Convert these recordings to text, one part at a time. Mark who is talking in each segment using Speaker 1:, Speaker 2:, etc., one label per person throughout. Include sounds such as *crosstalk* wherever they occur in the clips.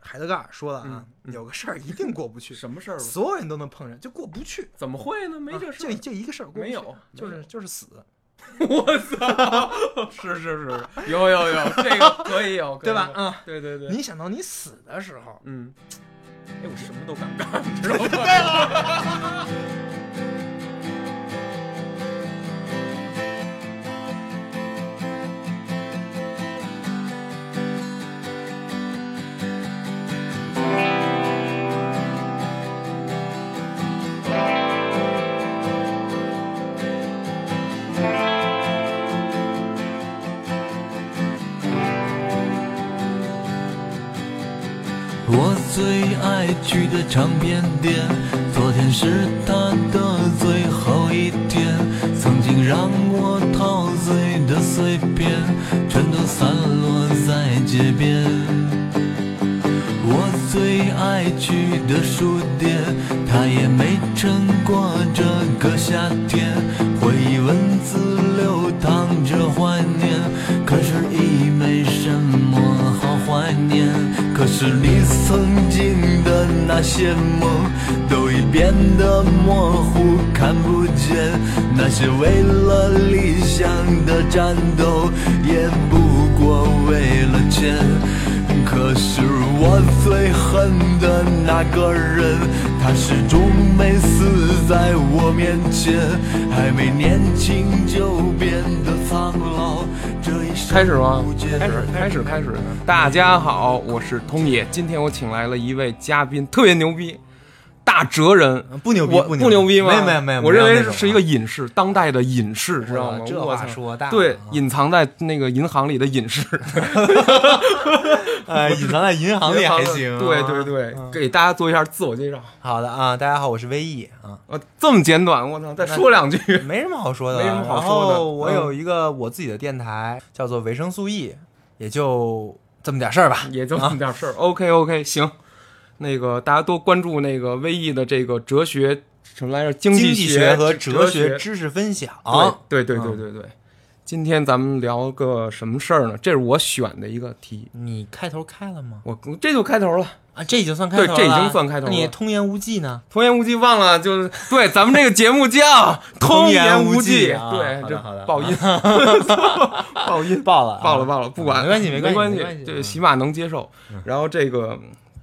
Speaker 1: 海德格尔说的啊，
Speaker 2: 嗯嗯
Speaker 1: 有个事儿一定过不去，
Speaker 2: 什么事儿？
Speaker 1: 所有人都能碰上，就过不去。
Speaker 2: 怎么会呢？没
Speaker 1: 啊
Speaker 2: 这事
Speaker 1: 就
Speaker 2: 儿。
Speaker 1: 就一个事儿过不去，
Speaker 2: 没有
Speaker 1: 就
Speaker 2: 没
Speaker 1: 是
Speaker 2: 有
Speaker 1: 就是死，
Speaker 2: 我操！ *laughs* 是是是，有有有，这个可以有，可以
Speaker 1: 对吧？
Speaker 2: 有？
Speaker 1: 啊，
Speaker 2: 对对对，
Speaker 1: 你想到你死的时候，
Speaker 2: 嗯，哎，我什么都敢干，你知道吗？
Speaker 3: 我最爱去的唱片店，昨天是它的最后一天。曾经让我陶醉的碎片，全都散落在街边。我最爱去的书店，它也没撑过这个夏天。回忆文字流淌着怀念，可是已没什么好怀念。可是你曾经的那些梦，都已变得模糊，看不见。那些为了理想的战斗，也不过为了钱。可是我最恨的那个人，他始终没死在我面前，还没年轻就变得苍老。这一生
Speaker 2: 开始吗
Speaker 3: 不见
Speaker 2: 开始，开始，开始！大家好，我是通野，今天我请来了一位嘉宾，特别牛逼，大哲人。
Speaker 1: 嗯不牛逼
Speaker 2: 我
Speaker 1: 不牛逼
Speaker 2: 不牛逼吗？
Speaker 1: 没有没有没有
Speaker 2: 我
Speaker 1: 没有
Speaker 2: 认
Speaker 1: 那
Speaker 2: 为
Speaker 1: 种
Speaker 2: 是一个隐士，当代的隐士，知
Speaker 1: 知
Speaker 2: 道吗？
Speaker 1: 这
Speaker 2: 我
Speaker 1: 话
Speaker 2: 操
Speaker 1: 说大了
Speaker 2: 对
Speaker 1: 啊，
Speaker 2: 隐藏在那个银行里的隐士，
Speaker 4: 啊哎
Speaker 1: 呃，隐藏在银行里还行。啊嗯
Speaker 2: 对对，对，给大家做一下自我介绍。
Speaker 1: 好的啊，大家好，我是威毅啊，
Speaker 2: 呃，这么简短，我操，再说两句。
Speaker 4: E 没什么好说的，
Speaker 2: 没什么好说的
Speaker 4: 然后我
Speaker 2: 嗯
Speaker 4: 有一个我自己的电台，叫做维生素 E，也就这么点事儿吧。
Speaker 2: 也就这么点事儿。OK OK，行，那个大家多关注那个微易的这个哲学什么来着？经
Speaker 4: 经
Speaker 2: 学
Speaker 4: 济学和
Speaker 2: 哲
Speaker 4: 哲
Speaker 2: 学
Speaker 4: 学。知识分享，嗯
Speaker 2: 对对对对对对。今天咱们聊个什么事儿呢？这是我选的一个题，
Speaker 4: 你开头开了吗？
Speaker 2: 我这就开头了。
Speaker 4: 啊，这已经算开
Speaker 2: 对
Speaker 4: 头了，啊
Speaker 2: 这已经算开头
Speaker 4: 那你
Speaker 2: 了
Speaker 4: 童言无忌呢？
Speaker 2: 童言无忌忘了，就是对咱们这个节目叫《
Speaker 4: 童
Speaker 2: 言
Speaker 4: 言无
Speaker 2: 忌
Speaker 4: 忌》啊
Speaker 2: 对，
Speaker 4: 好的
Speaker 2: 这
Speaker 4: 好的
Speaker 2: 爆音，
Speaker 4: 爆音爆了啊，
Speaker 2: 爆了爆了，不管
Speaker 4: 没关系没关
Speaker 2: 没
Speaker 4: 系
Speaker 2: 关
Speaker 4: 没关系
Speaker 2: 对，
Speaker 4: 嗯
Speaker 2: 起码能接受。然后这个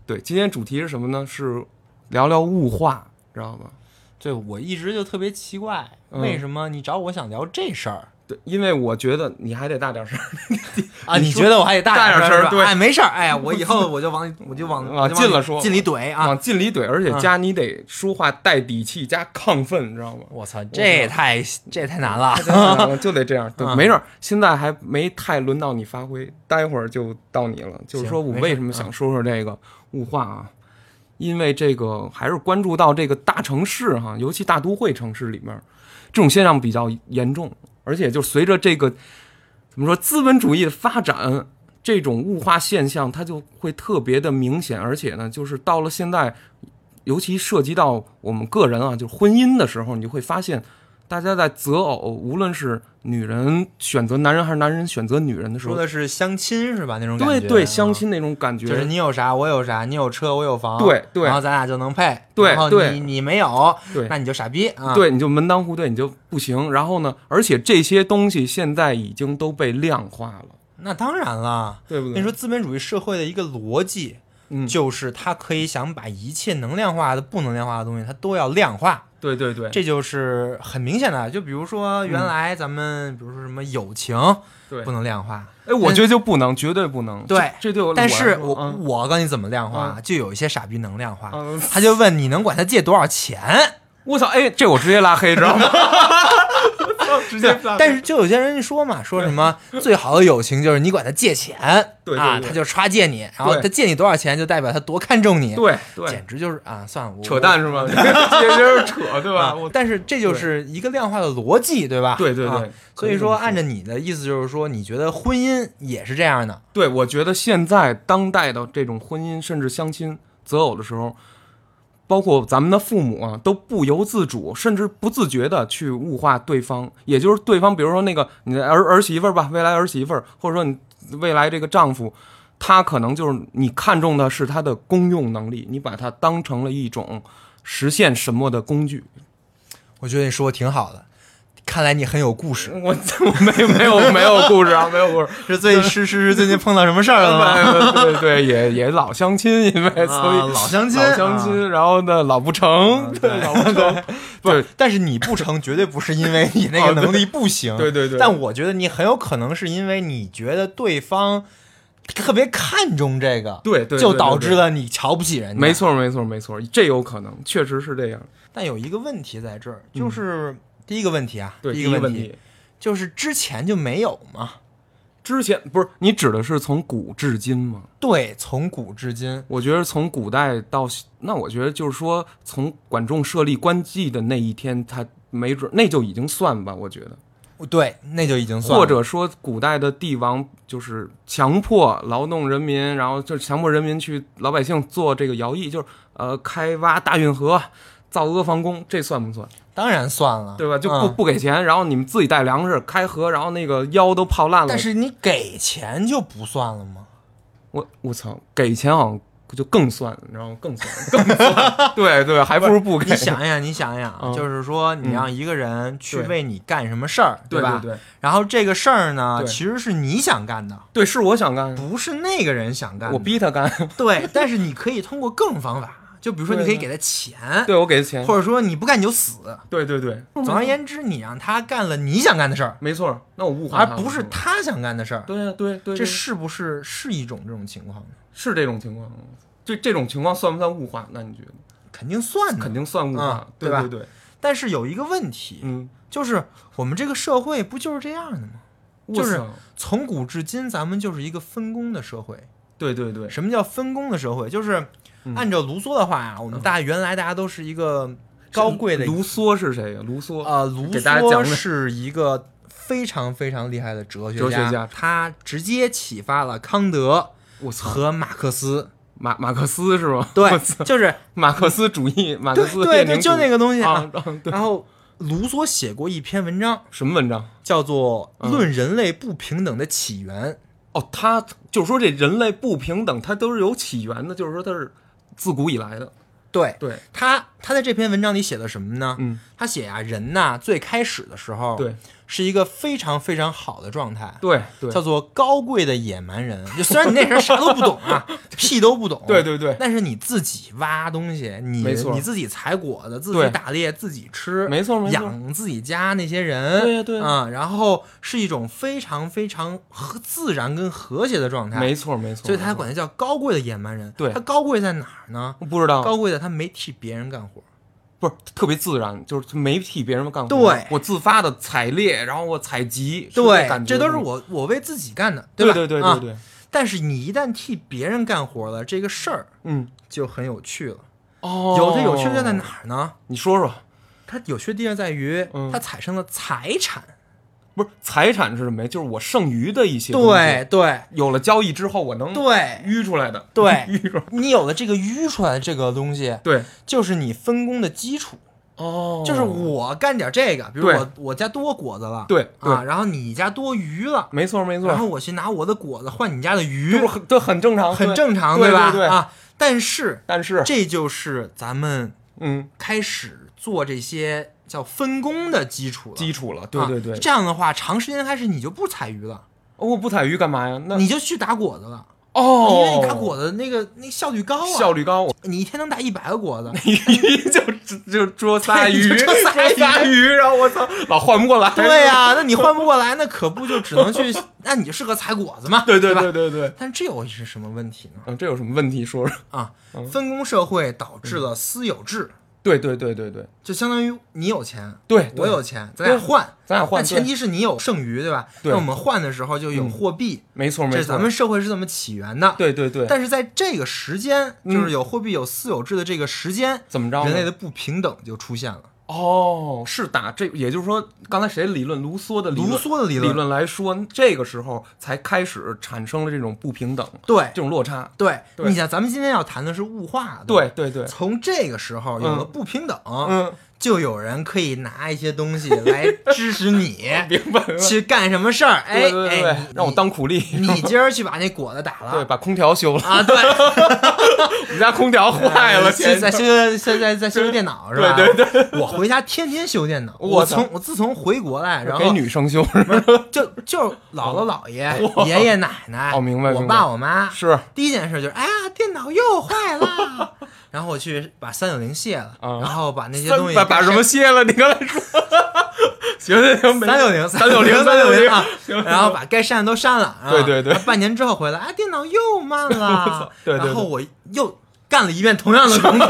Speaker 2: 对今天主题是什么呢？是聊聊物化，知道吗？
Speaker 4: 对我一直就特别奇怪，
Speaker 2: 嗯
Speaker 4: 为什么你找我想聊这事儿
Speaker 2: 对，因为我觉得你还得大点声儿，
Speaker 4: 啊？
Speaker 2: 你
Speaker 4: 你
Speaker 2: 说
Speaker 4: 觉得我还得
Speaker 2: 大
Speaker 4: 点
Speaker 2: 点
Speaker 4: 声
Speaker 2: 声儿
Speaker 4: 吧
Speaker 2: 对
Speaker 4: 哎，没事儿，哎呀，我以后我就往我就往
Speaker 2: 往
Speaker 4: 我就
Speaker 2: 近了
Speaker 4: 里
Speaker 2: 说
Speaker 4: 近里怼啊！
Speaker 2: 往近里怼，而且加你得说话带底气加亢奋，你知道吗？
Speaker 4: 我操，这也太这也太难
Speaker 2: *laughs*
Speaker 4: 了。
Speaker 2: 我就得这样，对，
Speaker 4: 嗯
Speaker 2: 没事儿，现在还没太轮到你发挥，待会儿就到你了。就是说我
Speaker 4: 没事嗯
Speaker 2: 为什么想说说这个物化啊？因为这个还是关注到这个大城市哈，尤其大都会城市里面，这种现象比较严重，而且就随着这个怎么说资本主义的发展，这种物化现象它就会特别的明显，而且呢，就是到了现在，尤其涉及到我们个人啊，就是婚姻的时候，你就会发现，大家在择偶，无论是女人选择男人还是男人选择女人的时
Speaker 4: 说
Speaker 2: 候，
Speaker 4: 的是相亲是吧？那种感
Speaker 2: 对
Speaker 4: 觉啊
Speaker 2: 对，相，亲那种感觉，
Speaker 4: 就是你有啥我有啥，你有车我有房，
Speaker 2: 对对
Speaker 4: 然后咱俩就能配，
Speaker 2: 对
Speaker 4: 然后
Speaker 2: 对
Speaker 4: 你你没有，
Speaker 2: 对
Speaker 4: 那你就傻逼啊，，
Speaker 2: 对，你就门当户对，你就不行。然后呢，而且这些东西现在已经都被量化了，
Speaker 4: 那当然了。
Speaker 2: 对不对？
Speaker 4: 跟你说，资本主义社会的一个逻辑，
Speaker 2: 嗯
Speaker 4: 就是它可以想把一切能量化的、不能量化的东西，它都要量化，
Speaker 2: 对对对，
Speaker 4: 这就是很明显的。就比如说，原来咱们比如说什么友情
Speaker 2: 嗯对
Speaker 4: 不能量化，
Speaker 2: 哎，我觉得就不能，绝对不能。
Speaker 4: 对
Speaker 2: 这这对我来
Speaker 4: 但是
Speaker 2: 说
Speaker 4: 我
Speaker 2: 嗯
Speaker 4: 我告诉你怎么量化，就有一些傻逼能量化
Speaker 2: 嗯，
Speaker 4: 他就问你能管他借多少
Speaker 2: *laughs*
Speaker 4: 钱。
Speaker 2: 我操，哎，这我直接拉黑，知道 *laughs* 吗？直接拉黑
Speaker 4: *laughs* 但是就有些人说嘛，说什么最好的友情就是你管他借钱，
Speaker 2: 对对
Speaker 4: 啊，
Speaker 2: 对
Speaker 4: 他就刷借你，然后
Speaker 2: 对
Speaker 4: 他借你多少钱就代表他多看重你，
Speaker 2: 对对
Speaker 4: 简，直就是啊，算了，我
Speaker 2: 扯淡是吗？这就是扯，对吧？
Speaker 4: 啊
Speaker 2: 我！
Speaker 4: 但是这就是一个量化的逻辑，对吧？
Speaker 2: 对对
Speaker 4: 啊
Speaker 2: 对，
Speaker 4: 所以说，按
Speaker 2: 照
Speaker 4: 照你的意思就是说，你觉得婚姻也是这样的，
Speaker 2: 对，我觉得现在当代的这种婚姻甚至相亲择偶的时候。包括咱们的父母啊，都不由自主，甚至不自觉的去物化对方，也就是对方，比如说那个你的儿儿媳妇儿吧，未来儿媳妇儿，或者说你未来这个丈夫，它可能就是你看重的是它的公用能力，你把它当成了一种实现什么的工具。 *laughs*
Speaker 4: 我觉得你说的挺好的，看来你很有故事。
Speaker 2: 我我没没有没有故事啊，没有故事。
Speaker 4: 是最是是是最近碰到什么事儿了吗？
Speaker 2: *laughs* 对对对，也也老相亲，因为所以、
Speaker 4: 嗯啊老相亲啊嗯
Speaker 2: 老相亲，然后呢老不成， *laughs* 对老不成，对
Speaker 4: 不，但是你不成，绝对不是因为你那个能力不行。
Speaker 2: 哦对对对
Speaker 4: 但我觉得你很有可能是因为你觉得对方特别看重这个，
Speaker 2: 对对对
Speaker 4: 就导致了你瞧不起人家。
Speaker 2: 没。错没错没错，这有可能，确实是这样。
Speaker 4: 但有一个问题在这儿，就是第一个问题啊，
Speaker 2: 嗯对，
Speaker 4: 第
Speaker 2: 第
Speaker 4: 一个
Speaker 2: 问
Speaker 4: 题，就是之前就没有嘛？
Speaker 2: 之前不是你指的是从古至今吗？
Speaker 4: 对，从古至今，
Speaker 2: 我觉得从古代到那，我觉得就是说，从管仲设立官妓的那一天，他没准那就已经算吧，我觉得，
Speaker 4: 对，那就已经算了
Speaker 2: 或者说古代的帝王就是强迫劳动人民，然后就强迫人民去老百姓做这个徭役，就是呃开挖大运河。造阿房宫，这算不算？
Speaker 4: 当然算了，
Speaker 2: 嗯对吧？就不
Speaker 4: 嗯
Speaker 2: 不给钱，然后你们自己带粮食，开河，然后那个腰都泡烂了。
Speaker 4: 但是你给钱就不算了吗？
Speaker 2: 我我操，给钱好像就更算，你知道吗？更算，更算。对对，还不如不给。
Speaker 4: 你想一想，你想一想，
Speaker 2: 嗯
Speaker 4: 就是说你让一个人去
Speaker 2: 对
Speaker 4: 为你干什么事儿，
Speaker 2: 对
Speaker 4: 吧？
Speaker 2: 对对
Speaker 4: 然后这个事儿呢，
Speaker 2: 对
Speaker 4: 其实是你想干的，
Speaker 2: 对，是我想干，
Speaker 4: 不是那个人想干的。
Speaker 2: 我逼他干。 *laughs*
Speaker 4: 对，但是你可以通过各种方法，就比如说你
Speaker 2: 对
Speaker 4: 可以
Speaker 2: 对
Speaker 4: 给他钱，
Speaker 2: 对我给他钱。
Speaker 4: 或者说你不干你就死。
Speaker 2: 对对对，
Speaker 4: 总而言之，你让他干了你想干的事儿，
Speaker 2: 没错。那我物化
Speaker 4: 而
Speaker 2: 他了，
Speaker 4: 不是
Speaker 2: 吧。
Speaker 4: 他想干的事儿。
Speaker 2: 对对对，
Speaker 4: 这
Speaker 2: 对
Speaker 4: 是不是是一种这种情况呢？
Speaker 2: 是这种情况吗。这这种情况算不算物化？那你觉得？
Speaker 4: 肯定算的
Speaker 2: 肯。定算物化
Speaker 4: 嗯，
Speaker 2: 对
Speaker 4: 对吧
Speaker 2: 对对，
Speaker 4: 但是有一个问题，
Speaker 2: 嗯，
Speaker 4: 就是我们这个社会不就是这样的吗？
Speaker 2: 我
Speaker 4: 就是
Speaker 2: 操
Speaker 4: 从古至今，咱们就是一个分工的社会。
Speaker 2: 对对对，
Speaker 4: 什么叫分工的社会？就是
Speaker 2: 嗯
Speaker 4: 按照卢梭的话啊，我们大原来大家都是一个高贵的，
Speaker 2: 卢梭是谁呀？卢梭
Speaker 4: 呃，卢
Speaker 2: 给大家讲
Speaker 4: 梭
Speaker 2: 讲
Speaker 4: 是一个非常非常厉害的哲学
Speaker 2: 哲学家
Speaker 4: 他直接启发了康德
Speaker 2: 我操，
Speaker 4: 和马克思。
Speaker 2: 马马克思是吧？
Speaker 4: 对
Speaker 2: 我操，
Speaker 4: 就是
Speaker 2: 马克思主义，马克
Speaker 4: 对
Speaker 2: 思
Speaker 4: 对
Speaker 2: 列
Speaker 4: 对，
Speaker 2: 宁
Speaker 4: 就
Speaker 2: 主义
Speaker 4: 那个东西啊
Speaker 2: 啊。，啊对，
Speaker 4: 然后卢梭写过一篇文章，
Speaker 2: 什么文章？
Speaker 4: 叫做《
Speaker 2: 嗯
Speaker 4: 论人类不平等的起源》。
Speaker 2: 哦，他就是说这人类不平等，它都是有起源的，就是说它是自古以来的。
Speaker 4: 对
Speaker 2: 对，
Speaker 4: 他，他在这篇文章里写的什么呢？
Speaker 2: 嗯，
Speaker 4: 他写啊，人呐、最开始的时候，
Speaker 2: 对，
Speaker 4: 是一个非常非常好的状态，
Speaker 2: 对对
Speaker 4: 叫做高贵的野蛮人。就虽然你那时候啥都不懂
Speaker 2: *laughs*
Speaker 4: 啊，屁都不懂，
Speaker 2: 对对对
Speaker 4: 但是你自己挖东西，你
Speaker 2: 没错
Speaker 4: 你自己采果子，自己
Speaker 2: 对
Speaker 4: 打猎，自己吃，
Speaker 2: 没错没错
Speaker 4: 养自己家那些人，
Speaker 2: 对呀对呀
Speaker 4: 啊、然后是一种非常非常和自然跟和谐的状态，
Speaker 2: 没错没错。
Speaker 4: 所以他
Speaker 2: 没错
Speaker 4: 管它叫高贵的野蛮人。
Speaker 2: 对
Speaker 4: 他高贵在哪儿呢？
Speaker 2: 我不知道，
Speaker 4: 高贵的他没替别人干活，
Speaker 2: 不是特别自然，就是他没替别人干活，
Speaker 4: 对
Speaker 2: 我自发的采猎，然后我采集，是这
Speaker 4: 对，
Speaker 2: 感
Speaker 4: 这
Speaker 2: 觉
Speaker 4: 都是
Speaker 2: 吗。
Speaker 4: 我我为自己干的，
Speaker 2: 对
Speaker 4: 吧？
Speaker 2: 对对
Speaker 4: 啊
Speaker 2: 对对，
Speaker 4: 但是你一旦替别人干活了，这个事儿
Speaker 2: 嗯，
Speaker 4: 就很有趣了。
Speaker 2: 哦，
Speaker 4: 有的有趣的在？哪儿呢？
Speaker 2: 你说说，
Speaker 4: 它有趣的地方在于
Speaker 2: 嗯，
Speaker 4: 它产生了财产。
Speaker 2: 不是财产是什么呀？就是我剩余的一些，
Speaker 4: 对，对
Speaker 2: 有了交易之后，我能
Speaker 4: 对，
Speaker 2: 淤出来的，
Speaker 4: 对
Speaker 2: *laughs* 淤出来，
Speaker 4: 你有了这个淤出来的这个东西，
Speaker 2: 对，
Speaker 4: 就是你分工的基础。
Speaker 2: 哦
Speaker 4: 就是我干点这个，比如
Speaker 2: 对
Speaker 4: 我我家多果子了，
Speaker 2: 对对
Speaker 4: 啊，然后你家多鱼了，
Speaker 2: 没错没错
Speaker 4: 然，后我去拿我的果子换你家的
Speaker 2: 这
Speaker 4: 鱼
Speaker 2: 不，很这很正常，
Speaker 4: 很
Speaker 2: 对
Speaker 4: 正常，
Speaker 2: 对
Speaker 4: 吧？
Speaker 2: 对对
Speaker 4: 啊，但是
Speaker 2: 但是，
Speaker 4: 这就是咱们
Speaker 2: 嗯，
Speaker 4: 开始做这些叫分工的基础了。
Speaker 2: 基础了，对对对
Speaker 4: 啊，。这样的话，长时间开始你就不采鱼了，
Speaker 2: 哦我不采鱼干嘛呀？那
Speaker 4: 你就去打果子了，因
Speaker 2: 嗯哦，
Speaker 4: 为你打果子那个那效率高啊，
Speaker 2: 效率高，我 *laughs*
Speaker 4: 你一天能打一百个果子，
Speaker 2: 就就
Speaker 4: *laughs*
Speaker 2: 捉仨
Speaker 4: 对
Speaker 2: 鱼，
Speaker 4: 就捉
Speaker 2: *laughs*
Speaker 4: 仨鱼
Speaker 2: 仨鱼，然后我操， *laughs* 老换不过来。
Speaker 4: *laughs* 对呀、那你换不过来，那可不就只能
Speaker 2: *laughs*
Speaker 4: 去，那你就适合采果子嘛，
Speaker 2: 对对
Speaker 4: 吧？
Speaker 2: 对对对。
Speaker 4: 但这又是什么问题呢？
Speaker 2: 嗯，这有什么问题？说说。
Speaker 4: 啊，
Speaker 2: 嗯
Speaker 4: 分工社会导致了私有制，
Speaker 2: 对对对对对，
Speaker 4: 就相当于你有钱，
Speaker 2: 对对
Speaker 4: 我有钱，咱俩换，
Speaker 2: 咱俩换
Speaker 4: 但前
Speaker 2: 对
Speaker 4: 提是你有剩余，对吧？
Speaker 2: 对
Speaker 4: 那我们换的时候就有货币，
Speaker 2: 没错没
Speaker 4: 这
Speaker 2: 错。
Speaker 4: 是咱们社会是这么起源的。
Speaker 2: 对对对，
Speaker 4: 但是在这个时间，
Speaker 2: 嗯
Speaker 4: 就是有货币、有私有制的这个时间，
Speaker 2: 怎么着呢？
Speaker 4: 人类的不平等就出现了。
Speaker 2: 哦，是打这，也就是说，刚才谁理论卢梭的理论
Speaker 4: 卢梭的理
Speaker 2: 理
Speaker 4: 论
Speaker 2: 论来说，这个时候才开始产生了这种不平等，
Speaker 4: 对
Speaker 2: 这种落差。
Speaker 4: 对，
Speaker 2: 对
Speaker 4: 你想，咱们今天要谈的是物化，
Speaker 2: 对
Speaker 4: 吧
Speaker 2: 对对，
Speaker 4: 从这个时候有了
Speaker 2: 嗯
Speaker 4: 不平等，
Speaker 2: 嗯，
Speaker 4: 就有人可以拿一些东西来支持
Speaker 2: *laughs*
Speaker 4: 你
Speaker 2: 明白了。
Speaker 4: 去干什么事儿。哎
Speaker 2: 对对对
Speaker 4: 哎
Speaker 2: 对，，让我当苦力，
Speaker 4: 你
Speaker 2: *laughs*
Speaker 4: 你今儿去把那果子打
Speaker 2: 对，
Speaker 4: 了。
Speaker 2: 把空调修了。
Speaker 4: 啊， *laughs* 对，
Speaker 2: 我们家空调坏了，
Speaker 4: 现
Speaker 2: 现在
Speaker 4: 哎在修现在在修电脑是吧？
Speaker 2: 对
Speaker 4: 对对，我回家天天修电脑。
Speaker 2: *laughs* 我
Speaker 4: 我
Speaker 2: 操
Speaker 4: 从我自从回国来，然
Speaker 2: 给
Speaker 4: 后
Speaker 2: 女生修
Speaker 4: 就就姥姥姥
Speaker 2: *laughs*
Speaker 4: 爷、爷爷奶奶，
Speaker 2: 哦明白
Speaker 4: 我
Speaker 2: 明白
Speaker 4: 爸我妈
Speaker 2: 是
Speaker 4: 第一件事就是，哎呀，电脑又坏了，然后我去把三九零卸了，
Speaker 2: 啊
Speaker 4: 然后把那些东西
Speaker 2: 把把什么卸了？你刚才 *laughs* 说，行行行，没
Speaker 4: 三六零
Speaker 2: 三六零
Speaker 4: 三
Speaker 2: 三
Speaker 4: 六
Speaker 2: 六
Speaker 4: 零
Speaker 2: 零
Speaker 4: 啊，然后把该删的都删了，啊
Speaker 2: *laughs* 对对对，
Speaker 4: 半年之后回来，哎，电脑又慢了
Speaker 2: *laughs* 对对对
Speaker 4: 然后我又干了一遍同样的工作，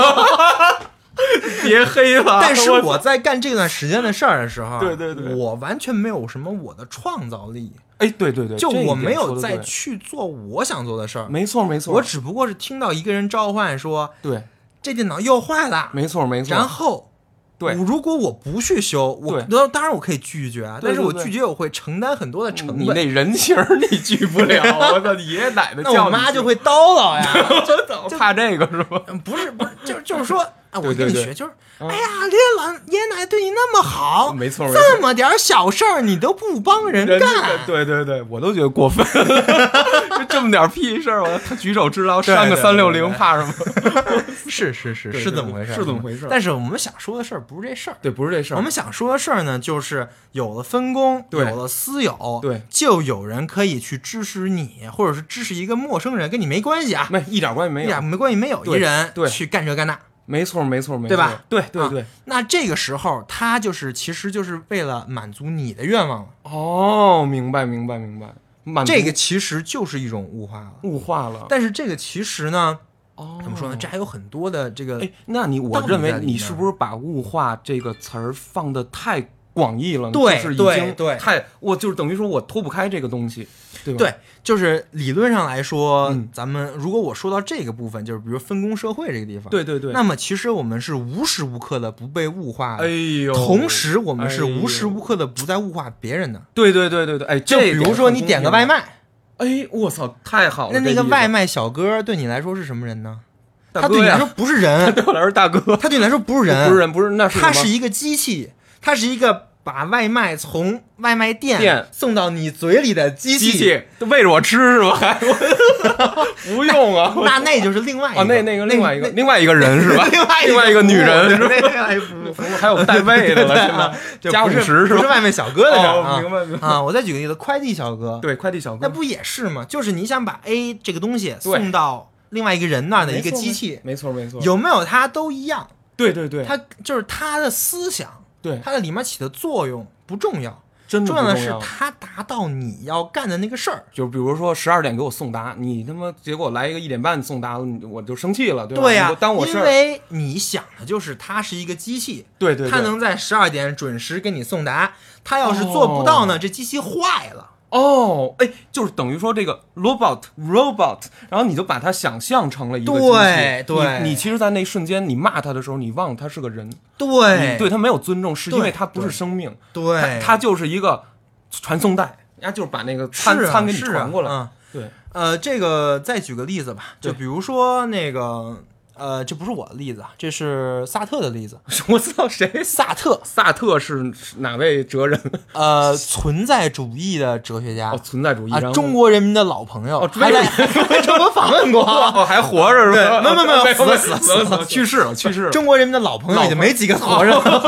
Speaker 2: 别黑了。
Speaker 4: 但是我在干这段时间的事儿的时候，
Speaker 2: 啊对对对
Speaker 4: 我完全没有什么我的创造力，
Speaker 2: 哎，对对对，
Speaker 4: 就
Speaker 2: 这一
Speaker 4: 我
Speaker 2: 点
Speaker 4: 没
Speaker 2: 说
Speaker 4: 有
Speaker 2: 得
Speaker 4: 再
Speaker 2: 对
Speaker 4: 去做我想做的事儿，
Speaker 2: 没错没错，
Speaker 4: 我只不过是听到一个人召唤说
Speaker 2: 对，
Speaker 4: 这电脑又坏了，
Speaker 2: 没错没错。
Speaker 4: 然后。
Speaker 2: 对
Speaker 4: 我如果我不去修，我
Speaker 2: 对
Speaker 4: 当当然我可以拒绝啊，
Speaker 2: 对
Speaker 4: 但是
Speaker 2: 对
Speaker 4: 我
Speaker 2: 对
Speaker 4: 拒绝我会承担很多的成本。
Speaker 2: 你那人情儿你拒不
Speaker 4: *laughs*
Speaker 2: 了，我操，你爷爷奶奶
Speaker 4: 那我
Speaker 2: 叫你
Speaker 4: 妈
Speaker 2: 去
Speaker 4: 就会叨叨呀，
Speaker 2: *laughs* 就怕这个是吧？
Speaker 4: 嗯不是不是，就就是说啊，我
Speaker 2: 对对
Speaker 4: 跟你
Speaker 2: 对嗯
Speaker 4: 学，就是哎呀，人家老爷爷奶奶对你那么好，
Speaker 2: 没错没错
Speaker 4: 这么点儿小事儿你都不帮人
Speaker 2: 人
Speaker 4: 干，
Speaker 2: 对对对，我都觉得
Speaker 4: *laughs*
Speaker 2: 过分，就这么点屁事儿，我举手之劳上个
Speaker 4: 对对
Speaker 2: 三六零
Speaker 4: 对
Speaker 2: 怕什么？
Speaker 4: *laughs* 是是是
Speaker 2: 对
Speaker 4: 是
Speaker 2: 对
Speaker 4: 这么回事儿，
Speaker 2: 是这么回事儿
Speaker 4: 但是我们想说的事儿不是这事儿。
Speaker 2: 对，不是这事
Speaker 4: 我们想说的事儿呢，就是有了分工，有
Speaker 2: 对
Speaker 4: 了私有，
Speaker 2: 对
Speaker 4: 就有人可以去支持你，或者是支持一个陌生人，跟你没关系啊，
Speaker 2: 没一点关系没
Speaker 4: 一
Speaker 2: 有
Speaker 4: 点，没关系，没有一
Speaker 2: 对
Speaker 4: 人
Speaker 2: 对
Speaker 4: 去干这干那，
Speaker 2: 没错没错没错，
Speaker 4: 对吧？
Speaker 2: 对对
Speaker 4: 啊
Speaker 2: 对，
Speaker 4: 那这个时候，他就是其实就是为了满足你的愿望了，
Speaker 2: 哦，明白明白明白，满足
Speaker 4: 这个其实就是一种物化了。
Speaker 2: 物化了。
Speaker 4: 但是这个其实呢，
Speaker 2: 哦
Speaker 4: 怎么说呢？这还有很多的这个，
Speaker 2: 哎，那你我
Speaker 4: 道理
Speaker 2: 认
Speaker 4: 在
Speaker 2: 为
Speaker 4: 里
Speaker 2: 你
Speaker 4: 面
Speaker 2: 是不是把“物化”这个词儿放的太广义了呢？
Speaker 4: 对
Speaker 2: 就是已
Speaker 4: 对
Speaker 2: 经
Speaker 4: 对
Speaker 2: 太我就是等于说我脱不开这个东西，对吧？啊
Speaker 4: 对，就是理论上来说，
Speaker 2: 嗯
Speaker 4: 咱们如果我说到这个部分，就是比如分工社会这个地方，，
Speaker 2: 对对对。
Speaker 4: 那么其实我们是无时无刻的不被物化的，
Speaker 2: 哎呦，
Speaker 4: 同时我们是
Speaker 2: 哎呦
Speaker 4: 无时无刻的不在物化别人的。
Speaker 2: 对对对对对，哎，
Speaker 4: 就
Speaker 2: 就
Speaker 4: 比如说你点个外，卖，
Speaker 2: 啊哎，我操，太好了！
Speaker 4: 那那
Speaker 2: 这
Speaker 4: 个
Speaker 2: 例子
Speaker 4: 外卖小哥对你来说是什么人呢？
Speaker 2: 大
Speaker 4: 他对
Speaker 2: 哥
Speaker 4: 你来
Speaker 2: 呀
Speaker 4: 说，不是人，
Speaker 2: *laughs* 对我来说大哥，
Speaker 4: 他对你来说不是人，
Speaker 2: 不是人，不是那是
Speaker 4: 它
Speaker 2: 什么
Speaker 4: 是一个机器，它是一个把外卖从外卖店
Speaker 2: 店
Speaker 4: 送到你嘴里的机器。
Speaker 2: 机器，都喂着我吃是吧？ *laughs* 还我不用啊，我
Speaker 4: 那那就是另外一个
Speaker 2: 啊，那那个另外一个
Speaker 4: 那
Speaker 2: 另外一个人是吧？
Speaker 4: 另外
Speaker 2: *laughs* 另外一个女人是吧？
Speaker 4: 吧？另外一个服务
Speaker 2: 还有带喂的了 *laughs* 是吧？
Speaker 4: 这
Speaker 2: 加
Speaker 4: 不
Speaker 2: 五
Speaker 4: 是
Speaker 2: 十
Speaker 4: 不是
Speaker 2: 吧？
Speaker 4: 外卖小哥的事儿啊
Speaker 2: 哦明白明白
Speaker 4: 啊！我再举个例子，快递小哥，
Speaker 2: 对，快递小哥
Speaker 4: 那不也是吗？就是你想把 A 这个东西
Speaker 2: 对
Speaker 4: 送到另外一个人那儿的
Speaker 2: 没
Speaker 4: 一个
Speaker 2: 错
Speaker 4: 机器，
Speaker 2: 没错没错，
Speaker 4: 有没有它都一样，
Speaker 2: 对对对，
Speaker 4: 它就是它的思想，
Speaker 2: 对
Speaker 4: 它在里面起的作用不重要，
Speaker 2: 真的
Speaker 4: 重
Speaker 2: 不
Speaker 4: 要的
Speaker 2: 重
Speaker 4: 是
Speaker 2: 要。
Speaker 4: 它达到你要干的那个事儿。
Speaker 2: 就比如说十二点给我送达，你他妈结果来一个一点半送达了，你我就生气了，对吧？
Speaker 4: 对呀、
Speaker 2: 呀、当我是
Speaker 4: 因为你想的就是它是一个机器，
Speaker 2: 对对对
Speaker 4: 它能在十二点准时给你送达。它要是做不到呢，这机器坏了。
Speaker 2: 哦，哎，就是等于说这个 robot robot，然后你就把它想象成了一个
Speaker 4: 对
Speaker 2: 机器
Speaker 4: 对
Speaker 2: 你你其实，在那一瞬间，你骂他的时候，你忘了他是个人，
Speaker 4: 对
Speaker 2: 你对他没有尊重，是因为
Speaker 4: 对
Speaker 2: 他不是生命，
Speaker 4: 对，
Speaker 2: 他就是一个传送带，人家就是把那个餐、
Speaker 4: 是啊
Speaker 2: 餐给你
Speaker 4: 是啊
Speaker 2: 传过来，
Speaker 4: 嗯
Speaker 2: 对， *laughs*
Speaker 4: 呃，这个再举个例子吧，就
Speaker 2: 对
Speaker 4: 比如说那个呃，这不是我的例子，啊，这是萨特的例子。
Speaker 2: 我操，谁？
Speaker 4: 萨特，
Speaker 2: 萨特是是哪位哲人？
Speaker 4: 呃，存在主义的哲学家
Speaker 2: *laughs* 哦，存在主义，
Speaker 4: 啊
Speaker 2: 然后，
Speaker 4: 中国人民的老朋友，
Speaker 2: 哦
Speaker 4: 还来还
Speaker 2: *laughs*
Speaker 4: 专门访问过。
Speaker 2: 哦还活着是吧？
Speaker 4: 对没有没有没有死了死了
Speaker 2: 死了死了，去世了去世了，
Speaker 4: 中国人民的老朋友已经没几个
Speaker 2: 哦
Speaker 4: 活着了。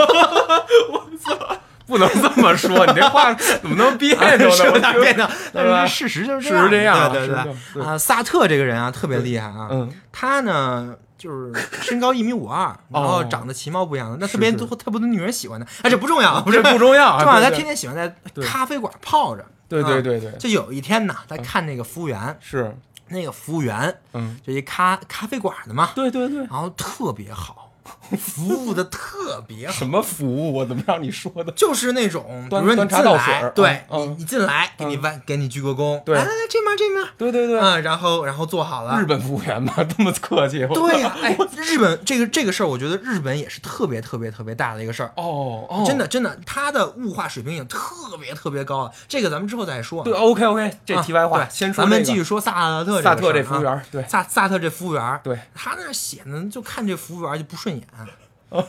Speaker 2: 不能这么说，你这话怎么能别 *laughs* 扭呢？
Speaker 4: 是有
Speaker 2: 我
Speaker 4: 点
Speaker 2: 听
Speaker 4: 变得，
Speaker 2: 对吧
Speaker 4: 但是事实就是
Speaker 2: 事实这样啊
Speaker 4: 对对
Speaker 2: 事实这
Speaker 4: 对
Speaker 2: 样
Speaker 4: 啊！萨特这个人啊，特别厉害啊，
Speaker 2: 嗯，
Speaker 4: 他呢就是身高一米五二，然后长得其貌不扬的，那特别
Speaker 2: 哦是
Speaker 4: 多特别多女人喜欢他，哎，这不重要，不是
Speaker 2: 这不重要
Speaker 4: *laughs*
Speaker 2: 啊
Speaker 4: 重要
Speaker 2: 对
Speaker 4: 他
Speaker 2: 对
Speaker 4: 天天喜欢在
Speaker 2: 对
Speaker 4: 咖啡馆泡着。
Speaker 2: 对对
Speaker 4: 啊
Speaker 2: 对对
Speaker 4: 就有一天呢，他看那个服务员，
Speaker 2: 是，
Speaker 4: 那个服务员
Speaker 2: 嗯，
Speaker 4: 就一咖咖啡馆的嘛，
Speaker 2: 对对对。
Speaker 4: 然后特别好，服务的特别好
Speaker 2: 什。么服务？我怎么让你说的？
Speaker 4: 就是那种，比
Speaker 2: 端
Speaker 4: 如说你
Speaker 2: 端茶
Speaker 4: 进
Speaker 2: 倒水
Speaker 4: 来
Speaker 2: 儿，
Speaker 4: 对
Speaker 2: 嗯
Speaker 4: 你
Speaker 2: 嗯
Speaker 4: 你进来，给你弯，给你鞠个躬，
Speaker 2: 对
Speaker 4: 来来来，这面这面，
Speaker 2: 对对对，
Speaker 4: 啊，然后然后做好了。
Speaker 2: 日本服务员嘛，这么客气。我
Speaker 4: 对
Speaker 2: *laughs*
Speaker 4: 呀、哎，日本这个这个事儿，我觉得日本也是特别特别特别大的一个事儿。
Speaker 2: 哦哦，
Speaker 4: 真的，真的，它的物化水平已经特别特别高了。这个咱们之后再说。
Speaker 2: 对。OK OK，这
Speaker 4: 啊
Speaker 2: 题外话，
Speaker 4: 对
Speaker 2: 先说
Speaker 4: 咱们
Speaker 2: 这个
Speaker 4: 继续说萨特
Speaker 2: 萨特
Speaker 4: 这
Speaker 2: 这
Speaker 4: 个事儿
Speaker 2: 服务员
Speaker 4: 啊
Speaker 2: 对
Speaker 4: 萨萨特这服务员，
Speaker 2: 对
Speaker 4: 他那儿写呢，就看这服务员就不顺眼，啊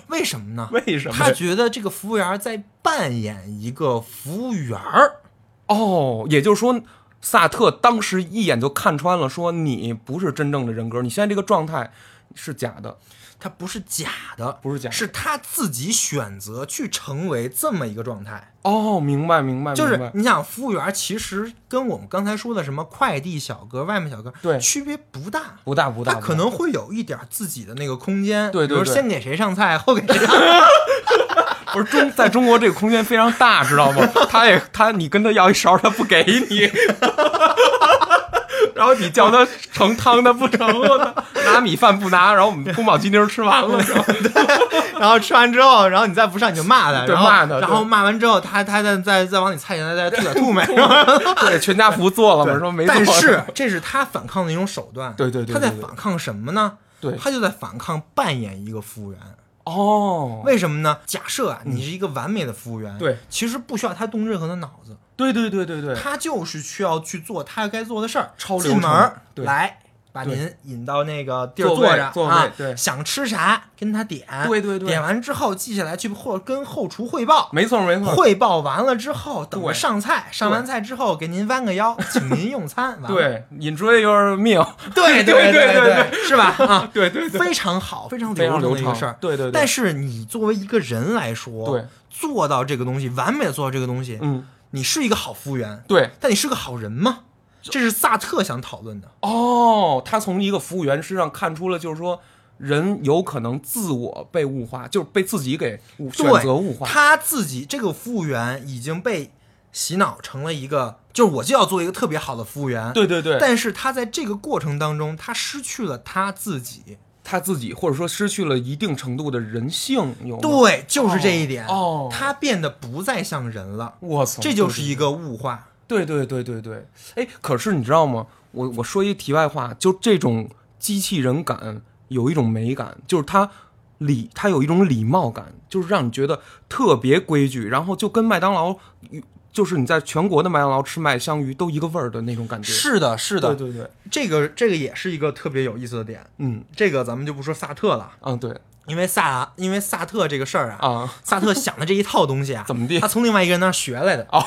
Speaker 4: 为什么呢？
Speaker 2: 哦为什么
Speaker 4: 他觉得这个服务员在扮演一个服务员儿，
Speaker 2: 哦，也就是说，萨特当时一眼就看穿了，说你不是真正的人格，你现在这个状态是假的。
Speaker 4: 他不是假的，
Speaker 2: 不是假的
Speaker 4: 是他自己选择去成为这么一个状态。
Speaker 2: 哦，明白，明白，
Speaker 4: 就
Speaker 2: 明白
Speaker 4: 是你想，服务员其实跟我们刚才说的什么快递小哥、外卖小哥，
Speaker 2: 对
Speaker 4: 区别不大。
Speaker 2: 不大不大，
Speaker 4: 他可能会有一点自己的那个空间，
Speaker 2: 对对
Speaker 4: 比如
Speaker 2: 对
Speaker 4: 先给谁上菜，后给谁上 *laughs*
Speaker 2: 不是中，在中国这个空间非常大，知道吗？他也他，你跟他要一勺，他不给你， *laughs* 然后你叫他盛汤，他不盛，他拿米饭不拿，然后我们宫保鸡丁吃完了，
Speaker 4: *laughs* 然后吃完之后，然后你再不上你就骂他，
Speaker 2: 对
Speaker 4: 然后
Speaker 2: 骂他
Speaker 4: 然后骂完之后，他他再再再往你菜里再再吐点吐沫。
Speaker 2: *laughs* 对，全家福做了嘛，说没做，
Speaker 4: 但是这是他反抗的一种手段。
Speaker 2: 对对对对
Speaker 4: 他在
Speaker 2: 对
Speaker 4: 反抗什么呢？
Speaker 2: 对
Speaker 4: 他就在反抗扮演一个服务员。
Speaker 2: 哦，
Speaker 4: 为什么呢？假设啊，你是一个完美的服务员，
Speaker 2: 嗯对，
Speaker 4: 其实不需要他动任何的脑子，
Speaker 2: 对对对对对，
Speaker 4: 他就是需要去做他该做的事儿，
Speaker 2: 超流
Speaker 4: 进
Speaker 2: 程
Speaker 4: 门儿
Speaker 2: 对
Speaker 4: 来。把
Speaker 2: 对
Speaker 4: 您引到那个地儿
Speaker 2: 座位
Speaker 4: 坐着
Speaker 2: 座位
Speaker 4: 啊，
Speaker 2: 对
Speaker 4: 想吃啥跟他点，
Speaker 2: 对对对
Speaker 4: 点完之后记下来去后跟后厨汇报，
Speaker 2: 没错没错，
Speaker 4: 汇报完了之后，等
Speaker 2: 对
Speaker 4: 着上菜，上完菜之后给您弯个腰，请您用餐。完了
Speaker 2: 对，enjoy your meal，
Speaker 4: *laughs* 对对
Speaker 2: 对对
Speaker 4: 对对，是吧？啊，
Speaker 2: *laughs* 对对对，
Speaker 4: 非常好，非常
Speaker 2: 非常
Speaker 4: 流
Speaker 2: 流
Speaker 4: 的一个
Speaker 2: 畅
Speaker 4: 事儿。
Speaker 2: 对对对
Speaker 4: 但是你作为一个人来说，
Speaker 2: 对，
Speaker 4: 做到这个东西，完美的做到这个东西，
Speaker 2: 嗯，
Speaker 4: 你是一个好服务员，
Speaker 2: *laughs* 对，
Speaker 4: 但你是个好人吗？这是萨特想讨论的。
Speaker 2: 哦，他从一个服务员身上看出了，就是说人有可能自我被物化，就是被自己给物选择物
Speaker 4: 对，
Speaker 2: 化。
Speaker 4: 他自己这个服务员已经被洗脑成了一个，就是我就要做一个特别好的服务员。
Speaker 2: 对对对，
Speaker 4: 但是他在这个过程当中，他失去了他自己。
Speaker 2: 他自己或者说失去了一定程度的人性，有吗，
Speaker 4: 对，就是这一点。
Speaker 2: 哦
Speaker 4: 他变得不再像人了，
Speaker 2: 我操，
Speaker 4: 这就是一个物化。
Speaker 2: 对对对对对。哎，可是你知道吗？我我说一题外话，就这种机器人感有一种美感，就是它礼，它有一种礼貌感，就是让你觉得特别规矩，然后就跟麦当劳，就是你在全国的麦当劳吃麦香鱼都一个味儿的那种感觉。
Speaker 4: 是的，是的，
Speaker 2: 对对对，
Speaker 4: 这个这个也是一个特别有意思的点。
Speaker 2: 嗯
Speaker 4: 这个咱们就不说萨特了，
Speaker 2: 啊对
Speaker 4: 因为萨因为萨特这个事儿啊，
Speaker 2: 啊
Speaker 4: 萨特想的这一套东西啊，
Speaker 2: *laughs* 怎么地
Speaker 4: 他从另外一个人那儿学来
Speaker 2: *laughs*
Speaker 4: 的，
Speaker 2: 哦，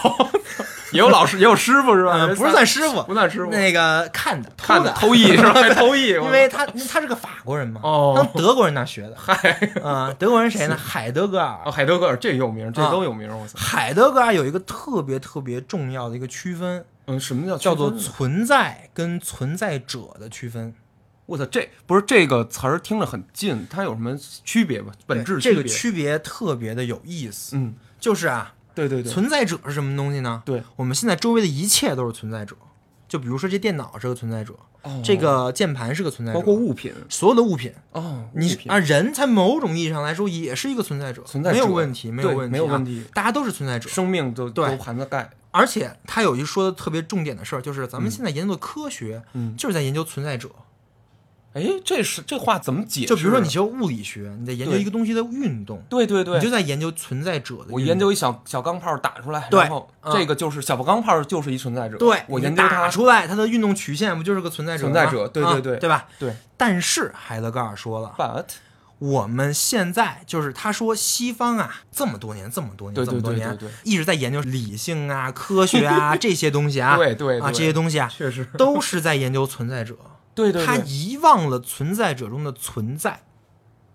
Speaker 2: 也有老师也有师傅是吧？
Speaker 4: 嗯，不是算师傅，
Speaker 2: 呃不算师傅
Speaker 4: 那个看的
Speaker 2: 看
Speaker 4: 偷的，
Speaker 2: 偷艺是吧？ *laughs* 还偷艺，
Speaker 4: 因为他他是个法国人嘛，
Speaker 2: 哦
Speaker 4: 从德国人那儿学的。
Speaker 2: *laughs* 嗨
Speaker 4: 啊，德国人
Speaker 2: *laughs*
Speaker 4: 谁呢？海德格尔
Speaker 2: 哦。海德格尔这有名，这
Speaker 4: 啊
Speaker 2: 都有名，我操，
Speaker 4: 海德格尔有一个特别特别重要的一个区分，
Speaker 2: 嗯，什么叫
Speaker 4: 叫做
Speaker 2: 区分呢
Speaker 4: 存在跟存在者的区分。
Speaker 2: 我操，这不是这个词儿听着很近，它有什么区别吧？本质
Speaker 4: 对这个
Speaker 2: 别，
Speaker 4: 区别特别的有意思，
Speaker 2: 嗯，
Speaker 4: 就是啊，
Speaker 2: 对对对，
Speaker 4: 存在者是什么东西呢？
Speaker 2: 对，
Speaker 4: 我们现在周围的一切都是存在者，就比如说这电脑是个存在者，
Speaker 2: 哦
Speaker 4: 这个键盘是个存在者，
Speaker 2: 包括物品
Speaker 4: 所有的物品。
Speaker 2: 哦，物
Speaker 4: 你
Speaker 2: 品
Speaker 4: 啊，人在某种意义上来说也是一个存在者，
Speaker 2: 存在者
Speaker 4: 没有问题，没有
Speaker 2: 对
Speaker 4: 问题、啊，
Speaker 2: 没有问题
Speaker 4: 大家都是存在者。
Speaker 2: 生命都
Speaker 4: 对
Speaker 2: 都含在盖，
Speaker 4: 而且他有一说的特别重点的事儿，就是咱们现在研究的科学，
Speaker 2: 嗯
Speaker 4: 就是在研究存在者。
Speaker 2: 哎，这是这话怎么解释？
Speaker 4: 就比如说你，学物理学，你在研究
Speaker 2: 对
Speaker 4: 一个东西的运动，
Speaker 2: 对对
Speaker 4: 你就
Speaker 2: 对，
Speaker 4: 在研究存在者的运动。
Speaker 2: 我研究一小小钢炮打出来，
Speaker 4: 对
Speaker 2: 然后
Speaker 4: 嗯
Speaker 2: 这个就是小钢炮就是一存在者，
Speaker 4: 对，
Speaker 2: 我
Speaker 4: 你
Speaker 2: 研究
Speaker 4: 打
Speaker 2: 它，
Speaker 4: 出来它的运动曲线不就是个存在者吗？
Speaker 2: 存在者对对
Speaker 4: 啊
Speaker 2: 对
Speaker 4: 对吧？
Speaker 2: 对
Speaker 4: 但是海德格尔说了，
Speaker 2: ，but
Speaker 4: 我们现在就是他说西方啊，这么多年，这么多年，
Speaker 2: 对
Speaker 4: 这么多
Speaker 2: 对对
Speaker 4: 年
Speaker 2: 对对，
Speaker 4: 一直在研究理性啊、 *laughs* 科学
Speaker 2: *laughs*
Speaker 4: 啊这些东西啊，
Speaker 2: 对对
Speaker 4: 啊
Speaker 2: 对
Speaker 4: 这些东西啊，
Speaker 2: 确实，
Speaker 4: 都是在研究存在者。
Speaker 2: *laughs* 对对
Speaker 4: 他
Speaker 2: 对，
Speaker 4: 遗忘了存在者中的存在，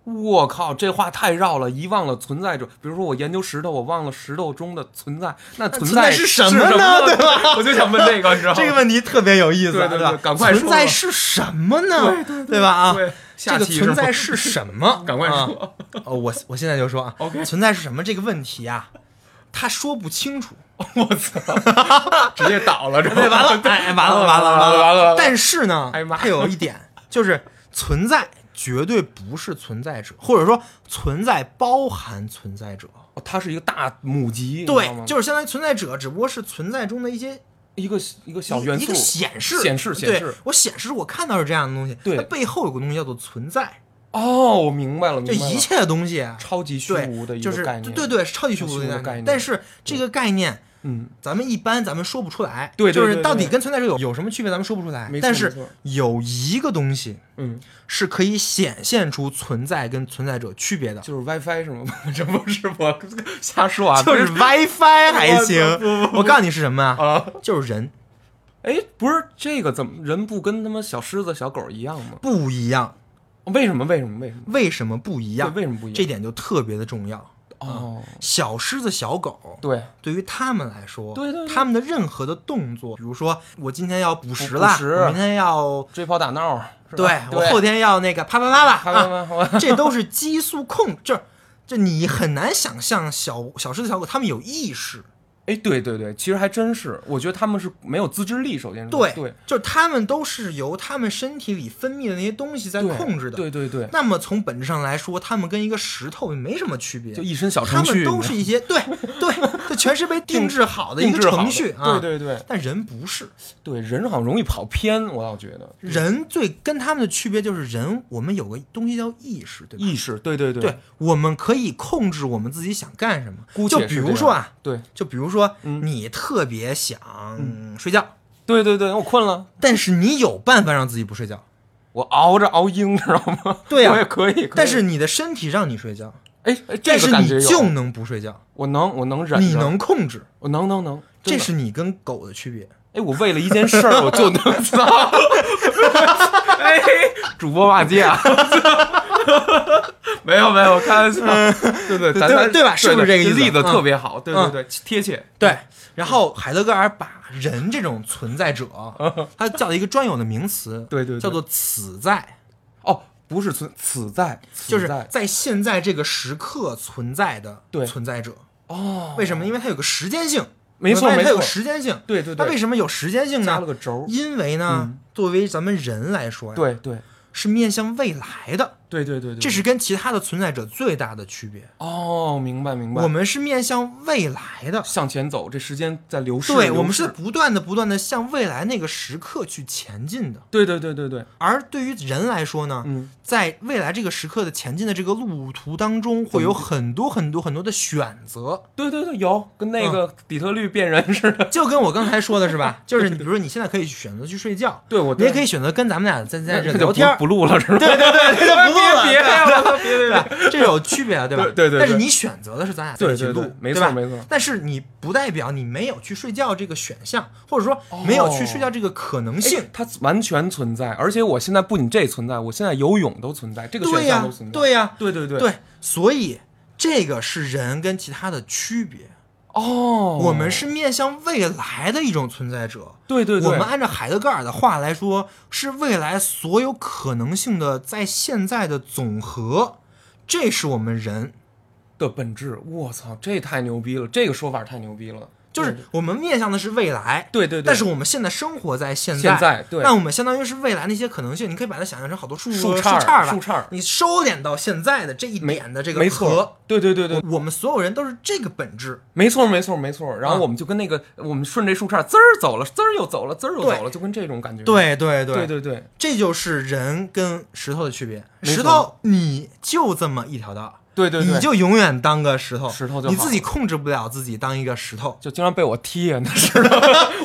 Speaker 2: 我靠，这话太绕了，遗忘了存在者。比如说我研究石头，我忘了石头中的存在，那存
Speaker 4: 存在
Speaker 2: 是
Speaker 4: 是什
Speaker 2: 么
Speaker 4: 么呢对
Speaker 2: 吧？我就想问这个，你知道吗？
Speaker 4: 这个问题特别有意思啊，
Speaker 2: 对对对
Speaker 4: 吧？
Speaker 2: 赶快说
Speaker 4: 存在是什么呢？对吧？啊，
Speaker 2: 对
Speaker 4: 这
Speaker 2: 下
Speaker 4: 个
Speaker 2: 期是吗
Speaker 4: 存在是什么？
Speaker 2: *laughs* 赶快
Speaker 4: 啊
Speaker 2: 说，
Speaker 4: 哦，我我现在就说啊
Speaker 2: OK
Speaker 4: 存在是什么这个问题啊，他说不清楚。
Speaker 2: 我操，直接倒了，这
Speaker 4: *laughs* 对，完了，哎，完了，完了，
Speaker 2: 啊完了完了完了
Speaker 4: 但是呢
Speaker 2: 哎呀，妈
Speaker 4: 它有一点就是存在绝对不是存在者，或者说存在包含存在者。
Speaker 2: 哦它是一个大母级，你知道
Speaker 4: 对，
Speaker 2: 吗
Speaker 4: 就是相当于存在者，只不过是存在中的一些
Speaker 2: 一个一个小元
Speaker 4: 一
Speaker 2: 素
Speaker 4: 个显示
Speaker 2: 显示显
Speaker 4: 对
Speaker 2: 示。
Speaker 4: 我显示我看到是这样的东西，
Speaker 2: 对
Speaker 4: 它背后有个东西叫做存在，
Speaker 2: 哦，我明白了，
Speaker 4: 就
Speaker 2: 明白了
Speaker 4: 一切的东西啊
Speaker 2: 超级虚
Speaker 4: 对，
Speaker 2: 无的一
Speaker 4: 就
Speaker 2: 个
Speaker 4: 是
Speaker 2: 概念，
Speaker 4: 对对对，超级虚
Speaker 2: 超
Speaker 4: 无
Speaker 2: 虚
Speaker 4: 的
Speaker 2: 无的
Speaker 4: 概
Speaker 2: 概念
Speaker 4: 但是这个概念
Speaker 2: 嗯，
Speaker 4: 咱们一般咱们说不出来，
Speaker 2: 对对
Speaker 4: 就
Speaker 2: 对
Speaker 4: 是
Speaker 2: 对
Speaker 4: 到底
Speaker 2: 对
Speaker 4: 跟存在是有有什么区别，咱们说不出来
Speaker 2: 没。错
Speaker 4: 但
Speaker 2: 没
Speaker 4: 是
Speaker 2: 错
Speaker 4: 有一个东西
Speaker 2: 嗯，
Speaker 4: 是可以显现出存在跟存在者区别的，
Speaker 2: 就是 WiFi 是吗？ *laughs* 这不是我瞎说啊，
Speaker 4: 就是 WiFi 还行
Speaker 2: 我操不。
Speaker 4: 我告诉你是什么啊？
Speaker 2: 啊。
Speaker 4: 就是人
Speaker 2: 哎，不是这个怎么人不跟他妈小狮子、小狗一样吗？
Speaker 4: 不一样，
Speaker 2: 为什么？为什么？为什么？
Speaker 4: 为什么不一
Speaker 2: 对，
Speaker 4: 样？
Speaker 2: 为什么不一样？
Speaker 4: 这点就特别的重要。
Speaker 2: 哦，
Speaker 4: 小狮子、小狗，
Speaker 2: 对，
Speaker 4: 对于他们来说，
Speaker 2: 对对对
Speaker 4: 他们的任何的动作，比如说我今天要捕食
Speaker 2: 捕
Speaker 4: 了，
Speaker 2: 食
Speaker 4: 我明天要
Speaker 2: 追跑打闹，是吧
Speaker 4: 对我后天要那个啪啪啪
Speaker 2: 还
Speaker 4: 了
Speaker 2: 有
Speaker 4: 啊，
Speaker 2: 吗？好吧
Speaker 4: 这都是激素控 *laughs* 制。这你很难想象小小狮子、小狗他们有意识，
Speaker 2: 哎，对对对，其实还真是，我觉得他们是没有自制力，首先是
Speaker 4: 对，
Speaker 2: 对
Speaker 4: 就是他们都是由他们身体里分泌的那些东西在
Speaker 2: 对
Speaker 4: 控制的。
Speaker 2: 对对对，
Speaker 4: 那么从本质上来说，他们跟一个石头没什么区别，
Speaker 2: 就一身小
Speaker 4: 他
Speaker 2: 程序，
Speaker 4: 们都是一些
Speaker 2: *laughs*
Speaker 4: 对对，这全是被定制好的一
Speaker 2: 定
Speaker 4: 个
Speaker 2: 制好的
Speaker 4: 程序啊。
Speaker 2: 对对对嗯
Speaker 4: 但人不是，
Speaker 2: 对，人好像容易跑偏，我老觉得
Speaker 4: 人最跟他们的区别就是人，我们有个东西叫意识，对吧？
Speaker 2: 意识，对对对
Speaker 4: 对，我们可以控制我们自己想干什么。
Speaker 2: 姑且
Speaker 4: 就是比
Speaker 2: 这
Speaker 4: 如
Speaker 2: 样嗯
Speaker 4: 说啊，
Speaker 2: 对
Speaker 4: 就比如说你特别想
Speaker 2: 嗯
Speaker 4: 睡觉，
Speaker 2: 对对对，我困了，
Speaker 4: 但是你有办法让自己不睡觉，
Speaker 2: 我熬着熬鹰，知道吗？
Speaker 4: 对呀
Speaker 2: 我也可以，可以
Speaker 4: 但是你的身体让你睡觉，
Speaker 2: 哎，哎这
Speaker 4: 但
Speaker 2: 个
Speaker 4: 是
Speaker 2: 感
Speaker 4: 你
Speaker 2: 觉有
Speaker 4: 就能不睡觉，
Speaker 2: 我能我能忍，
Speaker 4: 你，能控制，
Speaker 2: 我能能能，
Speaker 4: 这
Speaker 2: 真的
Speaker 4: 是你跟狗的区别。
Speaker 2: 哎，我为了一件事儿，我就能
Speaker 4: *laughs*
Speaker 2: 操！哎，主播骂街啊！ *laughs* 没有没有，开玩笑。对
Speaker 4: 嗯对
Speaker 2: 对，咱
Speaker 4: 吧
Speaker 2: 咱
Speaker 4: 对吧是不是
Speaker 2: 对
Speaker 4: 这个意思
Speaker 2: 例子特别好，对对
Speaker 4: 嗯
Speaker 2: 对，贴切。
Speaker 4: 对，然后海德格尔把人这种存在者，他叫了一个专有的名词，
Speaker 2: 对对对
Speaker 4: 叫做此在，
Speaker 2: 哦，不是存此在，此
Speaker 4: 就是
Speaker 2: 在
Speaker 4: 在现在这个时刻存在的
Speaker 2: 对
Speaker 4: 存在者。
Speaker 2: 哦，
Speaker 4: 为什么？因为它有个时间性，
Speaker 2: 没
Speaker 4: 你
Speaker 2: 错
Speaker 4: 会发现它
Speaker 2: 没
Speaker 4: 有
Speaker 2: 错
Speaker 4: 时间性。
Speaker 2: 对对
Speaker 4: 它
Speaker 2: 对，
Speaker 4: 为
Speaker 2: 什
Speaker 4: 什么有时间性
Speaker 2: 加了
Speaker 4: 呢？
Speaker 2: 个轴？嗯
Speaker 4: 因为呢，作为咱们人来说呀，
Speaker 2: 对嗯对
Speaker 4: 是面向未来的，
Speaker 2: 对对对对，
Speaker 4: 这是跟其他的存在者最大的区别。
Speaker 2: 哦，明白明白。
Speaker 4: 我们是面向未来的，
Speaker 2: 向前走，这时间在流逝。
Speaker 4: 对，
Speaker 2: 流
Speaker 4: 我们是
Speaker 2: 逝
Speaker 4: 不断的、不断的向未来那个时刻去前进的。
Speaker 2: 对对对对对，
Speaker 4: 而对于人来说呢，
Speaker 2: 嗯，
Speaker 4: 在未来这个时刻的前进的这个路途当中，会有
Speaker 2: 嗯
Speaker 4: 很多很多很多的选择，
Speaker 2: 对对对，有跟
Speaker 4: 嗯
Speaker 2: 那个底特律变人似的。
Speaker 4: 就跟我刚才说的是
Speaker 2: *laughs*
Speaker 4: 吧？就是你，比如说你现在可以选择去睡觉，
Speaker 2: 对我
Speaker 4: 你也可以选择跟咱们俩在在这
Speaker 2: 那就
Speaker 4: 聊天儿，
Speaker 2: 不不录了是吧？
Speaker 4: 对对 *laughs* 对，这就不录了，
Speaker 2: 别别
Speaker 4: 对
Speaker 2: 呀！我操别别别！
Speaker 4: 吧这有区别啊， *laughs* 对吧？
Speaker 2: 对对对对
Speaker 4: 但是你选择的是咱俩在一起
Speaker 2: 对对
Speaker 4: 录
Speaker 2: 对，没
Speaker 4: 对
Speaker 2: 错
Speaker 4: 吧
Speaker 2: 没错
Speaker 4: 但是你不代表你没有去睡觉这个选项，或者说没有去睡觉这个可能性。
Speaker 2: 哦哎它完全存在，而且我现在不仅这存在，我现在游泳都存在，这个
Speaker 4: 对
Speaker 2: 选
Speaker 4: 呀、
Speaker 2: 项都存在。
Speaker 4: 对呀、
Speaker 2: 对对对
Speaker 4: 对，所以这个是人跟其他的区别。
Speaker 2: 哦，
Speaker 4: 我们是面向未来的一种存在者。
Speaker 2: 对对对，
Speaker 4: 我们按照海德格尔的话来说，是未来所有可能性的在现在的总和，这是我们人，
Speaker 2: 的本质，我操，这太牛逼了，这个说法太牛逼了，
Speaker 4: 就是我们面向的是未来。
Speaker 2: 对对对，
Speaker 4: 但是我们现在生活在现在，
Speaker 2: 现在对
Speaker 4: 那我们相当于是未来那些可能性，你可以把它想象成好多树
Speaker 2: 树杈
Speaker 4: 杈
Speaker 2: 儿
Speaker 4: 儿吧，啊
Speaker 2: 树杈儿
Speaker 4: 你收敛到现在的这一点的这个
Speaker 2: 没
Speaker 4: 和
Speaker 2: 错，，对对对对，
Speaker 4: 我们所有人都是这个本质，
Speaker 2: 没错没错没错。然后
Speaker 4: 啊
Speaker 2: 我们就跟那个，我们顺这树杈滋儿走了，滋儿又走了，滋儿又
Speaker 4: 对
Speaker 2: 走了，就跟这种感觉。
Speaker 4: 对对对
Speaker 2: 对对对，
Speaker 4: 这就是人跟石头的区别。
Speaker 2: 没错
Speaker 4: 石头，你就这么一条道，
Speaker 2: 对对对
Speaker 4: 你就永远当个石头，
Speaker 2: 石头就好
Speaker 4: 你自己控制不了自己当一个石头。
Speaker 2: 就经常被我踢啊，
Speaker 4: *laughs*
Speaker 2: 那是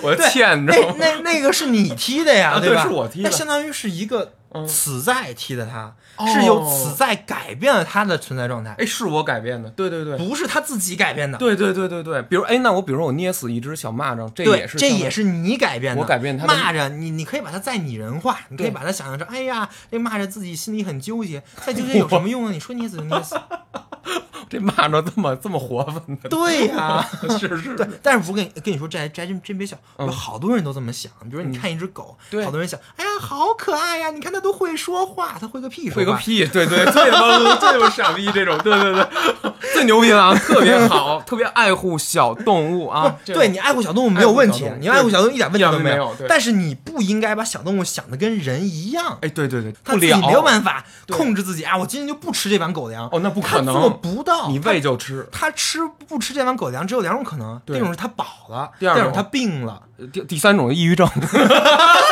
Speaker 2: 我欠，你知道
Speaker 4: 哎那
Speaker 2: 吗？
Speaker 4: 那那个是你踢的呀，
Speaker 2: 啊
Speaker 4: 吧？
Speaker 2: 对是我踢的嗯
Speaker 4: 那相当于是一个此在踢的他，
Speaker 2: 哦
Speaker 4: 是由此在改变了他的存在状态，
Speaker 2: 哎，是我改变的，对对对，
Speaker 4: 不是他自己改变的。
Speaker 2: 对对对对对，比如哎，那我比如说我捏死一只小蚂蚱，这
Speaker 4: 对，
Speaker 2: 也是
Speaker 4: 这
Speaker 2: 相当
Speaker 4: 也是你改变的。
Speaker 2: 我改变他的
Speaker 4: 蚂蚱，你你可以把它再拟人化，你可以
Speaker 2: 对
Speaker 4: 把它想象成，哎呀，这蚂蚱自己心里很纠结，再纠结有什么用啊？你说捏死就捏死，
Speaker 2: *laughs* 这蚂蚱这么这么活泛的，
Speaker 4: 对呀、
Speaker 2: *laughs* 是是，嗯
Speaker 4: 对，但是我跟你跟你说，这还这还真真别笑，有好多人都这么想。比如你看一只狗，
Speaker 2: 对
Speaker 4: 好多人想，哎呀，好可爱呀！你看它都会说话，它会个屁说话，
Speaker 2: 会个！屁，对对，最他妈最他妈傻逼这种，对对对， *laughs* 最牛逼了啊，特别好，特别爱护小动物啊，这种
Speaker 4: *laughs* 对你爱护小动物没有问题
Speaker 2: 爱护小动，物
Speaker 4: 你爱护小动物一点问题都
Speaker 2: 一点
Speaker 4: 没
Speaker 2: 没有对
Speaker 4: 但是你不应该把小动物想的跟人一样，
Speaker 2: 哎，对对对，
Speaker 4: 它
Speaker 2: 不
Speaker 4: 自己
Speaker 2: 了，
Speaker 4: 没有办法控制自己啊！我今天就不吃这碗狗粮，
Speaker 2: 哦那不可能
Speaker 4: 它做不到。
Speaker 2: 你喂就吃，
Speaker 4: 它吃不吃这碗狗粮只有两种可能，第
Speaker 2: 对
Speaker 4: 一种是它饱了，
Speaker 2: 第二种
Speaker 4: 种它病了，
Speaker 2: 呃第第三种抑郁症，
Speaker 4: *laughs*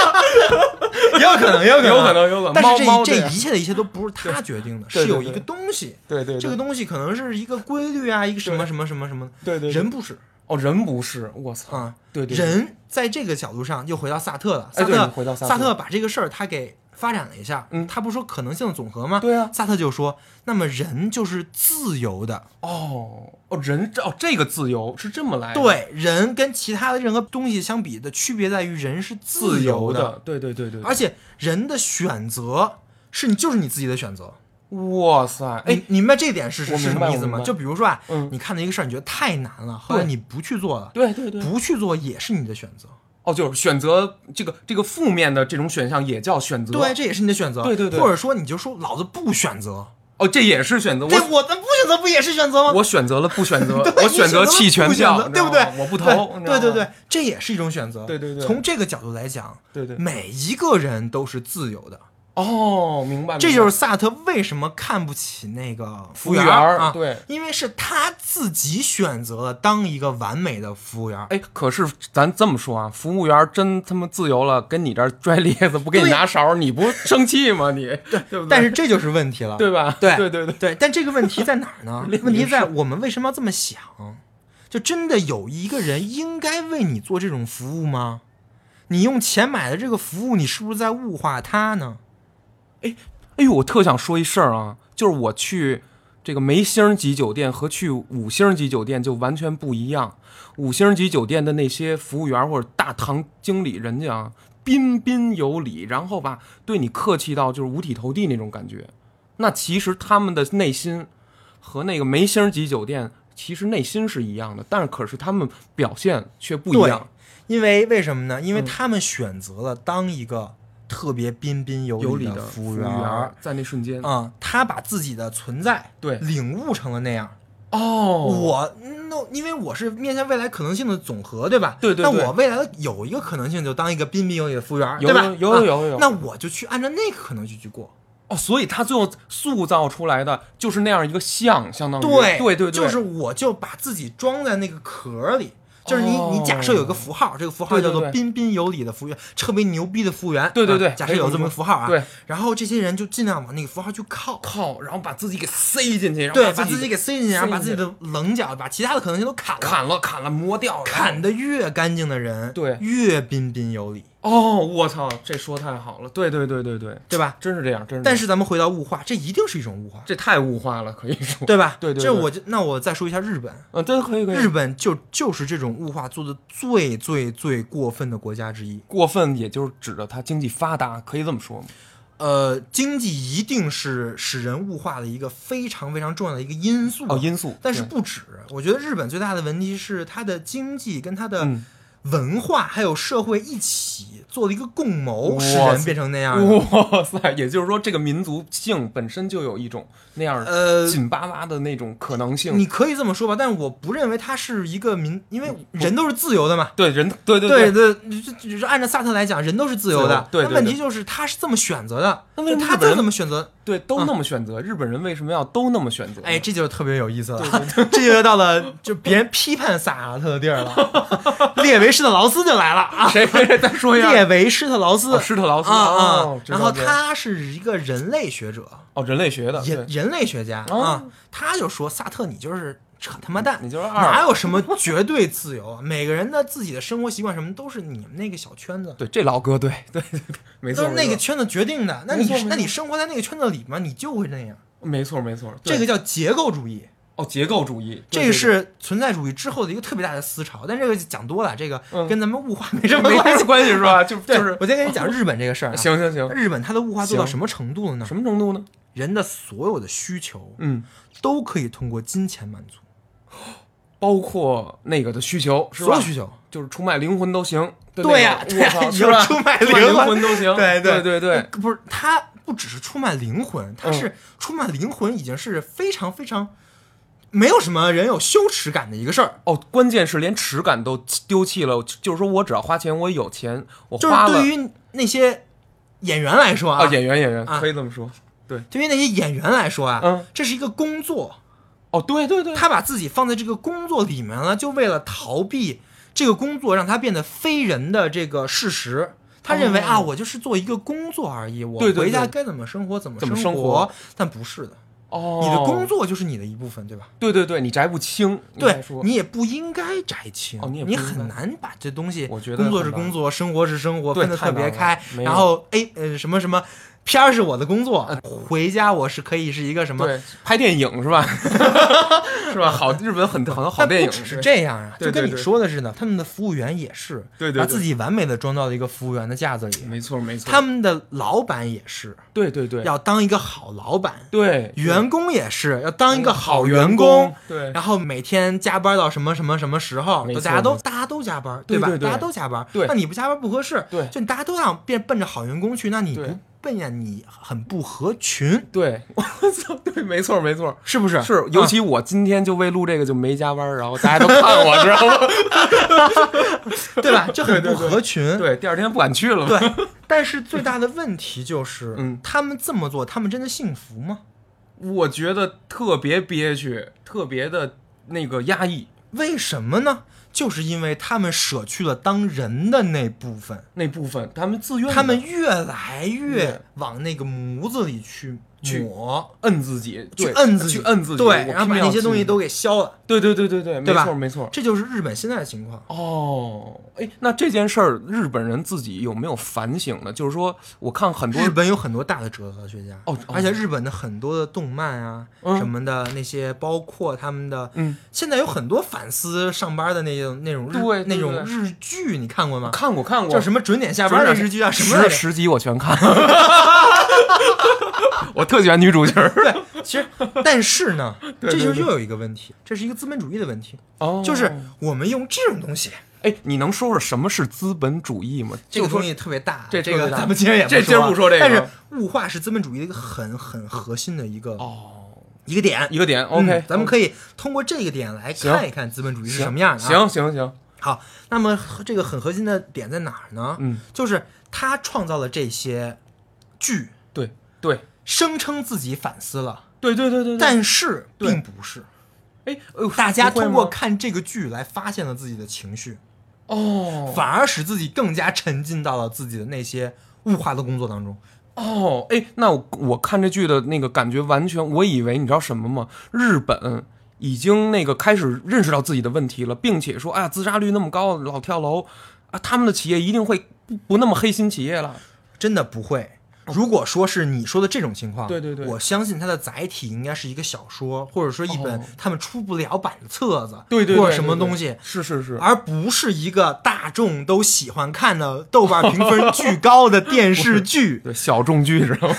Speaker 4: 也有可能，也有
Speaker 2: 有可能有可能
Speaker 4: 但是
Speaker 2: 猫猫
Speaker 4: 这
Speaker 2: 这
Speaker 4: 这
Speaker 2: 样
Speaker 4: 一切的一切都不是他决定的，
Speaker 2: 对对
Speaker 4: 是有
Speaker 2: 对
Speaker 4: 一个东西。
Speaker 2: 对对，
Speaker 4: 这个
Speaker 2: 都
Speaker 4: 东西可能是一个规律啊，一个什么
Speaker 2: 对
Speaker 4: 什么什么什么，
Speaker 2: 对对对
Speaker 4: 人不是，
Speaker 2: 哦，人不是，我操，
Speaker 4: 啊。
Speaker 2: 对对，对，
Speaker 4: 人在这个角度上又回到萨特了。
Speaker 2: 哎
Speaker 4: 萨
Speaker 2: 对
Speaker 4: 特、
Speaker 2: 回到萨
Speaker 4: 萨
Speaker 2: 特
Speaker 4: 把这个事儿他给发展了一下，
Speaker 2: 嗯
Speaker 4: 他不说可能性的总和吗？
Speaker 2: 对啊
Speaker 4: 萨特就说，那么人就是自由的，
Speaker 2: 哦哦，人这哦这个自由是这么来的，
Speaker 4: 对人跟其他的任何东西相比的区别在于人是
Speaker 2: 自
Speaker 4: 自
Speaker 2: 由
Speaker 4: 由
Speaker 2: 的，对对对对，
Speaker 4: 而且人的选择是你就是你自己的选择。
Speaker 2: 哇塞，哎
Speaker 4: 哎，，你明白这点是
Speaker 2: 我
Speaker 4: 是什
Speaker 2: 明白
Speaker 4: 么意思
Speaker 2: 我明
Speaker 4: 吗？
Speaker 2: 白
Speaker 4: 就比如说啊，
Speaker 2: 嗯
Speaker 4: 你看到一个事儿，你觉得太难了，后来你不去做了，
Speaker 2: 对对对，
Speaker 4: 不去做也是你的选择。
Speaker 2: 哦，就是选择这个这个负面的这种选项也叫选择，
Speaker 4: 对，，这也是你的选择。
Speaker 2: 对对对
Speaker 4: 或者说你就说老子不选择，
Speaker 2: 哦，这也是选择，
Speaker 4: 这
Speaker 2: 我
Speaker 4: 我的不选择不也是选择吗？，
Speaker 2: 我选择了不选择
Speaker 4: 对
Speaker 2: 我
Speaker 4: 你
Speaker 2: 选择
Speaker 4: 了
Speaker 2: 弃权
Speaker 4: 不选
Speaker 2: 票
Speaker 4: 择，对不
Speaker 2: 你知
Speaker 4: 对
Speaker 2: 道吗？我不投，
Speaker 4: 对对对
Speaker 2: 你知道吗
Speaker 4: 对，这也是一种选择。
Speaker 2: 对对对
Speaker 4: 从这个角度来讲，
Speaker 2: 对对，
Speaker 4: 每一个人都是自由的。
Speaker 2: 哦，明白，
Speaker 4: 这就是是萨特为什么看不起那个
Speaker 2: 服务
Speaker 4: 员
Speaker 2: 员
Speaker 4: 儿
Speaker 2: 儿，
Speaker 4: 啊，
Speaker 2: 对。
Speaker 4: 因为是他自己选择了当一个完美的服务员儿。
Speaker 2: 哎，可是咱这么说啊，服务员儿真他妈自由了，跟你这儿拽 *laughs* 咧子，不给你
Speaker 4: 对
Speaker 2: 拿勺儿，你不生气吗？你对不对？
Speaker 4: 但是这就是问题了，
Speaker 2: *laughs* 对吧？
Speaker 4: 对
Speaker 2: 对对对，
Speaker 4: 对，但这个问题在哪儿
Speaker 2: *laughs*
Speaker 4: 呢
Speaker 2: 列？宁
Speaker 4: 问题在我们为什么要这么想？就真的有一个人应该为你做这种服务吗？你用钱买的这个服务，你是不是在物化他呢？
Speaker 2: 哎呦，我特想说一事儿啊，就是我去这个梅星级酒店和去五星级酒店就完全不一样。五星级酒店的那些服务员或者大堂经理，人家啊彬彬有礼，然后吧对你客气到就是五体投地那种感觉。那其实他们的内心和那个梅星级酒店其实内心是一样的，但是可是他们表现却不一样，
Speaker 4: 因为为什么呢？因为他们选择了当一个特别彬彬有
Speaker 2: 有
Speaker 4: 礼
Speaker 2: 的
Speaker 4: 服
Speaker 2: 务
Speaker 4: 务员
Speaker 2: 儿
Speaker 4: 儿。
Speaker 2: 在那瞬间，
Speaker 4: 啊、他把自己的存在
Speaker 2: 对
Speaker 4: 领悟成了那样。
Speaker 2: 哦，
Speaker 4: 我那因为我是面向未来可能性的总和，对吧？
Speaker 2: 对对
Speaker 4: 那
Speaker 2: 对
Speaker 4: 我未来的有一个可能性，就当一个彬彬有礼的服务员儿，
Speaker 2: 有
Speaker 4: 对吧？
Speaker 2: 有有有有
Speaker 4: 啊那我就去按照那个可能性去过。
Speaker 2: 哦，所以他最后塑造出来的就是那样一个像，相当于对对对，
Speaker 4: 就是我就把自己装在那个壳儿里。就是你，
Speaker 2: 哦
Speaker 4: 你假设有个符号，这个符号
Speaker 2: 对对
Speaker 4: 叫做
Speaker 2: 对
Speaker 4: 彬彬有礼的服务员，特别牛逼的服务员。
Speaker 2: 对对对
Speaker 4: 啊假
Speaker 2: 可
Speaker 4: 设
Speaker 2: 以这
Speaker 4: 有
Speaker 2: 么
Speaker 4: 这么个
Speaker 2: 说
Speaker 4: 符号啊，
Speaker 2: 对。
Speaker 4: 然后这些人就尽量往那个符号去靠，
Speaker 2: 靠，然后把自己给塞进去，然后
Speaker 4: 对，把
Speaker 2: 把
Speaker 4: 自己给塞进去，然后
Speaker 2: 塞
Speaker 4: 把
Speaker 2: 进
Speaker 4: 自己
Speaker 2: 去
Speaker 4: 的棱角，把其他的可能性都砍了。
Speaker 2: 砍了砍了磨掉了，
Speaker 4: 砍的越干净的人，
Speaker 2: 对
Speaker 4: 越彬彬有礼，
Speaker 2: 哦，我操，这说太好了，对对对对对，
Speaker 4: 对吧？
Speaker 2: 真是这样，真是这样，
Speaker 4: 但是咱们回到物化，这一定是一种物化，
Speaker 2: 这太物化了，可以说，
Speaker 4: 对吧？
Speaker 2: 对对
Speaker 4: 这
Speaker 2: 对
Speaker 4: 我就那我再说一下日本，
Speaker 2: *laughs* 嗯，真可以可以，
Speaker 4: 日本就就是这种物化做的最最最过分的国家之一。
Speaker 2: 过分也就是指着他经济发达，可以这么说吗？
Speaker 4: 呃，经济一定是使人物化的一个非常非常重要的一个因素。
Speaker 2: 哦，因素，
Speaker 4: 但是
Speaker 2: 对
Speaker 4: 不止，我觉得日本最大的问题是它的经济跟它的
Speaker 2: 嗯，
Speaker 4: 文化还有社会一起做了一个共谋，
Speaker 2: 哇
Speaker 4: 使人变成那样的。
Speaker 2: 哇塞，也就是说这个民族性本身就有一种那样
Speaker 4: 呃
Speaker 2: 紧巴巴的那种可能性，
Speaker 4: 你可以这么说吧，但我不认为它是一个民，因为人都是自由的嘛。
Speaker 2: 对人，对对
Speaker 4: 对对，就就是按照萨特来讲，人都是自由
Speaker 2: 自由
Speaker 4: 的。
Speaker 2: 对对
Speaker 4: 那问
Speaker 2: 对
Speaker 4: 题就是他是这么选择的，
Speaker 2: 那为什么
Speaker 4: 他
Speaker 2: 日本
Speaker 4: 就
Speaker 2: 人
Speaker 4: 这么选择？
Speaker 2: 对，都那么选择，日本人为什么要都那么选择？
Speaker 4: 嗯哎，，这就是特别有意思了， *laughs* 这就到了就别人批判萨特的地儿了。列维施特劳斯就来了啊，
Speaker 2: *laughs* 谁谁谁再
Speaker 4: *laughs*
Speaker 2: 说一下？
Speaker 4: 列维施特劳斯，
Speaker 2: 哦施特劳斯
Speaker 4: 啊
Speaker 2: 哦
Speaker 4: 啊，
Speaker 2: 知道
Speaker 4: 然后
Speaker 2: 知道
Speaker 4: 他是一个人类学者，
Speaker 2: 哦，人类学的，
Speaker 4: 人
Speaker 2: 对哦
Speaker 4: 人类学家啊，他就说萨特你就是扯他妈蛋，
Speaker 2: 你就是二
Speaker 4: 哪有什么绝对自由啊？每个人的自己的生活习惯什么都是你们那个小圈子。
Speaker 2: 对，这老哥对对 *laughs* 对对，没
Speaker 4: 都
Speaker 2: 错，
Speaker 4: 是那个
Speaker 2: 没错
Speaker 4: 圈子决定的。那
Speaker 2: 没错没
Speaker 4: 你
Speaker 2: 错
Speaker 4: 那你生活在那个圈子里嘛，你就会那样。
Speaker 2: 没错没错，对
Speaker 4: 这个叫结构主义，
Speaker 2: 哦结构主义，对
Speaker 4: 这个。
Speaker 2: 对对
Speaker 4: 是存在主义之后的一个特别大的思潮。但这个讲多了，这个
Speaker 2: 嗯
Speaker 4: 跟咱们物化没什么
Speaker 2: 没
Speaker 4: 关系。
Speaker 2: 关系是
Speaker 4: *laughs*
Speaker 2: 吧？就就
Speaker 4: 对
Speaker 2: 是
Speaker 4: 我先跟你讲日本这个 *laughs* 事儿、啊。，
Speaker 2: 行行行，
Speaker 4: 日本它的物化做到
Speaker 2: 行
Speaker 4: 什么程度了呢
Speaker 2: 什？么程度呢？
Speaker 4: 人的所有的需求
Speaker 2: 嗯，
Speaker 4: 都可以通过金钱满足，
Speaker 2: 包括那个的需求是
Speaker 4: 所
Speaker 2: 吧
Speaker 4: 有？需求。
Speaker 2: 就是出卖灵魂都行。的
Speaker 4: 对
Speaker 2: 那
Speaker 4: 呀
Speaker 2: 种
Speaker 4: 对呀
Speaker 2: 我操
Speaker 4: 你
Speaker 2: 是
Speaker 4: 要
Speaker 2: 吧
Speaker 4: 出卖
Speaker 2: 出卖
Speaker 4: 灵
Speaker 2: 灵
Speaker 4: 魂
Speaker 2: 魂都
Speaker 4: *laughs*
Speaker 2: 行。
Speaker 4: 对
Speaker 2: 对
Speaker 4: 对
Speaker 2: 对对，
Speaker 4: 嗯不是，它不只是出卖灵魂，它
Speaker 2: 嗯
Speaker 4: 是出卖灵魂，已经是非常非常没有什么人有羞耻感的一个事儿。
Speaker 2: 哦，关键是连耻感都丢弃了，就是说我只要花钱，我有钱，我
Speaker 4: 就是
Speaker 2: 花了
Speaker 4: 对于那些演员来说啊，
Speaker 2: 啊，演员演员
Speaker 4: 啊
Speaker 2: 可以这么说。对，
Speaker 4: 对于那些演员来说啊，
Speaker 2: 嗯
Speaker 4: 这是一个工作，
Speaker 2: 哦，对对对，
Speaker 4: 他把自己放在这个工作里面了，就为了逃避这个工作让他变得非人的这个事实。他认为、
Speaker 2: 哦
Speaker 4: 啊，我就是做一个工作而已，我
Speaker 2: 对对对
Speaker 4: 回家该怎么生活怎么
Speaker 2: 怎么
Speaker 4: 活，
Speaker 2: 生活
Speaker 4: 但不是的，
Speaker 2: 哦，
Speaker 4: 你的工，作就是你的一部分，对吧？
Speaker 2: 对对对，你摘不清，你
Speaker 4: 对
Speaker 2: 还说
Speaker 4: 你也不应该摘清，
Speaker 2: 哦你也不应该
Speaker 4: 很难把这东西，
Speaker 2: 我觉得
Speaker 4: 工作是
Speaker 2: 很难
Speaker 4: 工作，生活是生活，
Speaker 2: 对
Speaker 4: 分得特别开
Speaker 2: 太难了。没有
Speaker 4: 然
Speaker 2: 呃
Speaker 4: 后哎呃什么什么片儿是我的工作，回家我是可以是一个什么，
Speaker 2: 对拍电影是吧？ *laughs* 是吧？好，日本很好多好
Speaker 4: 但
Speaker 2: 电影
Speaker 4: 不只是这样啊，
Speaker 2: 对
Speaker 4: 就
Speaker 2: 对
Speaker 4: 跟你
Speaker 2: 对
Speaker 4: 说的似的，他们的服务员也是
Speaker 2: 对对对
Speaker 4: 把自己完美的装到了一个服务员的架子里，
Speaker 2: *laughs* 没错没错，
Speaker 4: 他们的老板也是
Speaker 2: 对对对，
Speaker 4: 要当一个好老板，
Speaker 2: 对
Speaker 4: 员工也是要当一个好员
Speaker 2: 工
Speaker 4: 工。，
Speaker 2: 对
Speaker 4: 然后每天加班到什么什么什么时候，
Speaker 2: 没
Speaker 4: 都
Speaker 2: 错
Speaker 4: 大家都
Speaker 2: 没错
Speaker 4: 大家都加班，
Speaker 2: 对
Speaker 4: 吧
Speaker 2: 对对
Speaker 4: 大家都加班，
Speaker 2: 对
Speaker 4: 那你不加班不合适，
Speaker 2: 对
Speaker 4: 就你大家都想变奔着好员工去，那你
Speaker 2: 对
Speaker 4: 不奔呀，你很不合群，
Speaker 2: 对， *laughs* 我操，对，没错没错。
Speaker 4: 是不是？
Speaker 2: 是，嗯尤其我今天就为录这个就没加班儿，然后大家都看我，知道吗？ *laughs*
Speaker 4: 嗯对吧？这很不合群，
Speaker 2: 对，第二天不敢去了嘛。
Speaker 4: 对但是最大的问题就是，
Speaker 2: 嗯
Speaker 4: 他们这么做，他们真的幸福吗？
Speaker 2: 我觉得特别憋屈，特别的那个压抑
Speaker 4: 为什么呢？就是因为他们舍去了当人的那部分，
Speaker 2: 那部分，他们自愿的，
Speaker 4: 他们越来越
Speaker 2: 对
Speaker 4: 往那个模子里去
Speaker 2: 去
Speaker 4: 抹，
Speaker 2: 摁自己，
Speaker 4: 去
Speaker 2: 对
Speaker 4: 摁自己，
Speaker 2: 去摁自己，我
Speaker 4: 对，
Speaker 2: 拼
Speaker 4: 然后把
Speaker 2: 命
Speaker 4: 那
Speaker 2: 要
Speaker 4: 些东西
Speaker 2: 进
Speaker 4: 都给消了，
Speaker 2: 对对对对对，没
Speaker 4: 对吧
Speaker 2: 错没错。
Speaker 4: 这就是日本现在的情况。
Speaker 2: 哦，哎，那这件事儿，日本人自己有没有反省呢？就是说，我看很多
Speaker 4: 日 *clears throat* 本有很多大的哲学家，
Speaker 2: 哦
Speaker 4: 而且日本的很多的动漫啊、
Speaker 2: 嗯
Speaker 4: 什么的那些，包括他们的，
Speaker 2: 嗯，
Speaker 4: 现在有很多反思上班的那种那种日
Speaker 2: 对对
Speaker 4: 那种
Speaker 2: 对
Speaker 4: 日剧，你看过吗？
Speaker 2: 看过看过，
Speaker 4: 叫什么准点下班的日剧啊，什么来着
Speaker 2: 十十集我全看， *laughs* 我特喜欢女主角儿。
Speaker 4: 其实，但是
Speaker 2: *laughs*
Speaker 4: 呢，
Speaker 2: 对
Speaker 4: 这就
Speaker 2: 对
Speaker 4: 又有一个问题，这是一个资本主义的问题，
Speaker 2: 哦
Speaker 4: 就是我们用这种东西，
Speaker 2: 哎，你能说说什么是资本主义吗？
Speaker 4: 这个
Speaker 2: 就
Speaker 4: 东
Speaker 2: 说
Speaker 4: 西特别大，
Speaker 2: 这
Speaker 4: 这
Speaker 2: 特
Speaker 4: 个
Speaker 2: 别大
Speaker 4: 咱们今儿也
Speaker 2: 这今儿
Speaker 4: 啊
Speaker 2: 不说这个
Speaker 4: 但是物化是资本主义的一个很很核心的一个
Speaker 2: 哦，
Speaker 4: 一个点。
Speaker 2: 一个点
Speaker 4: 嗯
Speaker 2: ，OK，哦
Speaker 4: 咱们
Speaker 2: 以
Speaker 4: 可以通过这个点来
Speaker 2: 行
Speaker 4: 看一看资本主义是什么样的、啊。，
Speaker 2: 行行行，
Speaker 4: 好，那么这个很核心的点在哪儿呢？
Speaker 2: 嗯，
Speaker 4: 就是他创造了这些剧，
Speaker 2: 对对
Speaker 4: 声称自己反思了，
Speaker 2: 对对对对，
Speaker 4: 但是
Speaker 2: 对
Speaker 4: 并不是。
Speaker 2: 哎，呃
Speaker 4: 大家通过
Speaker 2: 不会吗
Speaker 4: 看这个剧来发现了自己的情绪，
Speaker 2: 哦
Speaker 4: 反而使自己更加沉浸到了自己的那些物化的工作当中。
Speaker 2: 哦，哎，那我我看这剧的那个感觉完全，我以为你知道什么吗？日本已经那个开始认识到自己的问题了，并且说，哎呀，自杀率那么高，老跳楼啊，他们的企业一定会不不那么黑心企业了。
Speaker 4: 真的不会。如果说是你说的这种情况，
Speaker 2: 哦对对对
Speaker 4: 我相信它的载体应该是一个小说，或者说一本
Speaker 2: 哦
Speaker 4: 他们出不了版的册子，
Speaker 2: 对对对，
Speaker 4: 或者什么
Speaker 2: 对对
Speaker 4: 东西，
Speaker 2: 是是是，
Speaker 4: 而不是一个大众都喜欢看的豆瓣评
Speaker 2: *laughs*
Speaker 4: 分巨高的电视剧。
Speaker 2: 对小众剧知
Speaker 4: *laughs*
Speaker 2: 道吗？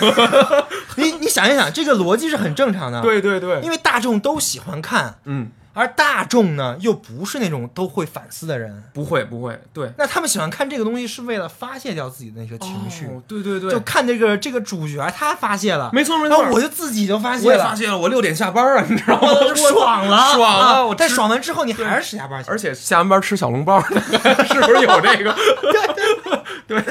Speaker 4: 你你想一想，这个逻辑是很正常的，，
Speaker 2: 对对对，
Speaker 4: 因为大众都喜欢看，
Speaker 2: 嗯，
Speaker 4: 而大众呢又不是那种都会反思的人，
Speaker 2: 不会不会，对
Speaker 4: 那他们喜欢看这个东西是为了发泄掉自己的那些情绪。
Speaker 2: 哦对对对，
Speaker 4: 就看这个这个主角他发泄了，
Speaker 2: 没错没
Speaker 4: 然
Speaker 2: 错，
Speaker 4: 后我就自己就发
Speaker 2: 我
Speaker 4: 泄
Speaker 2: 也
Speaker 4: 了，哦
Speaker 2: 发现了，我六点下班啊，你知道吗？
Speaker 4: *laughs* 我爽了，
Speaker 2: *laughs* 爽
Speaker 4: 啊
Speaker 2: 了，我
Speaker 4: 但
Speaker 2: 吃
Speaker 4: 爽完之后你还是十下班去，
Speaker 2: 而且下完班吃小笼包， *laughs* 是不是有这个？ *laughs*
Speaker 4: 对，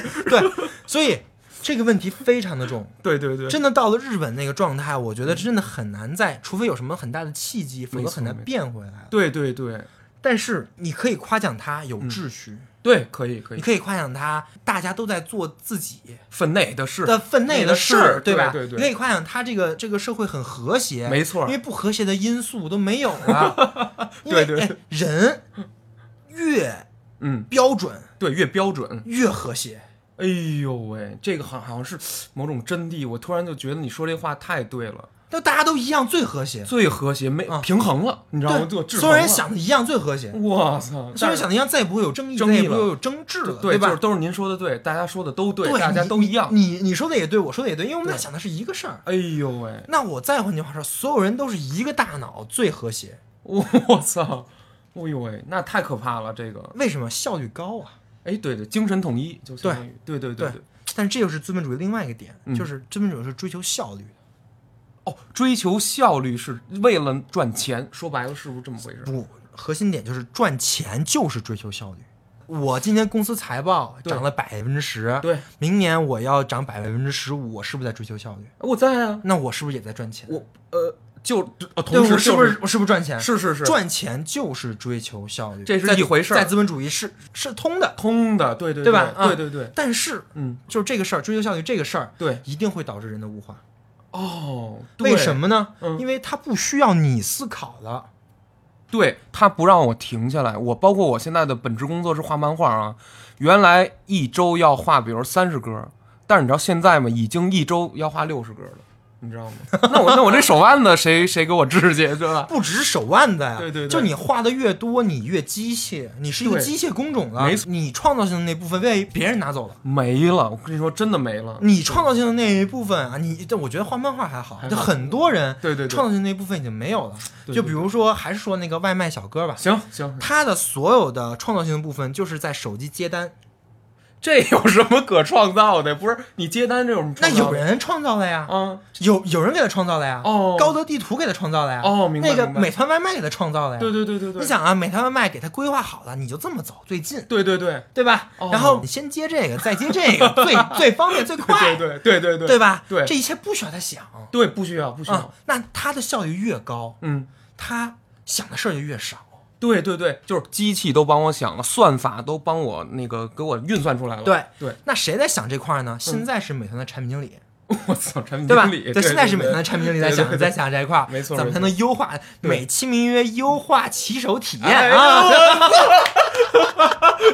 Speaker 4: 所以这个问题非常的重。
Speaker 2: 对对对，
Speaker 4: 真的到了日本那个状态，我觉得真的很难再，除非有什么很大的契机，否则
Speaker 2: 没错
Speaker 4: 很难
Speaker 2: 没错
Speaker 4: 变回来了。
Speaker 2: 对对对
Speaker 4: 但是你可以夸奖他有
Speaker 2: 嗯
Speaker 4: 秩序，
Speaker 2: 对，可以可
Speaker 4: 你
Speaker 2: 以，
Speaker 4: 可以夸奖他大家都在做自己
Speaker 2: 分内的事，
Speaker 4: 的分内
Speaker 2: 内的
Speaker 4: 事
Speaker 2: 事
Speaker 4: 儿，吧？
Speaker 2: 对对对
Speaker 4: 你可以夸奖他这个这个社会很和谐，
Speaker 2: 没错
Speaker 4: 因为不和谐的因素都没有了。
Speaker 2: *laughs*
Speaker 4: 因为
Speaker 2: 对对
Speaker 4: 哎人越
Speaker 2: 嗯，
Speaker 4: 标准
Speaker 2: 对，越标准。
Speaker 4: 越和谐，
Speaker 2: 哎呦喂，这个好好像是某种真谛，我突然就觉得你说这话太对了，
Speaker 4: 就大家都一样最和谐，
Speaker 2: 最和谐没
Speaker 4: 啊
Speaker 2: 平衡了，你知道吗？
Speaker 4: 对，
Speaker 2: 就制
Speaker 4: 所有人
Speaker 2: 衡了，
Speaker 4: 想的一样最和谐，
Speaker 2: 我操，
Speaker 4: 所有
Speaker 2: 但
Speaker 4: 人
Speaker 2: 是
Speaker 4: 想的一样，再也不会有争议，
Speaker 2: 争
Speaker 4: 再
Speaker 2: 议
Speaker 4: 也不会
Speaker 2: 了
Speaker 4: 有争执了，
Speaker 2: 对，就是
Speaker 4: 吧？
Speaker 2: 都是您说的对，大家说的都对，
Speaker 4: 对，
Speaker 2: 大家
Speaker 4: 你
Speaker 2: 都一样。
Speaker 4: 你你说的也对，我说的也对，因为我们俩
Speaker 2: 对
Speaker 4: 想的是一个事儿。
Speaker 2: 哎呦喂，
Speaker 4: 那我再换句话说，所有人都是一个大脑最和谐，
Speaker 2: 我操！哎呦喂，那太可怕了！这个，
Speaker 4: 为什么效率高啊？
Speaker 2: 哎，对对，精神统一就相当于，对对对
Speaker 4: 对但这就是资本主义的另外一个点，
Speaker 2: 嗯
Speaker 4: 就是资本主义是追求效率的。
Speaker 2: 哦，追求效率是为了赚钱，说白了是不是这么回事？
Speaker 4: 不，核心点就是赚钱就是追求效率。我今年公司财报
Speaker 2: 对
Speaker 4: 涨了百分之十，
Speaker 2: 对，
Speaker 4: 明年我要涨百分之十五，我是不是在追求效率？
Speaker 2: 我在啊，
Speaker 4: 那我是不是也在赚钱？
Speaker 2: 我呃，就
Speaker 4: 对，
Speaker 2: 呃，同
Speaker 4: 我
Speaker 2: 时
Speaker 4: 是
Speaker 2: 就
Speaker 4: 不是我是不是赚钱？
Speaker 2: 是是是
Speaker 4: 赚钱就是追求效率，
Speaker 2: 这是
Speaker 4: 在
Speaker 2: 一回事儿
Speaker 4: 在资本主义是是通的，
Speaker 2: 通的，对对
Speaker 4: 对吧啊
Speaker 2: 对对对，
Speaker 4: 但是
Speaker 2: 嗯，
Speaker 4: 就是这个事儿，追求效率这个事儿，
Speaker 2: 对
Speaker 4: 一定会导致人的物化。
Speaker 2: 哦，对
Speaker 4: 为什？么呢？
Speaker 2: 嗯
Speaker 4: 因为它不需要你思考了。
Speaker 2: 对他不让我停下来，我包括我现在的本职工作是画漫画啊，原来一周要画，比如三十格，但是你知道现在吗？已经一周要画六十格了，你知道吗？ *laughs* 那我那我这手腕子谁谁给我治去，对吧？
Speaker 4: 不只是手腕子呀，
Speaker 2: 对对对
Speaker 4: 就你画的越多，你越机械，你是一个
Speaker 2: 对
Speaker 4: 机械工种了。
Speaker 2: 没错，
Speaker 4: 你创造性的那部分被别人拿走了。
Speaker 2: 没了，我跟你说，真的没了。
Speaker 4: 你创造性的那一部分啊，你但我觉得画漫画还好，
Speaker 2: 嗯还好
Speaker 4: 就很多人
Speaker 2: 对对对
Speaker 4: 创造性那部分已经没有了。
Speaker 2: 对对
Speaker 4: 就比如说，还是说那个外卖小哥吧，嗯
Speaker 2: 行行，
Speaker 4: 他的所有的创造性的部分就是在手机接单。
Speaker 2: 这有什么可创造的？不是你接单这有什么
Speaker 4: 那
Speaker 2: 创造
Speaker 4: 有
Speaker 2: 的？
Speaker 4: 人创造了呀，
Speaker 2: 啊，
Speaker 4: 有有人给他创造了呀，
Speaker 2: 哦
Speaker 4: 高德地图给他创造了呀，
Speaker 2: 哦明白
Speaker 4: 那个
Speaker 2: 明白
Speaker 4: 美团外卖给他创造了呀。
Speaker 2: 对对对对对，
Speaker 4: 你想啊，美团外卖给他规划好了，你就这么走最近，
Speaker 2: 对对对
Speaker 4: 对吧？
Speaker 2: 哦
Speaker 4: 然后你先接这个，再接这个，最最方便最快，
Speaker 2: *laughs* 对对对对对
Speaker 4: 对吧？
Speaker 2: 对
Speaker 4: 这一切不需要他想
Speaker 2: 对，不需要不需
Speaker 4: 啊
Speaker 2: 要，，
Speaker 4: 那他的效率越高，
Speaker 2: 嗯。
Speaker 4: 他想的事儿就越少。
Speaker 2: 对对对，就是机器都帮我想了，算法都帮我那个给我运算出来了。
Speaker 4: 对
Speaker 2: 对，
Speaker 4: 那谁在想这块儿呢？现在是美团的产品经理，
Speaker 2: 我操，产嗯品
Speaker 4: 对吧？
Speaker 2: 经理，对，
Speaker 4: 现在是美
Speaker 2: 对
Speaker 4: 团的产品经理在想
Speaker 2: *laughs* 对对对
Speaker 4: 在想这块儿，
Speaker 2: 没错
Speaker 4: 怎么才能优化？
Speaker 2: 对
Speaker 4: 美其名曰优化骑手体验
Speaker 2: 哎呦
Speaker 4: 啊，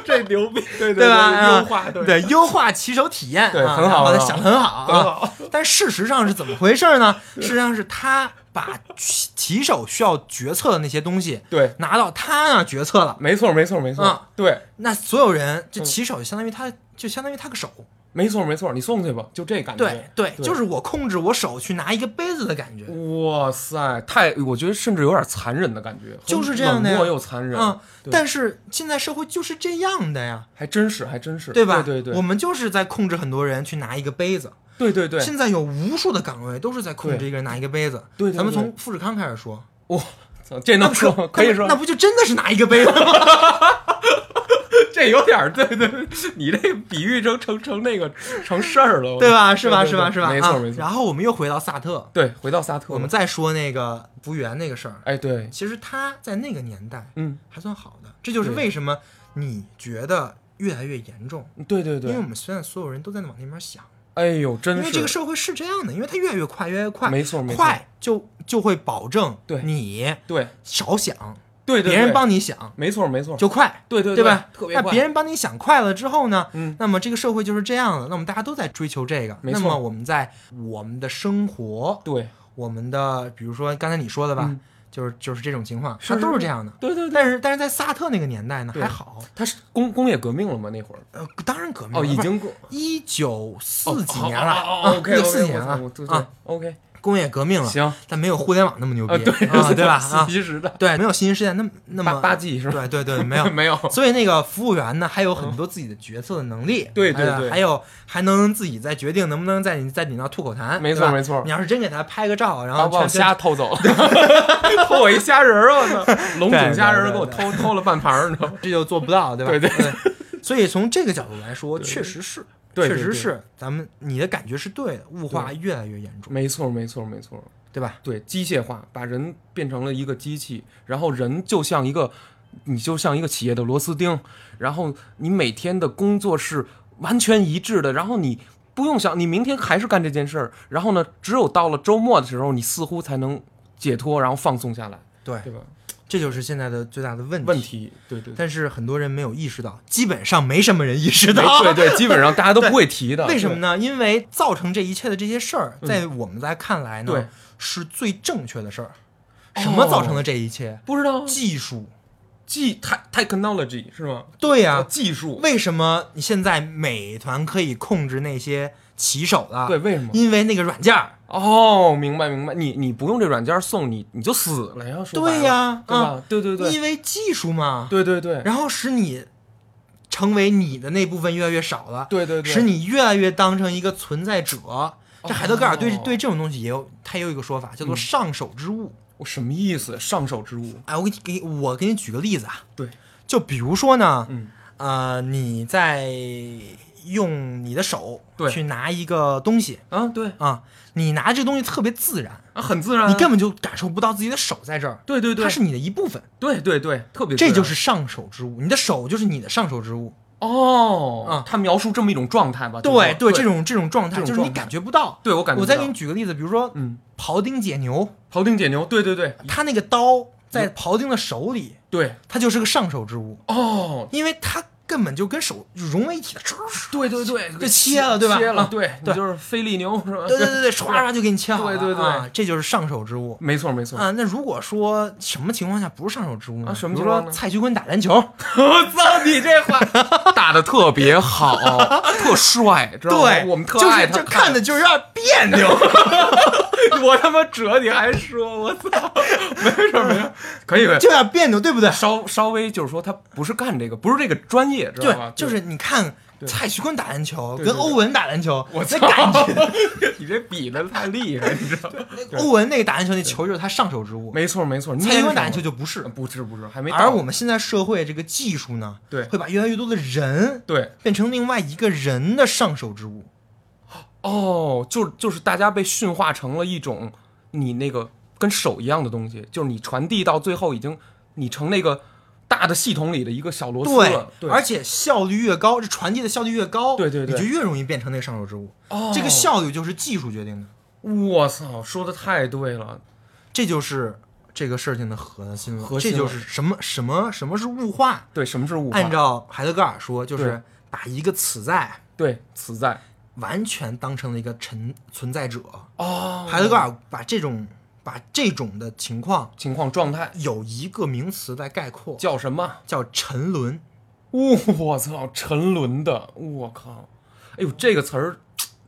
Speaker 2: 这牛逼，
Speaker 4: *laughs*
Speaker 2: 对
Speaker 4: 对吧？嗯啊
Speaker 2: 优化
Speaker 4: 对
Speaker 2: 对，
Speaker 4: 优化骑手体验，
Speaker 2: 对
Speaker 4: 啊
Speaker 2: 很好
Speaker 4: 然后他
Speaker 2: 很好
Speaker 4: 想得很好啊，
Speaker 2: 很好
Speaker 4: 但事实上是怎么回事呢？事实上是他把骑骑手需要决策的那些东西，
Speaker 2: 对
Speaker 4: 拿到他那儿决策了。
Speaker 2: 没错没错没错
Speaker 4: 啊，
Speaker 2: 对，
Speaker 4: 那所有人，
Speaker 2: 嗯
Speaker 4: 这骑手就相当于他，就相当于他个手。
Speaker 2: 没错没错，你送去吧，就这感
Speaker 4: 对
Speaker 2: 觉。
Speaker 4: 对，
Speaker 2: 对嗯
Speaker 4: 就是我控制我手去拿一个杯子的感觉。
Speaker 2: 哇塞，太，我觉得甚至有点残忍的感觉，
Speaker 4: 就是这样的呀
Speaker 2: 冷漠又残忍
Speaker 4: 嗯，
Speaker 2: 对
Speaker 4: 但是现在社会就是这样的呀，
Speaker 2: 还真是还真是，
Speaker 4: 对吧？
Speaker 2: 对对
Speaker 4: 我们就是在控制很多人去拿一个杯子。
Speaker 2: 对对对对，
Speaker 4: 现在有无数的岗位都是在控制
Speaker 2: 对
Speaker 4: 一个人拿一个杯子。
Speaker 2: 对对对
Speaker 4: 咱们从富士康开始说，
Speaker 2: 哇，操这
Speaker 4: 那
Speaker 2: 能
Speaker 4: 不是
Speaker 2: 说可以说
Speaker 4: 那不就真的是拿一个杯子吗？
Speaker 2: 这有点儿，对对，对你这比喻成成成那个成事儿了，我
Speaker 4: 对吧？是吧？
Speaker 2: 对对
Speaker 4: 是吧？是吧？
Speaker 2: 没错
Speaker 4: 啊
Speaker 2: 没错。嗯
Speaker 4: 然后我们又回到萨特，
Speaker 2: 对，回到萨特，
Speaker 4: 我们再说那个服务员那个事儿。
Speaker 2: 哎对，
Speaker 4: 其实他在那个年代
Speaker 2: 嗯，
Speaker 4: 还算好的，这就是
Speaker 2: 对
Speaker 4: 为什么你觉得越来越严重，
Speaker 2: 对对
Speaker 4: 因为我
Speaker 2: 对，
Speaker 4: 们现在所有人都在往那边想，
Speaker 2: 哎呦，
Speaker 4: 因
Speaker 2: 真
Speaker 4: 为这个
Speaker 2: 是，
Speaker 4: 社会是这样的，因为它越来越快，越来越快，
Speaker 2: 没错没错
Speaker 4: 快就就会保证
Speaker 2: 对
Speaker 4: 你
Speaker 2: 对
Speaker 4: 少想，
Speaker 2: 对对，
Speaker 4: 别人
Speaker 2: 对，
Speaker 4: 帮你想
Speaker 2: 没错没错，
Speaker 4: 就快，
Speaker 2: 对对
Speaker 4: 对吧？
Speaker 2: 特别
Speaker 4: 那
Speaker 2: 快
Speaker 4: 别人帮你想快了之后呢？
Speaker 2: 嗯
Speaker 4: 那么这个社会就是这样的，那么大家都在追求这个，
Speaker 2: 没
Speaker 4: 那
Speaker 2: 错
Speaker 4: 么我们在我们的生活，
Speaker 2: 对
Speaker 4: 我们的比如说刚才你说的吧，
Speaker 2: 嗯
Speaker 4: 就是就是这种情况，
Speaker 2: 是
Speaker 4: 它都
Speaker 2: 是
Speaker 4: 是这样的。
Speaker 2: 对对对，
Speaker 4: 但是但是在萨特那个年代呢，
Speaker 2: 对
Speaker 4: 还好，
Speaker 2: 他是工工业革命了吗？那会儿
Speaker 4: 呃，当然革命
Speaker 2: *laughs* 哦，已经过
Speaker 4: 一九四几
Speaker 2: 哦
Speaker 4: 年
Speaker 2: 哦
Speaker 4: 了，
Speaker 2: 哦
Speaker 4: 啊
Speaker 2: 哦，OK，
Speaker 4: 一九四几年了啊，
Speaker 2: ，OK，
Speaker 4: 工业革命了，
Speaker 2: 行，
Speaker 4: 但没有互联网那么牛逼，
Speaker 2: 啊对
Speaker 4: 啊对
Speaker 2: *laughs*
Speaker 4: 吧？啊
Speaker 2: 四，七时代，
Speaker 4: 对，没有新兴世代那么那么
Speaker 2: 八八 G 是吧？
Speaker 4: 对对对，
Speaker 2: *laughs*
Speaker 4: 没有
Speaker 2: 没有，
Speaker 4: 所以那个服务员呢，还有很多自己的决策的能力，
Speaker 2: *laughs* 对对
Speaker 4: 还有
Speaker 2: 对
Speaker 4: 还有还能自己再决定能不能在你在你那吐口痰，
Speaker 2: 没错
Speaker 4: 对吧
Speaker 2: 没错
Speaker 4: 你要是真给他拍个照，然
Speaker 2: 把
Speaker 4: 后
Speaker 2: 把我
Speaker 4: 全身
Speaker 2: 虾偷走了， *laughs* 偷我一虾仁儿，啊我操，龙井虾仁儿
Speaker 4: 对对对
Speaker 2: 给我偷偷了半盘儿，你知道吗？
Speaker 4: 这就做不到，对吧？
Speaker 2: 对对
Speaker 4: 所以从这个角度来说，确实是，
Speaker 2: 对
Speaker 4: 确
Speaker 2: 对
Speaker 4: 实
Speaker 2: 对
Speaker 4: 是，咱们你的感觉是对的，物化越来越严重，
Speaker 2: *laughs* 没错没错没错，
Speaker 4: 对吧？
Speaker 2: 对，机械化把人变成了一个机器，然后人就像一个，你就像一个企业的螺丝钉，然后你每天的工作是完全一致的，然后你不用想，你明天还是干这件事儿，然后呢，只有到了周末的时候，你似乎才能解脱，然后放松下来，
Speaker 4: 对
Speaker 2: 对吧？
Speaker 4: 这就是现在的最大的问题。
Speaker 2: 问题，对对对
Speaker 4: 但是很多人没有意识到，基本上没什么人意识
Speaker 2: 没
Speaker 4: 到。
Speaker 2: 对对，基本上大家都不会提
Speaker 4: *laughs*
Speaker 2: 的，
Speaker 4: 为什么呢？因为造成这一切的这些事儿，在我们来看来呢，
Speaker 2: 嗯对哦
Speaker 4: 是最正确的事儿。什么造成了这一切？
Speaker 2: 对？不知道啊
Speaker 4: 技术。
Speaker 2: 技 tech- technology 是吗？
Speaker 4: 对呀、
Speaker 2: 技术，
Speaker 4: 为什么你现在美团可以控制那些骑手了？
Speaker 2: 对，，为什么？
Speaker 4: 因为那个软件儿。
Speaker 2: 哦，明白明白，你你不用这软件送你，你就死了呀！说白了
Speaker 4: 对呀
Speaker 2: 对吧？
Speaker 4: 啊
Speaker 2: 对对对，
Speaker 4: 因为技术嘛，
Speaker 2: 对对对，
Speaker 4: 然后使你成为你的那部分越来越少了，
Speaker 2: 对对对哦
Speaker 4: 使你越来越当成一个存在者。这海德格尔对、对这种东西也有，他也有一个说法，
Speaker 2: 嗯
Speaker 4: 叫做上手之物。
Speaker 2: 我什么意思？上手之物，
Speaker 4: 哎，我给你给我给你举个例子啊，
Speaker 2: 对，
Speaker 4: 就比如说呢，
Speaker 2: 嗯，
Speaker 4: 呃，你在用你的手
Speaker 2: 对
Speaker 4: 去拿一个东西
Speaker 2: 啊，对
Speaker 4: 啊，你拿这东西特别自然，
Speaker 2: 啊，很自然啊，
Speaker 4: 你根本就感受不到自己的手在这儿，
Speaker 2: 对对对，
Speaker 4: 它是你的一部分，
Speaker 2: 对对对，特别自
Speaker 4: 这
Speaker 2: 然，
Speaker 4: 就是上手之物。你的手就是你的上手之物。
Speaker 2: 哦，
Speaker 4: 啊
Speaker 2: 他描述这么一种状态吧？就是
Speaker 4: 对
Speaker 2: 说对
Speaker 4: 这种这种状态，
Speaker 2: 这种
Speaker 4: 就是你
Speaker 2: 状态
Speaker 4: 感觉不到。
Speaker 2: 对我感觉
Speaker 4: 我再
Speaker 2: 到
Speaker 4: 给你举个例子，比如说
Speaker 2: 嗯，
Speaker 4: 庖丁解牛，
Speaker 2: 庖丁解牛，对对对
Speaker 4: 他那个刀在庖丁的手里，
Speaker 2: 对，
Speaker 4: 它就是个上手之物，
Speaker 2: 嗯哦，
Speaker 4: 因为它根本就跟手融为一体的，
Speaker 2: 对对对，
Speaker 4: 就切了对吧
Speaker 2: 切了，
Speaker 4: 啊
Speaker 2: 对，你
Speaker 4: 对
Speaker 2: 就是菲力牛是 *laughs* 吧？
Speaker 4: 对对对对，唰唰就给你切好了。
Speaker 2: 对对对
Speaker 4: 啊，这就是上手之物。
Speaker 2: 没错没错。
Speaker 4: 啊，那如果说什么情况下不是上手之物呢？
Speaker 2: 啊什么
Speaker 4: 比
Speaker 2: 情
Speaker 4: 如
Speaker 2: 况
Speaker 4: 说
Speaker 2: 呢
Speaker 4: 蔡徐坤打篮球，
Speaker 2: *laughs* 我操，你这话打的特别好，特帅，知道吗？
Speaker 4: 对，
Speaker 2: 我们特
Speaker 4: 就
Speaker 2: 爱
Speaker 4: 是
Speaker 2: 他
Speaker 4: 就看的就是有点别
Speaker 2: *laughs*
Speaker 4: 扭。
Speaker 2: 我他妈折你还说，我操，没事儿没事儿，可以可以，
Speaker 4: 就有点别扭，对不对？
Speaker 2: 稍稍微就是说他不是干这个，不是这个专业，知道
Speaker 4: 对
Speaker 2: 吗？，
Speaker 4: 就是你看
Speaker 2: 对
Speaker 4: 蔡徐坤打篮球
Speaker 2: 对
Speaker 4: 跟
Speaker 2: 对
Speaker 4: 欧文打篮球，
Speaker 2: 我
Speaker 4: 那
Speaker 2: 操
Speaker 4: 感觉，
Speaker 2: *laughs* 你这比的太厉害，你知道吗？
Speaker 4: 欧文那个打篮球那球就是他上手之物，
Speaker 2: 没错没错，
Speaker 4: 蔡徐坤
Speaker 2: 你
Speaker 4: 打篮球就不是。
Speaker 2: 不是不是，嗯还没到
Speaker 4: 而我们现在社会这个技术呢，
Speaker 2: 对
Speaker 4: 会把越来越多的人
Speaker 2: 对
Speaker 4: 变成另外一个人的上手之物。
Speaker 2: 哦，就就是大家被驯化成了一种你那个跟手一样的东西，就是你传递到最后已经你成那个大的系统里的一个小螺丝
Speaker 4: 对
Speaker 2: 了，，对，
Speaker 4: 而且效率越高，这传递的效率越高，
Speaker 2: 对对对
Speaker 4: 你就越容易变成那个上手之物。
Speaker 2: 哦
Speaker 4: 这个效率就是技术决定的，
Speaker 2: 我操，说的太对了，
Speaker 4: 这就是这个事情的核心了。
Speaker 2: 核心
Speaker 4: 这就
Speaker 2: 了
Speaker 4: 是什么什么什么是物化？
Speaker 2: 对，什么是物化？
Speaker 4: 按照海德格尔说，就
Speaker 2: 对
Speaker 4: 是把一个此在
Speaker 2: 对此在
Speaker 4: 完全当成了一个存存在者。
Speaker 2: 哦
Speaker 4: 海德格尔把这种把这种的情况
Speaker 2: 情况状态
Speaker 4: 有一个名词来概括，
Speaker 2: 叫什么？
Speaker 4: 叫沉沦。
Speaker 2: 哦，我操，沉沦的，我靠，哎呦，这个词儿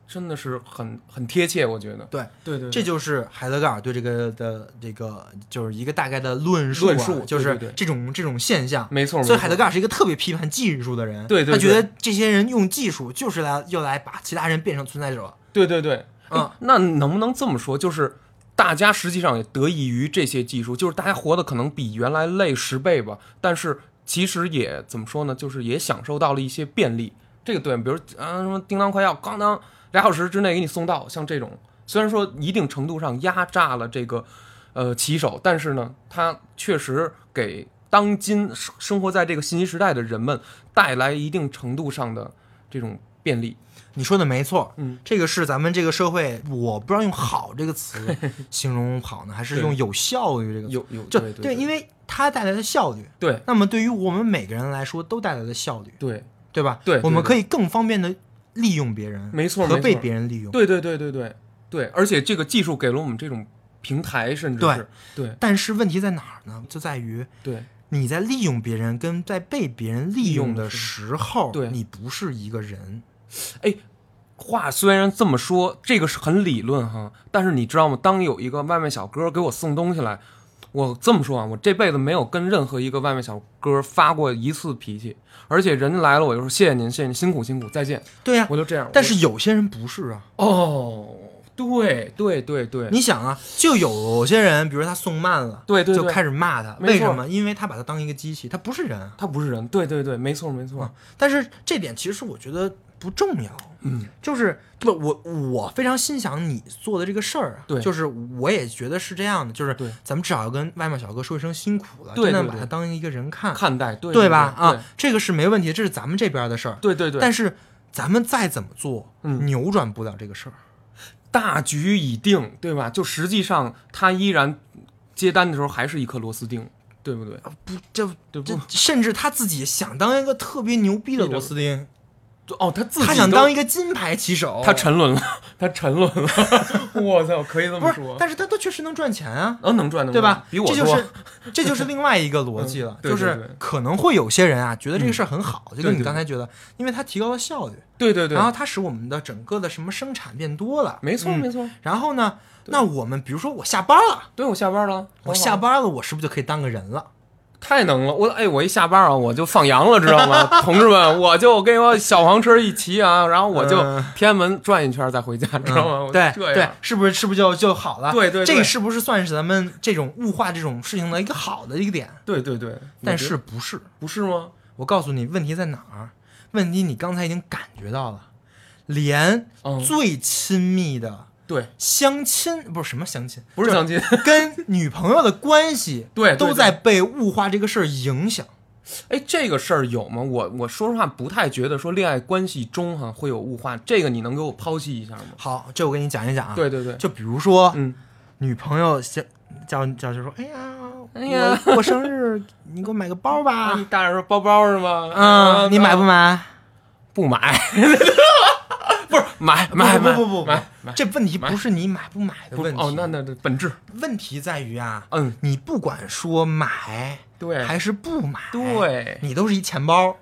Speaker 2: 真的是很很贴切，我觉得。
Speaker 4: 对，
Speaker 2: 对对
Speaker 4: 这
Speaker 2: 这
Speaker 4: 就是海德格尔对这个的这个就是一个大概的论述、啊，
Speaker 2: 论述
Speaker 4: 就
Speaker 2: 对
Speaker 4: 是
Speaker 2: 对对
Speaker 4: 这种这种现象。
Speaker 2: 没错。
Speaker 4: 所以
Speaker 2: 没错
Speaker 4: 海德格尔是一个特别批判技术的人，
Speaker 2: 对对对
Speaker 4: 他觉得这些人用技术就是来用来把其他人变成存在者。
Speaker 2: 对对对，
Speaker 4: 嗯
Speaker 2: 哎那能不能这么说，就是大家实际上也得益于这些技术，就是大家活得可能比原来累十倍吧，但是其实也怎么说呢，就是也享受到了一些便利。这个对，比如啊什么叮当快药，咣当俩小时之内给你送到，像这种虽然说一定程度上压榨了这个呃骑手，但是呢，它确实给当今生生活在这个信息时代的人们带来一定程度上的这种便利。
Speaker 4: 你说的没错，
Speaker 2: 嗯，
Speaker 4: 这个是咱们这个社会，我不知道用“好”这个
Speaker 2: *laughs*
Speaker 4: 词形容好呢，还是
Speaker 2: 对
Speaker 4: 用有效率这个词？
Speaker 2: 有有
Speaker 4: 就
Speaker 2: 对
Speaker 4: 对，因为它带来的效率，
Speaker 2: 对
Speaker 4: 那么对于我们每个人来说都带来的效率，
Speaker 2: 对
Speaker 4: 对吧？
Speaker 2: 对对
Speaker 4: 我们
Speaker 2: 对
Speaker 4: 可以更方便的利用别人，
Speaker 2: 没错
Speaker 4: 和
Speaker 2: 没
Speaker 4: 被
Speaker 2: 错
Speaker 4: 别人利用。
Speaker 2: 对对对对对对，而且这个技术给了我们这种平台，甚至
Speaker 4: 对
Speaker 2: 是对
Speaker 4: 但是问题在哪儿呢？就在于
Speaker 2: 对
Speaker 4: 你在利用别人跟在被别人利用的时候，
Speaker 2: 嗯对
Speaker 4: 你不是一个人。
Speaker 2: 话虽然这么说，这个是很理论哈，但是你知道吗？当有一个外卖小哥给我送东西来，我这么说啊，我这辈子没有跟任何一个外卖小哥发过一次脾气，而且人家来了，我就说谢谢您，谢谢您，辛苦辛苦，再见，
Speaker 4: 对呀、
Speaker 2: 我就这样。
Speaker 4: 但是有些人不是啊。
Speaker 2: 我哦，对对对对，
Speaker 4: 你想啊，就有些人，比如他送慢了，
Speaker 2: 对对对
Speaker 4: 就开始骂他。
Speaker 2: 没
Speaker 4: 为
Speaker 2: 错
Speaker 4: 什么？因为他把他当一个机器，他不是人啊。
Speaker 2: 他不是人，对对对，没错没错，
Speaker 4: 但是这点其实我觉得不重要。嗯，就是不，我我非常欣赏你做的这个事儿啊。
Speaker 2: 对
Speaker 4: 就是我也觉得是这样的，就是
Speaker 2: 对
Speaker 4: 咱们至少要跟外卖小哥说一声辛苦了，
Speaker 2: 对
Speaker 4: 真的
Speaker 2: 对
Speaker 4: 把
Speaker 2: 对
Speaker 4: 他当一个人看，
Speaker 2: 看待对
Speaker 4: 对吧？啊，，这个是没问题，这是咱们这边的事儿。
Speaker 2: 对对对，
Speaker 4: 但是咱们再怎么做，
Speaker 2: 嗯
Speaker 4: 扭转不了这个事儿。
Speaker 2: 大局已定，对吧？就实际上他依然接单的时候还是一颗螺丝钉，对不对？
Speaker 4: 不，这
Speaker 2: 对不
Speaker 4: 这？甚至他自己想当一个特别牛逼的
Speaker 2: 逼的
Speaker 4: 螺丝钉，
Speaker 2: 哦，他自己
Speaker 4: 他想当
Speaker 2: 一
Speaker 4: 一个金牌骑手，
Speaker 2: 他沉沦了， *laughs* 他沉沦
Speaker 4: *laughs*
Speaker 2: 了。我操，可以这
Speaker 4: 不
Speaker 2: 么
Speaker 4: 是
Speaker 2: 说，？
Speaker 4: 但是他他确实能赚钱啊。
Speaker 2: 哦能能赚能赚
Speaker 4: 对吧？
Speaker 2: 比我
Speaker 4: 这
Speaker 2: 多，，
Speaker 4: 就是这就是另外一个逻辑了
Speaker 2: 对
Speaker 4: 就
Speaker 2: 对对嗯
Speaker 4: 是可能会有些人啊觉得这个事儿很好，就跟
Speaker 2: 对
Speaker 4: 你
Speaker 2: 对
Speaker 4: 刚才觉得，因为它提高了效率，
Speaker 2: 对对对
Speaker 4: 然，后它使我们的整个的什么生产变多了，
Speaker 2: 没错
Speaker 4: 啊嗯
Speaker 2: 没错。
Speaker 4: 然后呢，那我们比如说我下班了，
Speaker 2: 对，我下班了，
Speaker 4: 我
Speaker 2: 很好
Speaker 4: 下班了，我是不是就可以当个人了？
Speaker 2: 太能了，我哎，我一下班啊，我就放羊了，知道吗？ *laughs* 同志们，我就跟你说，小黄车一骑啊，然后我就
Speaker 4: 嗯
Speaker 2: 天安门转一圈再回家，知道吗？我
Speaker 4: 对
Speaker 2: 这
Speaker 4: 对
Speaker 2: 样，
Speaker 4: 是不是是不是就就好了？
Speaker 2: 对对对
Speaker 4: 这个是不是算是咱们这种物化这种事情的一个好的一个点？
Speaker 2: 对对对，
Speaker 4: 但
Speaker 2: 你
Speaker 4: 是不是？
Speaker 2: 不是吗？
Speaker 4: 我告诉你，问题在哪儿？问题你刚才已经感觉到了，连
Speaker 2: 嗯
Speaker 4: 最亲密的
Speaker 2: 对，
Speaker 4: 相亲、不是什么相亲，
Speaker 2: 不是
Speaker 4: 就
Speaker 2: 相亲，，
Speaker 4: 跟女朋友的关系
Speaker 2: 对对
Speaker 4: 都在被物化这个事儿影响。
Speaker 2: 哎，这个事儿有吗？我我说实话不太觉得说恋爱关系中哈、会有物化，这个你能给我剖析一下吗？
Speaker 4: 好，这我给你讲一讲啊。，
Speaker 2: 对对对，
Speaker 4: 就比如说，
Speaker 2: 嗯，
Speaker 4: 女朋友叫叫叫就说：“哎呀，嗯
Speaker 2: 哎呀
Speaker 4: 我，我生日， *laughs* 你给我买个包
Speaker 2: 啊，
Speaker 4: 吧
Speaker 2: 你。大点说包包是吗？”
Speaker 4: 嗯，你买不
Speaker 2: 买？
Speaker 4: 买？
Speaker 2: 不买， *laughs* 不是买买
Speaker 4: 不
Speaker 2: 买
Speaker 4: 不不不
Speaker 2: 买
Speaker 4: 不，
Speaker 2: 买
Speaker 4: 这问题不是你买不买的
Speaker 2: 不
Speaker 4: 问题。
Speaker 2: 哦，那那那本质，
Speaker 4: 问题在于啊，
Speaker 2: 嗯，
Speaker 4: 你不管说买
Speaker 2: 对，
Speaker 4: 还是不买，
Speaker 2: 对，
Speaker 4: 你都是一钱包。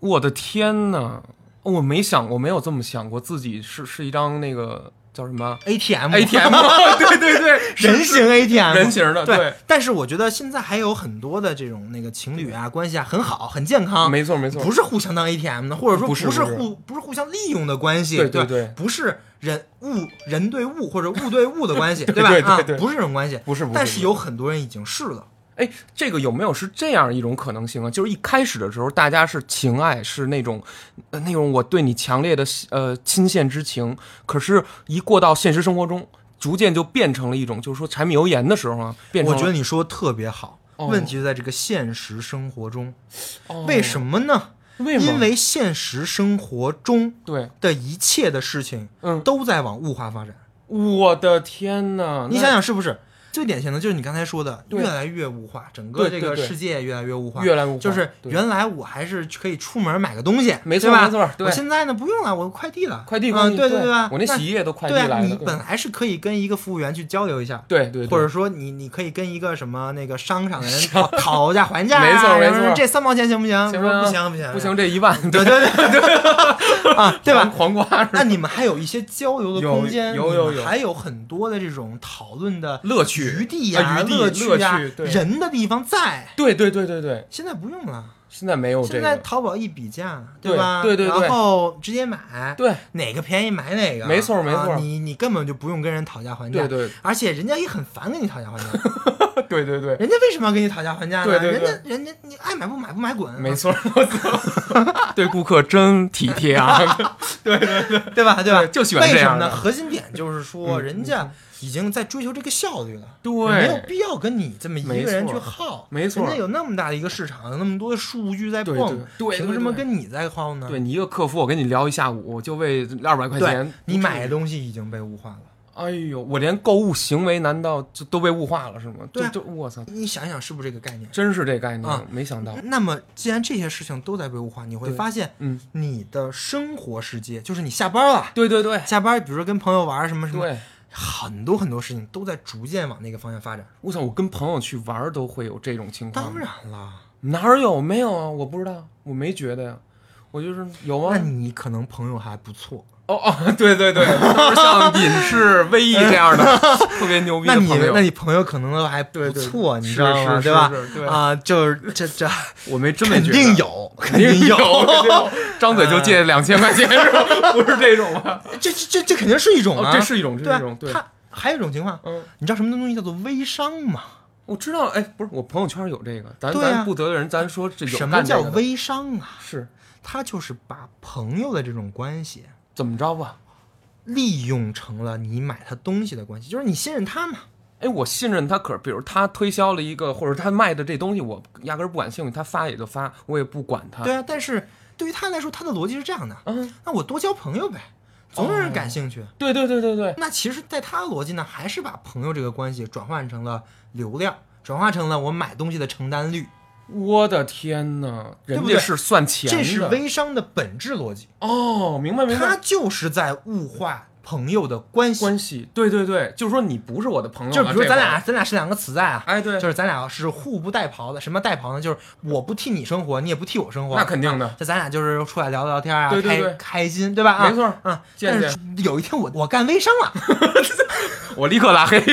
Speaker 2: 我的天呐，我没想，我没有这么想过，自己是是一张那个叫什么
Speaker 4: ATM *laughs*
Speaker 2: ATM，对 *laughs* 对对，是
Speaker 4: 人形 ATM，
Speaker 2: 人形的，
Speaker 4: 对，但是我觉得现在还有很多的这种那个情侣啊，关系啊很好，很健康，
Speaker 2: 没错没错，
Speaker 4: 不是互相当 ATM 的，或者说不
Speaker 2: 不是
Speaker 4: 是
Speaker 2: 不是
Speaker 4: 互不是互相利用的关系，
Speaker 2: 对
Speaker 4: 对吧
Speaker 2: 对对
Speaker 4: 不是人物人对物或者物对物的关系，
Speaker 2: *laughs* 对
Speaker 4: 吧？
Speaker 2: 对对
Speaker 4: 啊
Speaker 2: 对，
Speaker 4: 不是这种关系，
Speaker 2: 不是不是
Speaker 4: 但
Speaker 2: 不
Speaker 4: 是
Speaker 2: 是
Speaker 4: 有很多人已经试了，
Speaker 2: 哎，这个有没有是这样一种可能性啊？就是一开始的时候，大家是情爱，是那种，呃那种我对你强烈的呃亲羡之情。可是，一过到现实生活中，逐渐就变成了一种，就是说柴米油盐的时候啊，变成
Speaker 4: 我
Speaker 2: 了
Speaker 4: 觉得你说得特别好。
Speaker 2: 哦
Speaker 4: 问题就在这个现实生活中，
Speaker 2: 哦
Speaker 4: 为什么呢？
Speaker 2: 为什么？
Speaker 4: 因为现实生活中
Speaker 2: 对，
Speaker 4: 的一切的事情
Speaker 2: 嗯，
Speaker 4: 都在往物化发展。
Speaker 2: 我的天呐，
Speaker 4: 你
Speaker 2: 那
Speaker 4: 想想是不是？最典型的就是你刚才说的，
Speaker 2: 对
Speaker 4: 越来越物化，整个
Speaker 2: 对
Speaker 4: 这
Speaker 2: 对
Speaker 4: 个
Speaker 2: 对
Speaker 4: 世界越来越物化，
Speaker 2: 越来越
Speaker 4: 就是
Speaker 2: 对
Speaker 4: 原来我还是可以出门买个东西，
Speaker 2: 没错
Speaker 4: 对吧
Speaker 2: 没错对
Speaker 4: 我现在呢不用了，我快递了，
Speaker 2: 快递
Speaker 4: 嗯，
Speaker 2: 关系
Speaker 4: 对
Speaker 2: 对
Speaker 4: 对吧？
Speaker 2: 我那洗衣液都快递来
Speaker 4: 对啊，
Speaker 2: 了，
Speaker 4: 你本来是可以跟一个服务员去交流一下。
Speaker 2: 对对，对
Speaker 4: 或者说你你可以跟一个什么那个商场的人讨讨价还价啊，
Speaker 2: *laughs* 没错没
Speaker 4: 然后说
Speaker 2: 错
Speaker 4: 这三毛钱行不行？我
Speaker 2: 行
Speaker 4: 说
Speaker 2: 吗
Speaker 4: 不行不行
Speaker 2: 不行，，这一万，
Speaker 4: 对对对
Speaker 2: *laughs*
Speaker 4: 对啊，对吧？
Speaker 2: 黄瓜是吧
Speaker 4: 那你们还有一些交流的
Speaker 2: 有
Speaker 4: 空间，
Speaker 2: 有有
Speaker 4: 你
Speaker 2: 有
Speaker 4: 们还有很多的这种讨论的
Speaker 2: 乐趣
Speaker 4: 余地呀、
Speaker 2: 啊余地
Speaker 4: 乐呀、
Speaker 2: 乐趣对
Speaker 4: 人的地方在。
Speaker 2: 对对对对对，
Speaker 4: 现在不用了，
Speaker 2: 现在没有哦这
Speaker 4: 现在
Speaker 2: 个，
Speaker 4: 淘宝一比价，
Speaker 2: 对
Speaker 4: 吧？
Speaker 2: 对对对
Speaker 4: 然后直接买，
Speaker 2: 对
Speaker 4: 哪个便宜买哪个，
Speaker 2: 没错没错
Speaker 4: 啊你你根本就不用跟人讨价还价，
Speaker 2: 对对
Speaker 4: 而且人家也很烦跟你讨价还价， *laughs*
Speaker 2: 对对对，
Speaker 4: 人家为什么要跟你讨价还价呢？
Speaker 2: 对对对
Speaker 4: 人家人家你爱买不买不买滚，啊
Speaker 2: *laughs*
Speaker 4: *laughs*
Speaker 2: 没错，我操，对顾客真体贴啊！
Speaker 4: 对吧？对吧？
Speaker 2: 对就喜欢这
Speaker 4: 为什
Speaker 2: 样
Speaker 4: 么
Speaker 2: 的嗯
Speaker 4: 呢？核心点就是说，人家已经在追求这个效率了，
Speaker 2: 对
Speaker 4: 没有必要跟你这么一个人
Speaker 2: 没
Speaker 4: 去
Speaker 2: 错
Speaker 4: 耗，
Speaker 2: 没错
Speaker 4: 人家有那么大的一个市场，有那么多的数据在
Speaker 2: 对
Speaker 4: 蹦，
Speaker 2: 对对
Speaker 4: 凭
Speaker 2: 对
Speaker 4: 什么
Speaker 2: 对
Speaker 4: 跟你在耗呢？
Speaker 2: *laughs* 对你一个客服，我跟你聊一下午，我就为二百块
Speaker 4: 对
Speaker 2: 钱，，
Speaker 4: 你买的东西已经被物化了。
Speaker 2: 哎呦，我连购物行为难道就都被物化了是吗？
Speaker 4: 对啊
Speaker 2: 就就我操，
Speaker 4: 你想想是不是这个概念？
Speaker 2: 真是这概
Speaker 4: 啊
Speaker 2: 念，没想到，
Speaker 4: 那么，既然这些事情都在被物化，你会
Speaker 2: 对
Speaker 4: 发现
Speaker 2: 嗯，
Speaker 4: 你的生活世界，就是你下班了，
Speaker 2: 对对对
Speaker 4: 下班，比如说跟朋友玩什么什么，
Speaker 2: 对，
Speaker 4: 很多很多事情都在逐渐往那个方向发展。
Speaker 2: 我操，我跟朋友去玩儿都会有这种情况，
Speaker 4: 当然了。
Speaker 2: 哪儿有没有啊？我不知道，我没觉得呀。我就是有
Speaker 4: 那
Speaker 2: 吗？
Speaker 4: 你可能朋友还不错，
Speaker 2: 哦哦，对
Speaker 4: *laughs*
Speaker 2: 对对，都是像隐士、威毅这样的特别牛逼
Speaker 4: 那
Speaker 2: 的
Speaker 4: 你
Speaker 2: 朋友
Speaker 4: 那。你朋友可能还不
Speaker 2: 对
Speaker 4: 错，你
Speaker 2: 是
Speaker 4: 知道吗？
Speaker 2: 是
Speaker 4: 对吧
Speaker 2: 是？对
Speaker 4: 啊，就是这这
Speaker 2: 我没真没
Speaker 4: 肯
Speaker 2: 觉得
Speaker 4: 定，有，肯
Speaker 2: *laughs* 肯定
Speaker 4: 定
Speaker 2: 有，哎
Speaker 4: 有，
Speaker 2: 肯定有张嘴就借两千块钱是 *laughs* 吧？不是这种吧？
Speaker 4: *laughs* 这这这这肯定是一种
Speaker 2: 哦，
Speaker 4: 啊，
Speaker 2: 这是一种，这
Speaker 4: 对
Speaker 2: 是一
Speaker 4: 啊
Speaker 2: 种，对，
Speaker 4: 他还有一种情况，
Speaker 2: 嗯，
Speaker 4: 你知道什么东西叫做微商吗？
Speaker 2: 我知道，哎，不是，我朋友圈有这个，咱
Speaker 4: 对啊
Speaker 2: 咱不得罪人，咱说这有
Speaker 4: 什么
Speaker 2: 干这
Speaker 4: 叫
Speaker 2: 个的
Speaker 4: 微商啊？
Speaker 2: 是
Speaker 4: 它就是把朋友的这种关系
Speaker 2: 怎么着吧？
Speaker 4: 利用成了你买他东西的关系，就是你信任他嘛。
Speaker 2: 哎，我信任他，可是比如他推销了一个，或者他卖的这东西，我压根儿不感兴趣，他发也就发，我也不管他。
Speaker 4: 对啊，但是对于他来说，他的逻辑是这样的：
Speaker 2: 嗯，
Speaker 4: 那我多交朋友呗，总有人感
Speaker 2: 哦
Speaker 4: 兴趣。
Speaker 2: 对对对对对，
Speaker 4: 那其实，在他的逻辑呢，还是把朋友这个关系转换成了流量，转化成了我买东西的承担率，
Speaker 2: 我的天呐，
Speaker 4: 对
Speaker 2: 人
Speaker 4: 不
Speaker 2: 家
Speaker 4: 对
Speaker 2: 是算钱的，
Speaker 4: 这是微商的本质逻辑。
Speaker 2: 哦，明白明
Speaker 4: 他
Speaker 2: 白。
Speaker 4: 就是在物化朋友的关系，
Speaker 2: 关系，对对对，就是说你不是我的朋友啊，
Speaker 4: 就比如
Speaker 2: 这
Speaker 4: 咱
Speaker 2: 会儿
Speaker 4: 俩，，咱俩是两个此在啊。
Speaker 2: 哎对，
Speaker 4: 就是咱俩是互不带袍的，什么带袍呢？就是我不替你生活，你也不替我生活。
Speaker 2: 那肯定的，
Speaker 4: 这咱俩就是出来聊聊天啊，
Speaker 2: 对对对
Speaker 4: 开开心，对吧？啊，
Speaker 2: 没错
Speaker 4: 啊。
Speaker 2: 见
Speaker 4: 但是有一天我我干微商
Speaker 2: *laughs*
Speaker 4: 了，
Speaker 2: 我立刻拉黑。 *laughs*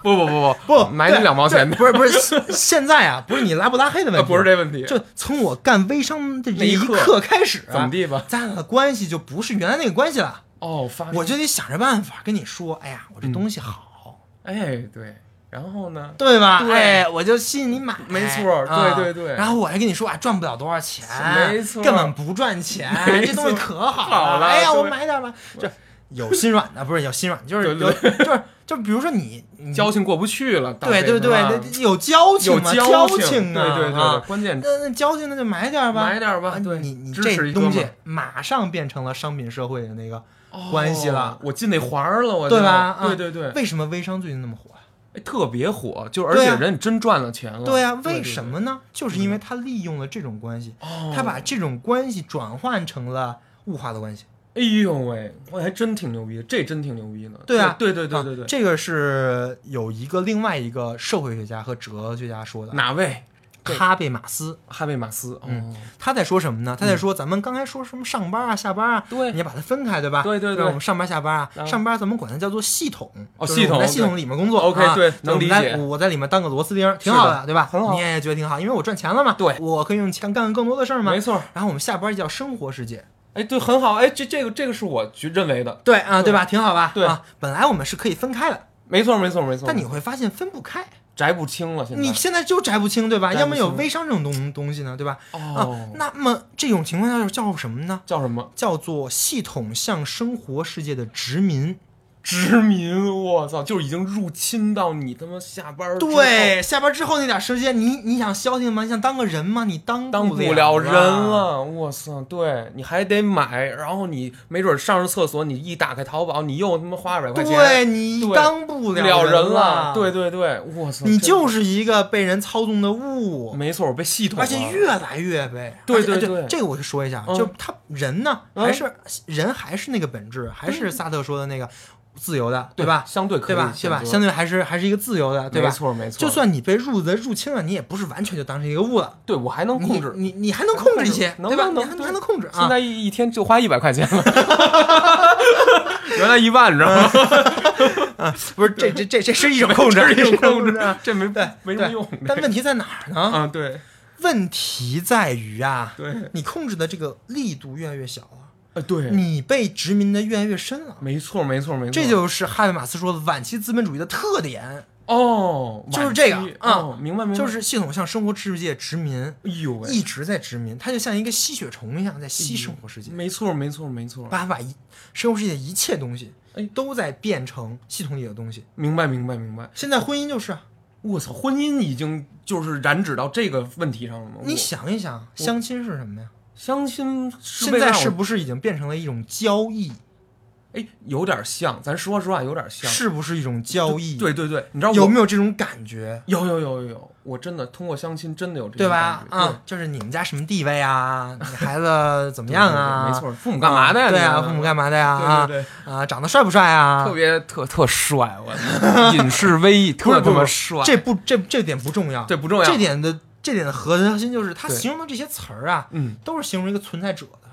Speaker 2: 不不不
Speaker 4: 不
Speaker 2: 买你
Speaker 4: 对
Speaker 2: 两毛钱的
Speaker 4: 就不是不是，现在啊，不是你拉不拉黑的问
Speaker 2: 不，
Speaker 4: 题，
Speaker 2: 不是这问题，
Speaker 4: 就从我干微商的这
Speaker 2: 那一
Speaker 4: 一
Speaker 2: 刻
Speaker 4: 刻开始，啊
Speaker 2: 怎么地吧？
Speaker 4: 咱俩的关系就不是原来那个关系了。
Speaker 2: 哦，发
Speaker 4: 我就得想着办法跟你说，哎呀，
Speaker 2: 嗯
Speaker 4: 我这东西好，
Speaker 2: 哎对，然后呢？
Speaker 4: 对吧？
Speaker 2: 对
Speaker 4: 哎，我就吸引你买，
Speaker 2: 没错
Speaker 4: 啊
Speaker 2: 对对对
Speaker 4: 然后我还跟你说，啊，赚不了多少钱，
Speaker 2: 没错
Speaker 4: 根本不赚钱，
Speaker 2: 没
Speaker 4: 这东西
Speaker 2: 错
Speaker 4: 可好
Speaker 2: 好了
Speaker 4: 哎呀，
Speaker 2: 对
Speaker 4: 我买点吧。这有心软的，不是有心软，就是 *laughs*
Speaker 2: 对
Speaker 4: 有，就是就比如说你，你
Speaker 2: 交情过不去了。
Speaker 4: 嗯对对对，
Speaker 2: 搭配
Speaker 4: 那
Speaker 2: 是吧
Speaker 4: 那有交
Speaker 2: 有
Speaker 4: 情嘛，
Speaker 2: 交
Speaker 4: 情啊，
Speaker 2: 对对对，
Speaker 4: 啊
Speaker 2: 关键
Speaker 4: 那那交情那就买点儿吧，
Speaker 2: 买点儿吧。
Speaker 4: 啊
Speaker 2: 对，
Speaker 4: 你你
Speaker 2: 支持
Speaker 4: 这
Speaker 2: 一
Speaker 4: 东
Speaker 2: 哥
Speaker 4: 西
Speaker 2: 们
Speaker 4: 马上变成了商品社会的那个，
Speaker 2: 儿
Speaker 4: 关系了
Speaker 2: 哦我进那环儿了，我
Speaker 4: 对
Speaker 2: 就
Speaker 4: 吧？啊
Speaker 2: 对对对，
Speaker 4: 为什么微商最近那么火呀？
Speaker 2: 哎特别火，就是而
Speaker 4: 对
Speaker 2: 且
Speaker 4: 啊
Speaker 2: 人真赚了钱了。
Speaker 4: 对呀，
Speaker 2: 嗯对
Speaker 4: 为什？么呢？就是因为他利用了这种关系，
Speaker 2: 对哦，
Speaker 4: 他把这种关系转换成了物化的关系。
Speaker 2: 哎呦喂，我还真挺牛逼，这真挺牛逼的。
Speaker 4: 对啊
Speaker 2: 对对对对
Speaker 4: 啊
Speaker 2: 对，
Speaker 4: 这个是有一个另外一个社会学家和哲学家说的，
Speaker 2: 哪位？嗯对
Speaker 4: 哈贝马斯
Speaker 2: 哈贝马斯。哦
Speaker 4: 嗯，他在说什么呢？他在说咱们刚才说什么上班啊、下班啊，
Speaker 2: 对
Speaker 4: 你要把它分开，对吧？
Speaker 2: 对对对
Speaker 4: 我们上班下班
Speaker 2: 啊
Speaker 4: 啊，上班咱们管它叫做系统，
Speaker 2: 哦
Speaker 4: 就是
Speaker 2: 系统
Speaker 4: 我们在系统里面工作。
Speaker 2: OK，
Speaker 4: 啊
Speaker 2: 对
Speaker 4: 那我们
Speaker 2: 能理
Speaker 4: 在
Speaker 2: 解
Speaker 4: 我在里面当个螺丝钉，挺
Speaker 2: 是的
Speaker 4: 好的，对吧？
Speaker 2: 很好
Speaker 4: 你也觉得挺好，因为我赚钱了嘛。
Speaker 2: 对
Speaker 4: 我可以用钱干更多的事儿嘛
Speaker 2: 没。错。
Speaker 4: 然后我们下班叫生活世界，
Speaker 2: 哎，对，很好。哎，这这个这个是我觉认为的，
Speaker 4: 对啊，对吧？挺好吧？
Speaker 2: 对嗯
Speaker 4: 啊，本来我们是可以分开的，
Speaker 2: 没错没错没错。
Speaker 4: 但你会发现分不开。
Speaker 2: 摘不清了，现在
Speaker 4: 你现在就摘不清，对吧？
Speaker 2: 摘不
Speaker 4: 要
Speaker 2: 清
Speaker 4: 么有微商这种东东西呢，对吧？啊
Speaker 2: 哦，，
Speaker 4: 那么这种情况下叫什么呢？
Speaker 2: 叫什么
Speaker 4: 叫做系统向生活世界的殖民。
Speaker 2: 殖民？我操，就是已经入侵到你他妈下班儿之后
Speaker 4: 对，下班之后那点时间，你你想消停吗？你想当个人吗？你当
Speaker 2: 当
Speaker 4: 不
Speaker 2: 不
Speaker 4: 了啊
Speaker 2: 了人。了，我操！对你还得买，然后你没准上着厕所，你一打开淘宝，你又他妈花二百块钱，
Speaker 4: 对你
Speaker 2: 对
Speaker 4: 当不
Speaker 2: 了
Speaker 4: 人
Speaker 2: 人了，对，对对，我操！
Speaker 4: 你
Speaker 2: 真
Speaker 4: 就是一个被人操纵的物，
Speaker 2: 没错，我被系统了，
Speaker 4: 而且越来越呗。
Speaker 2: 嗯对
Speaker 4: 而且
Speaker 2: 对
Speaker 4: 而且
Speaker 2: 对
Speaker 4: 这个我就说一下，
Speaker 2: 嗯
Speaker 4: 就他人呢，
Speaker 2: 嗯
Speaker 4: 还是人还是那个本质，还是萨特说的那个自由的，
Speaker 2: 对
Speaker 4: 吧？
Speaker 2: 相嗯对可以
Speaker 4: 对吧？对吧？
Speaker 2: 选择
Speaker 4: 相对还是还是一个自由的，对吧
Speaker 2: 没？错没错，
Speaker 4: 就算你被入贼入侵了，你也不是完全就当成一个物了，
Speaker 2: 对我还能控制。
Speaker 4: 你你你还能控制一些，
Speaker 2: 能
Speaker 4: 对吧？
Speaker 2: 能
Speaker 4: 你还
Speaker 2: 能
Speaker 4: 你还能控制啊。
Speaker 2: 现在一一天就花一百块钱了， *laughs* 嗯原来一万，你知道 *laughs* 吗？
Speaker 4: 不是这这这这是一种控制，
Speaker 2: *laughs* 这种
Speaker 4: 这是一
Speaker 2: 控
Speaker 4: 种
Speaker 2: 制
Speaker 4: 啊，
Speaker 2: 这没
Speaker 4: 对
Speaker 2: 没什么
Speaker 4: 对
Speaker 2: 用。
Speaker 4: 但问题在哪儿
Speaker 2: *laughs*
Speaker 4: 呢？
Speaker 2: 啊，对
Speaker 4: 问题在于啊，
Speaker 2: 对，
Speaker 4: 你控制的这个力度越来越小了，
Speaker 2: 呃对，
Speaker 4: 你被殖民的越来越深了。
Speaker 2: 没错没错没错，
Speaker 4: 这就是哈贝马斯说的晚期资本主义的特点，
Speaker 2: 哦，
Speaker 4: 就是这个
Speaker 2: 晚期
Speaker 4: 啊
Speaker 2: 哦明白明白，
Speaker 4: 就是系统向生活世界殖民，
Speaker 2: 哎呦喂，
Speaker 4: 一直在殖民，它就像一个吸血虫一样在吸生活世界，
Speaker 2: 没错没错没错，
Speaker 4: 把把一生活世界一切东西
Speaker 2: 哎
Speaker 4: 都在变成系统里的东西。
Speaker 2: 明白明白明白。
Speaker 4: 现在婚姻就是啊，
Speaker 2: 我操，婚姻已经就是染指到这个问题上了吗？
Speaker 4: 你
Speaker 2: 我
Speaker 4: 想一想，相亲是什么呀？
Speaker 2: 相亲是
Speaker 4: 现
Speaker 2: 为了
Speaker 4: 在
Speaker 2: 让
Speaker 4: 是
Speaker 2: 我
Speaker 4: 不是已经变成了一种交易？
Speaker 2: 哎有点像，咱说实话有点像，
Speaker 4: 是不是一种交易？，
Speaker 2: 对对对，你知道我
Speaker 4: 有没有这种感觉？
Speaker 2: 有有有有有，我真的通过相亲真的有这
Speaker 4: 对
Speaker 2: 种
Speaker 4: 吧
Speaker 2: 感？觉
Speaker 4: 啊，，就是你们家什么地位啊？你孩子怎么样啊？
Speaker 2: 对对对没错父母干嘛的呀
Speaker 4: 啊对啊，
Speaker 2: 你
Speaker 4: 父母干嘛的呀？啊
Speaker 2: 对对
Speaker 4: 啊，长得帅不帅啊？
Speaker 2: 特别特特帅，我
Speaker 4: *laughs*
Speaker 2: 操隐士威仪
Speaker 4: 不是
Speaker 2: 特他
Speaker 4: 不
Speaker 2: 妈
Speaker 4: 是
Speaker 2: 帅，
Speaker 4: 这不这这点不重要，
Speaker 2: 这不重要
Speaker 4: 这点的这点的核心就是他
Speaker 2: 对
Speaker 4: 形容的这些词儿啊，
Speaker 2: 嗯，
Speaker 4: 都是形容一个存在者的，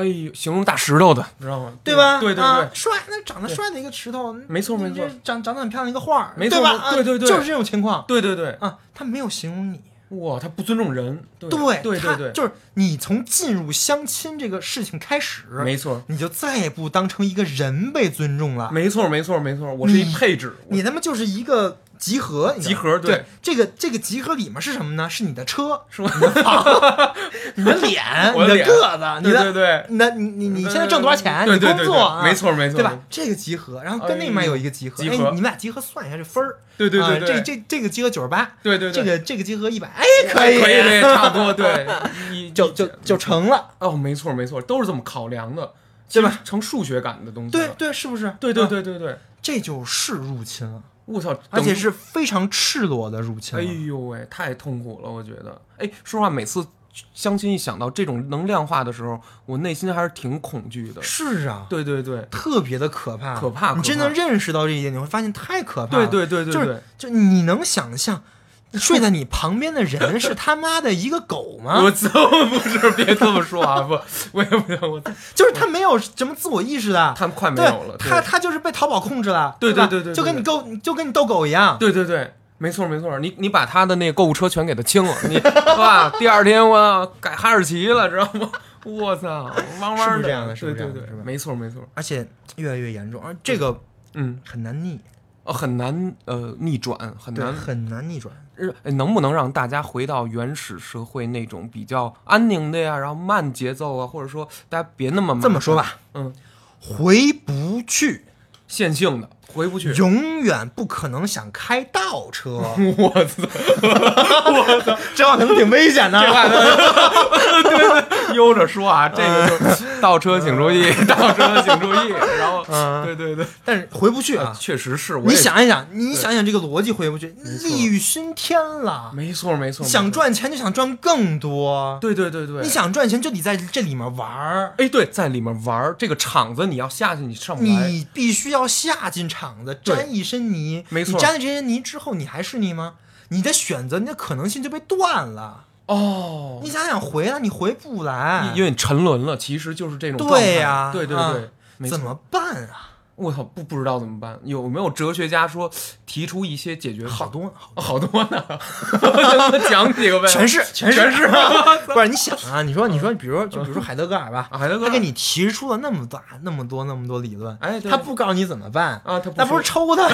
Speaker 2: 哎呦，形容大石头的，你知道吗？
Speaker 4: 对吧？
Speaker 2: 对对
Speaker 4: 啊
Speaker 2: 对，
Speaker 4: 帅那长得帅的一个石头，
Speaker 2: 没错
Speaker 4: 你
Speaker 2: 没错
Speaker 4: 这长长得很漂亮一个画儿，
Speaker 2: 没错
Speaker 4: 对吧？
Speaker 2: 没错
Speaker 4: 啊
Speaker 2: 对对对
Speaker 4: 就是这种情况
Speaker 2: 对对对，
Speaker 4: 啊，他没有形容你。
Speaker 2: 哇，他不尊重人，对
Speaker 4: 对
Speaker 2: 对
Speaker 4: 他
Speaker 2: 对对，
Speaker 4: 就是你从进入相亲这个事情开始，
Speaker 2: 没错
Speaker 4: 你就再也不当成一个人被尊重了，
Speaker 2: 没错没错没错，我是一
Speaker 4: 你
Speaker 2: 配置，我
Speaker 4: 你他妈就是一个集合，你知道吗
Speaker 2: 集合对
Speaker 4: 对这个这个集合里面是什么呢？是你的车，
Speaker 2: *laughs* 是吧？，
Speaker 4: 你的脸
Speaker 2: 我的
Speaker 4: 你的
Speaker 2: 脸
Speaker 4: 个子，你
Speaker 2: 对
Speaker 4: 的
Speaker 2: 对对
Speaker 4: 你的你你你现在挣多少钱？
Speaker 2: 对对
Speaker 4: 你
Speaker 2: 对对
Speaker 4: 工作啊，
Speaker 2: 没错没错
Speaker 4: 对吧？这个集合，然后跟那边有一个集合，哎，
Speaker 2: 哎呦集
Speaker 4: 你
Speaker 2: 合
Speaker 4: 们俩集合算一下这分儿，
Speaker 2: 对对对
Speaker 4: 啊
Speaker 2: 对
Speaker 4: 这这这个集合九十八，
Speaker 2: 对对对
Speaker 4: 这个这个集合一百，哎，
Speaker 2: 可
Speaker 4: 以
Speaker 2: 以
Speaker 4: 可
Speaker 2: 对，差
Speaker 4: *laughs*
Speaker 2: 不多对，一
Speaker 4: 就就就成了，
Speaker 2: 哦，没错没错，都是这么考量的，
Speaker 4: 对吧
Speaker 2: 其实成数学感的东西
Speaker 4: 对
Speaker 2: 了，
Speaker 4: 对，是不是？
Speaker 2: 对对
Speaker 4: 啊，
Speaker 2: 对对对，
Speaker 4: 这就是入侵了。
Speaker 2: 我操，
Speaker 4: 而且
Speaker 2: 整
Speaker 4: 是非常赤裸的入侵
Speaker 2: 哎
Speaker 4: 了。
Speaker 2: 呦喂，太痛苦了，我觉得。哎，说实话，每次相亲一想到这种能量化的时候，我内心还是挺恐惧的。
Speaker 4: 是啊，
Speaker 2: 对对对，
Speaker 4: 特别的可怕，
Speaker 2: 可怕
Speaker 4: 你真
Speaker 2: 可怕
Speaker 4: 的认识到这一点，你会发现太可怕了。
Speaker 2: 对对对对
Speaker 4: 就是
Speaker 2: 对
Speaker 4: 就你能想象，睡在你旁边的人是他妈的一个狗
Speaker 2: 我
Speaker 4: 吗？
Speaker 2: 操， *laughs* 不是，别这么说啊，不，我也不想，我
Speaker 4: 就是他没有什么自我意识的，
Speaker 2: 他们快没
Speaker 4: 对
Speaker 2: 有了。对
Speaker 4: 他他就是被淘宝控制了，
Speaker 2: 对
Speaker 4: 吧
Speaker 2: 对对对对
Speaker 4: 就跟你狗就跟你逗狗一样。
Speaker 2: 对对对，没错没错，你你把他的那个购物车全给他清了，你哇， *laughs* 第二天我改哈士奇了，知道吗？ *laughs* 我操，汪
Speaker 4: 是不
Speaker 2: 汪
Speaker 4: 是这样的是不
Speaker 2: 对
Speaker 4: 是这样的
Speaker 2: 对对
Speaker 4: 是，吧
Speaker 2: 没错没错，
Speaker 4: 而且越来越严重，而这个
Speaker 2: 嗯，
Speaker 4: 很难逆，
Speaker 2: 呃很难呃逆转，很
Speaker 4: 对，
Speaker 2: 难
Speaker 4: 很难逆转。
Speaker 2: 日哎能不能让大家回到原始社会那种比较安宁的呀，然后慢节奏啊，或者说大家别那么麻烦
Speaker 4: 这么说，吧，
Speaker 2: 嗯，
Speaker 4: 回不去，
Speaker 2: 线性的回不去。
Speaker 4: 永远不可能想开倒
Speaker 2: *laughs*
Speaker 4: 车，
Speaker 2: 我操！
Speaker 4: *laughs* 这话可能挺危险的。
Speaker 2: *laughs* 悠着说啊，这个
Speaker 4: 嗯
Speaker 2: 就倒车请注意，倒车请注意。然后，
Speaker 4: 嗯
Speaker 2: 对对对，
Speaker 4: 但是回不去啊！
Speaker 2: 确实是。我
Speaker 4: 你
Speaker 2: 也，
Speaker 4: 想一想，你想想这个逻辑回不去，利欲熏天了。
Speaker 2: 没错没错，
Speaker 4: 想
Speaker 2: 没错，
Speaker 4: 赚钱就想赚更多，
Speaker 2: 对对对对，
Speaker 4: 你想赚钱就得在这里面玩儿，
Speaker 2: 哎，对，在里面玩儿这个场子，你要下去，你上不来。
Speaker 4: 你必须要下进场子，
Speaker 2: 对
Speaker 4: 沾一身泥。
Speaker 2: 没错
Speaker 4: 你沾了这些泥之后，你还是你吗？你的选择，你的可能性就被断了。
Speaker 2: 哦，
Speaker 4: 你想想回来，你回不来，
Speaker 2: 因为你沉沦了，其实就是这种状态。
Speaker 4: 对呀
Speaker 2: 对对
Speaker 4: 啊
Speaker 2: 对，没
Speaker 4: 怎
Speaker 2: 错
Speaker 4: 么办啊？
Speaker 2: 我操，不不知道怎么办？有没有哲学家说提出一些解决法
Speaker 4: 好多好
Speaker 2: 哦好多呢？ *laughs* 咱们讲几个呗。
Speaker 4: 全是全是
Speaker 2: 全是
Speaker 4: *laughs*
Speaker 2: *laughs*
Speaker 4: 不是你想啊？你说你说，比如就比如说海德格尔吧，
Speaker 2: 啊海德格尔
Speaker 4: 他给你提出了那么大那么多那么多理论，
Speaker 2: 哎对
Speaker 4: 他不告诉你怎么办
Speaker 2: 啊他不
Speaker 4: 那不是抽他？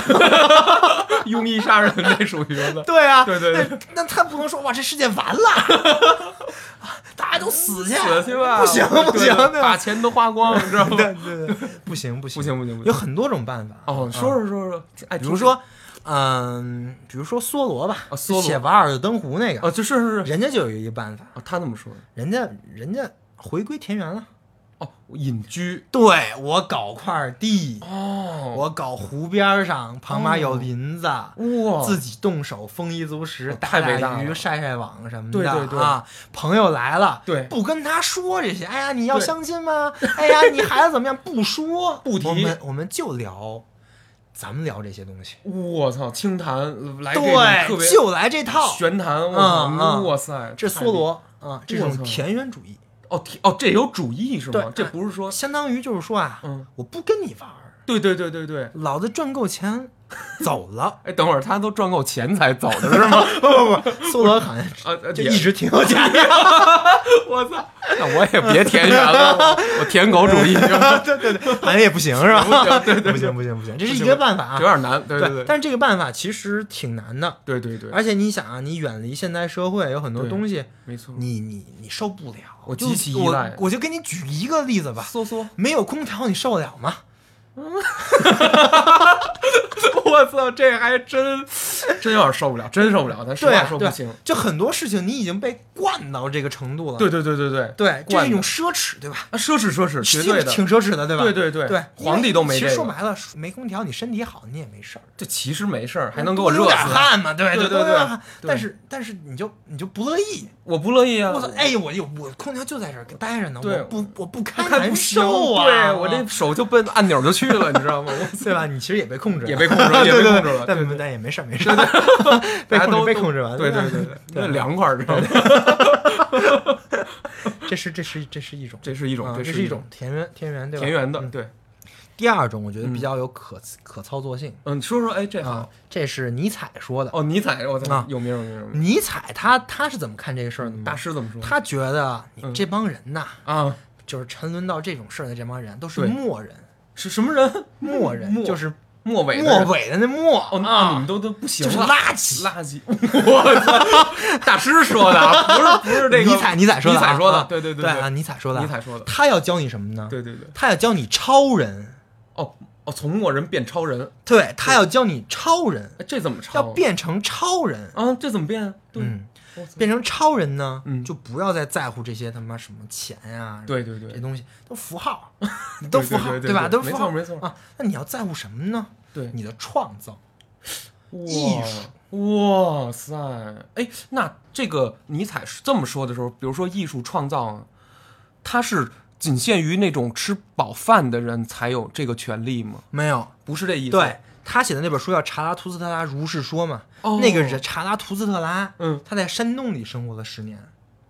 Speaker 2: 庸医杀人，这属于什么？
Speaker 4: *laughs* 对啊，
Speaker 2: 对对对
Speaker 4: 那那他不能说哇，这世界完了， *laughs* 大家都死去，
Speaker 2: 死去吧！
Speaker 4: 不行不行，
Speaker 2: 对
Speaker 4: 对
Speaker 2: 把
Speaker 4: 吧？
Speaker 2: 钱都花光，你知道吗？
Speaker 4: 对对对，不行不行
Speaker 2: 不行不行不
Speaker 4: 有
Speaker 2: 行。
Speaker 4: 很多种办法。
Speaker 2: 哦，说说说说，哎，
Speaker 4: 比如说，嗯，比如说梭罗吧，
Speaker 2: 啊梭罗
Speaker 4: 写《瓦尔的登湖》那
Speaker 2: 啊，
Speaker 4: 个，
Speaker 2: 就是是是，
Speaker 4: 人家就有一个办法，
Speaker 2: 啊他那么说的。
Speaker 4: 人家人家回归田园了，
Speaker 2: 哦，隐居
Speaker 4: 对我搞块地，
Speaker 2: 哦，
Speaker 4: 我搞湖边上，旁边有林子。
Speaker 2: 哇，
Speaker 4: 自己动手丰衣足食，
Speaker 2: 哦
Speaker 4: 打
Speaker 2: 太伟
Speaker 4: 打
Speaker 2: 大
Speaker 4: 鱼、
Speaker 2: 了
Speaker 4: 晒晒网什么的，
Speaker 2: 对对对
Speaker 4: 啊！朋友来了，
Speaker 2: 对
Speaker 4: 不跟他说这些。哎呀，你要
Speaker 2: 对
Speaker 4: 相亲吗？哎呀，你孩子怎么样？不说，
Speaker 2: *laughs* 不提
Speaker 4: 我们我们就聊，咱们聊这些东西。
Speaker 2: 我操，清谈呃来这种
Speaker 4: 对，
Speaker 2: 特别
Speaker 4: 就来这套。
Speaker 2: 玄谈，我
Speaker 4: 嗯
Speaker 2: 操，
Speaker 4: 嗯
Speaker 2: 哇塞，
Speaker 4: 这
Speaker 2: 太
Speaker 4: 梭罗啊，这
Speaker 2: 我
Speaker 4: 种
Speaker 2: 操
Speaker 4: 田园主义，
Speaker 2: 哦提哦，这有主义是吗
Speaker 4: 对？哎
Speaker 2: 这不是说
Speaker 4: 相当于就是说啊，
Speaker 2: 嗯，
Speaker 4: 我不跟你玩儿，
Speaker 2: 对对对对对。
Speaker 4: 老子赚够钱 *laughs* 走了。
Speaker 2: 哎，等会儿他都赚够钱才走
Speaker 4: *laughs*
Speaker 2: 的是吗？
Speaker 4: 梭罗好像
Speaker 2: 啊，啊
Speaker 4: 就
Speaker 2: 也
Speaker 4: 一直挺有价值。
Speaker 2: *laughs* 我操， *laughs* 那我也别田园了，我舔狗
Speaker 4: *laughs*
Speaker 2: 主义
Speaker 4: 对对对，好像也不行是吧？ *laughs* 对对，不行不行不行，这是一个办法啊
Speaker 2: 有。点难，对对
Speaker 4: 但是这个办法其实挺难的，
Speaker 2: 对对对，
Speaker 4: 而且你想啊，你远离现代社会，有很多
Speaker 2: 对
Speaker 4: 东西
Speaker 2: 没错。
Speaker 4: 你你你受不了。
Speaker 2: 我
Speaker 4: 就
Speaker 2: 极其依
Speaker 4: 我
Speaker 2: 赖
Speaker 4: 我就给你举一个例子吧，
Speaker 2: 梭梭，
Speaker 4: 没有空调你受得了吗？
Speaker 2: *laughs* 我操，这还真真有点受不了，真受不了，咱实
Speaker 4: 对
Speaker 2: 话
Speaker 4: 啊
Speaker 2: 说
Speaker 4: 对
Speaker 2: 不
Speaker 4: 啊
Speaker 2: 清。
Speaker 4: 就很多事情你已经被惯到这个程度了。
Speaker 2: 对对对对对
Speaker 4: 对，这
Speaker 2: 惯
Speaker 4: 是一种
Speaker 2: 的
Speaker 4: 奢侈，对吧？
Speaker 2: 啊，奢侈奢侈，绝对的，
Speaker 4: 挺奢侈的，对吧？
Speaker 2: 对对对
Speaker 4: 对，
Speaker 2: 皇帝都没
Speaker 4: 因为
Speaker 2: 这
Speaker 4: 其实说
Speaker 2: 个
Speaker 4: 白了，没空调，你身体好，你也没事儿，
Speaker 2: 这其实没事儿，还能给我
Speaker 4: 多流
Speaker 2: 热
Speaker 4: 嗯点
Speaker 2: 死。
Speaker 4: 汗嘛，对多
Speaker 2: 对对
Speaker 4: 流点
Speaker 2: 对
Speaker 4: 汗
Speaker 2: 对
Speaker 4: 但是但是你就你就不乐意，
Speaker 2: 我不乐意啊！
Speaker 4: 我操，哎，我有我空调就在这儿待着呢，
Speaker 2: 对
Speaker 4: 我不我不开
Speaker 2: 还
Speaker 4: 难
Speaker 2: 不行
Speaker 4: 受啊，
Speaker 2: 对我这手就奔按钮就去了，你知道吗？我
Speaker 4: *laughs* 对吧？你其实也被控制了，
Speaker 2: 也被
Speaker 4: *laughs*
Speaker 2: 控制了，也被控制了，
Speaker 4: 但但也没事儿没事儿， *laughs* 被
Speaker 2: 大家
Speaker 4: 控制
Speaker 2: 都
Speaker 4: 被控制完了，
Speaker 2: 对对对对，那凉快儿，知道吗？
Speaker 4: *laughs* 这是这是这是一种，
Speaker 2: 这是一种，
Speaker 4: 啊这
Speaker 2: 是
Speaker 4: 一种田园田园对吧？
Speaker 2: 田园的，
Speaker 4: 嗯
Speaker 2: 对，
Speaker 4: 第二种我觉得比
Speaker 2: 嗯
Speaker 4: 较有可可操作性
Speaker 2: 嗯，你说说，哎，这
Speaker 4: 啊
Speaker 2: 好，
Speaker 4: 这是尼采说的。
Speaker 2: 哦，尼采，我操
Speaker 4: 啊，
Speaker 2: 有名有名有名，
Speaker 4: 尼采他他是怎么看这个事儿的呢？
Speaker 2: 大师怎么说？
Speaker 4: 他觉得你
Speaker 2: 嗯
Speaker 4: 这帮人呐，
Speaker 2: 啊，
Speaker 4: 就是沉沦到这种事儿的这帮人都是
Speaker 2: 对
Speaker 4: 末人，
Speaker 2: 是什么人？
Speaker 4: 末人
Speaker 2: 末
Speaker 4: 就是
Speaker 2: 末尾的人，
Speaker 4: 末尾的那末
Speaker 2: 哦，那
Speaker 4: 啊
Speaker 2: 你们都都不行
Speaker 4: 就是
Speaker 2: 了，
Speaker 4: 垃圾
Speaker 2: 垃圾， *laughs* 我操，大师说的啊，
Speaker 4: *laughs*
Speaker 2: 不是不是这个
Speaker 4: 尼采，尼采说的啊，
Speaker 2: 尼采说的
Speaker 4: 啊
Speaker 2: 对对对
Speaker 4: 对
Speaker 2: 对
Speaker 4: 啊，尼采说的啊，
Speaker 2: 尼采说的
Speaker 4: 他要教你什么呢？
Speaker 2: 对对对，
Speaker 4: 他要教你超人，
Speaker 2: 哦哦，从末人变超人，
Speaker 4: 对他要教你超人，
Speaker 2: 哎，这怎么超
Speaker 4: 要
Speaker 2: 啊？
Speaker 4: 变成超人，
Speaker 2: 啊，这怎么变啊？对，
Speaker 4: 嗯
Speaker 2: 我操
Speaker 4: 变成超人呢，
Speaker 2: 嗯
Speaker 4: 就不要再在乎这些他妈什么钱呀，
Speaker 2: 对对对
Speaker 4: 这东西都符
Speaker 2: *laughs*
Speaker 4: 号，都符号
Speaker 2: 对对对
Speaker 4: 吧？
Speaker 2: 对
Speaker 4: 都符
Speaker 2: 没
Speaker 4: 号
Speaker 2: 错没错
Speaker 4: 啊。那你要在乎什么呢？
Speaker 2: 对
Speaker 4: 你的创造，艺
Speaker 2: 艺术，哇塞，哎，那这个尼采是这么说的时候，比如说艺术创造啊，它是仅限于那种吃饱饭的人才有这个权利吗？
Speaker 4: 没有
Speaker 2: 不是这意思。
Speaker 4: 对。他写的那本书叫《查拉图斯特拉如是说》嘛，
Speaker 2: 哦
Speaker 4: 那个人查拉图斯特拉，
Speaker 2: 嗯
Speaker 4: 他在山洞里生活了十年，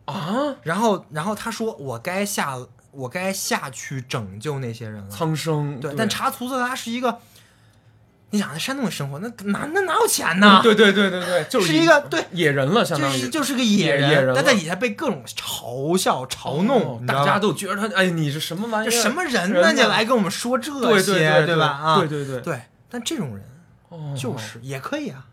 Speaker 2: 啊，
Speaker 4: 然后，然后他说：“我该下，我该下去拯救那些人了。
Speaker 2: 苍生
Speaker 4: 对，但查图斯特拉是一个，你想在山洞里生活，那哪那哪有钱
Speaker 2: 嗯
Speaker 4: 呢？
Speaker 2: 对对对对对，就是
Speaker 4: 一个对
Speaker 2: 野人了，相
Speaker 4: 就
Speaker 2: 当于哦
Speaker 4: 是就是个野
Speaker 2: 野人了
Speaker 4: 但在底下被各种嘲笑、嘲
Speaker 2: 哦
Speaker 4: 弄，你知道吧
Speaker 2: 大家都觉得他哎，你是什么玩意
Speaker 4: 这
Speaker 2: 儿？
Speaker 4: 什么人呢？你来跟我们说这
Speaker 2: 对
Speaker 4: 些，
Speaker 2: 对对
Speaker 4: 吧？啊，
Speaker 2: 对对对
Speaker 4: 对，但这种人
Speaker 2: 哦
Speaker 4: 就是也可以啊。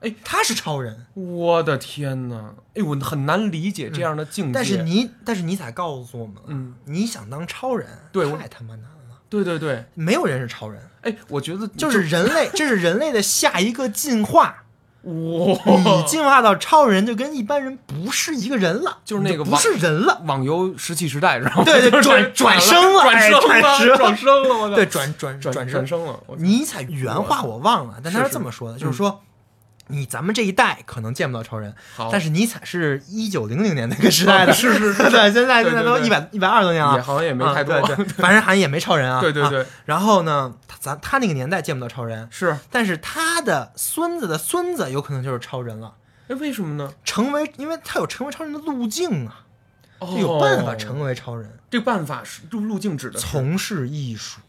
Speaker 2: 哎，
Speaker 4: 他是超人，
Speaker 2: 我的天哪！哎，我很难理解
Speaker 4: 嗯
Speaker 2: 这样的境界。
Speaker 4: 但是尼，但是尼采告诉我们了，
Speaker 2: 嗯
Speaker 4: 你想当超人，
Speaker 2: 对我
Speaker 4: 太他妈难了。对对对，没有人是超人，
Speaker 2: 哎，我觉得
Speaker 4: 就是人类，这是人类的下一个进化。你
Speaker 2: 哇，
Speaker 4: 进化到超人，就跟一般人不是一个人了，
Speaker 2: 就是那个
Speaker 4: 你不
Speaker 2: 网
Speaker 4: 是人了，
Speaker 2: 网游石器时代，然后
Speaker 4: 对对
Speaker 2: 就是
Speaker 4: 转转生了
Speaker 2: 转
Speaker 4: 哎
Speaker 2: 生
Speaker 4: 转生
Speaker 2: 了，
Speaker 4: 了
Speaker 2: 转生了，我操，
Speaker 4: 对，转转
Speaker 2: 转
Speaker 4: 转
Speaker 2: 转
Speaker 4: 生。
Speaker 2: 生了，我操
Speaker 4: 尼采原话我忘了，但他
Speaker 2: 是
Speaker 4: 是
Speaker 2: 是嗯
Speaker 4: 这么说的，就是说，你咱们这一代可能见不到超人，
Speaker 2: 好，
Speaker 4: 但
Speaker 2: 是
Speaker 4: 是尼采是一九零零年那个时代的，
Speaker 2: 哦是是是，
Speaker 4: *laughs* 对，现在现在都
Speaker 2: 对对对
Speaker 4: 一百一百二十多年了，
Speaker 2: 也好像也没太多
Speaker 4: 啊
Speaker 2: *laughs*
Speaker 4: 对对，反正好像也没超人啊，
Speaker 2: 对对
Speaker 4: 啊
Speaker 2: 对，
Speaker 4: 然后呢，他咱他那个年代见不到超人，
Speaker 2: 是，
Speaker 4: 但是他的孙子的孙子有可能就是超人了，
Speaker 2: 哎，为什么呢？
Speaker 4: 成为，因为他有成为超人的路径啊，
Speaker 2: 哦
Speaker 4: 就有办法成为超人，
Speaker 2: 这办法是路路径指的哦是，
Speaker 4: 从事艺术，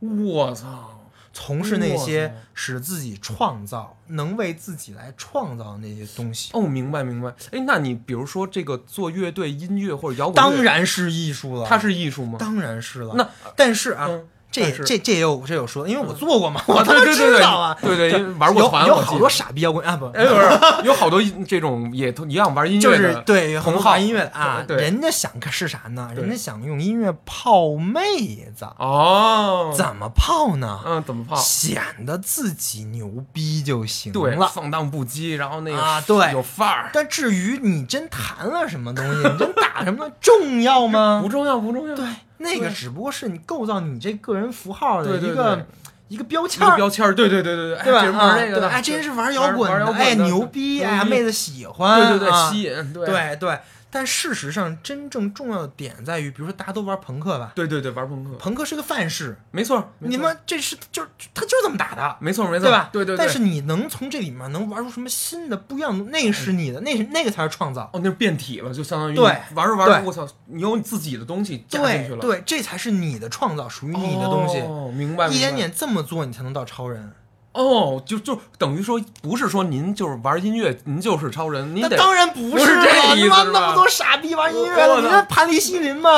Speaker 2: 我操，
Speaker 4: 从事那
Speaker 2: 哇
Speaker 4: 些
Speaker 2: 塞
Speaker 4: 使自己创造、能为自己来创造的那些东西，
Speaker 2: 哦，明白明白，哎，那你比如说这个做乐队、音乐或者摇滚，
Speaker 4: 当，然是艺术了，
Speaker 2: 它是艺术吗？
Speaker 4: 当然是了。
Speaker 2: 嗯那
Speaker 4: 但是啊，
Speaker 2: 嗯
Speaker 4: 这
Speaker 2: 但是
Speaker 4: 这这也有这有说，因为我做过嘛，
Speaker 2: 啊
Speaker 4: 我他妈
Speaker 2: 对对对
Speaker 4: 知道啊。
Speaker 2: 对对，因为玩过
Speaker 4: 有
Speaker 2: 团，
Speaker 4: 有
Speaker 2: 我记
Speaker 4: 好
Speaker 2: 得
Speaker 4: 多傻逼摇滚啊，不
Speaker 2: *laughs* 哎，不是，有好多这种也同一样玩音
Speaker 4: 就
Speaker 2: 乐
Speaker 4: 是
Speaker 2: 的，
Speaker 4: 对有很多
Speaker 2: 同好
Speaker 4: 玩音乐的啊，
Speaker 2: 对
Speaker 4: 人家想个是啥呢？
Speaker 2: 对
Speaker 4: 人家想用音乐泡妹子，
Speaker 2: 哦，
Speaker 4: 怎么泡呢？
Speaker 2: 嗯，怎么泡？
Speaker 4: 显得自己牛逼就行
Speaker 2: 对，
Speaker 4: 了。
Speaker 2: 放荡不羁，然后那个
Speaker 4: 啊对
Speaker 2: 有范儿，
Speaker 4: 但至于你真弹了什么东
Speaker 2: *laughs*
Speaker 4: 西，你真打什么，重要吗
Speaker 2: 不？重要，不重要，
Speaker 4: 对，那
Speaker 2: 对
Speaker 4: 个只不过是你构造你这个人符号的
Speaker 2: 对对
Speaker 4: 一个
Speaker 2: 对
Speaker 4: 一个标签
Speaker 2: 一个
Speaker 4: 儿，
Speaker 2: 标签儿，对对对对对，哎
Speaker 4: 对吧？
Speaker 2: 这人玩
Speaker 4: 啊
Speaker 2: 那个的，
Speaker 4: 对哎，这人是玩
Speaker 2: 摇
Speaker 4: 摇滚
Speaker 2: 玩摇
Speaker 4: 的，
Speaker 2: 滚的
Speaker 4: 哎，
Speaker 2: 对
Speaker 4: 牛逼，
Speaker 2: 牛
Speaker 4: 哎呀，
Speaker 2: 逼
Speaker 4: 妹子喜欢，
Speaker 2: 对对对，
Speaker 4: 啊
Speaker 2: 吸引，对
Speaker 4: 对对。但事实上，真正重要的点在于，比如说大家都玩朋克吧，
Speaker 2: 对对对，玩朋克，
Speaker 4: 朋克是个范式，
Speaker 2: 没错儿，没
Speaker 4: 你
Speaker 2: 错儿
Speaker 4: 们这是就是他就是这么打的，
Speaker 2: 没错儿没错儿，
Speaker 4: 对吧？
Speaker 2: 对对对，
Speaker 4: 但是你能从这里面能玩出什么新的不一样的，
Speaker 2: 嗯
Speaker 4: 那个是你的，那是那个才是创造。
Speaker 2: 哦，那是变体了，就相当于
Speaker 4: 对
Speaker 2: 你玩着玩着，
Speaker 4: 对
Speaker 2: 我操，你有你自己的东西加进去
Speaker 4: 对
Speaker 2: 了，
Speaker 4: 对，这才是你的创造，属于
Speaker 2: 哦，
Speaker 4: 你的东西。
Speaker 2: 明白，
Speaker 4: 一点
Speaker 2: 明白
Speaker 4: 点这么做，你才能到超人。
Speaker 2: 哦，就就等于说，不是说您就是玩音乐，您就是超人，您
Speaker 4: 那
Speaker 2: 得
Speaker 4: 当然不
Speaker 2: 不是
Speaker 4: 了，
Speaker 2: 这意思
Speaker 4: 他妈
Speaker 2: 是吧
Speaker 4: 那么多傻逼玩音乐
Speaker 2: 我我哎
Speaker 4: 的，你那盘尼西林吗？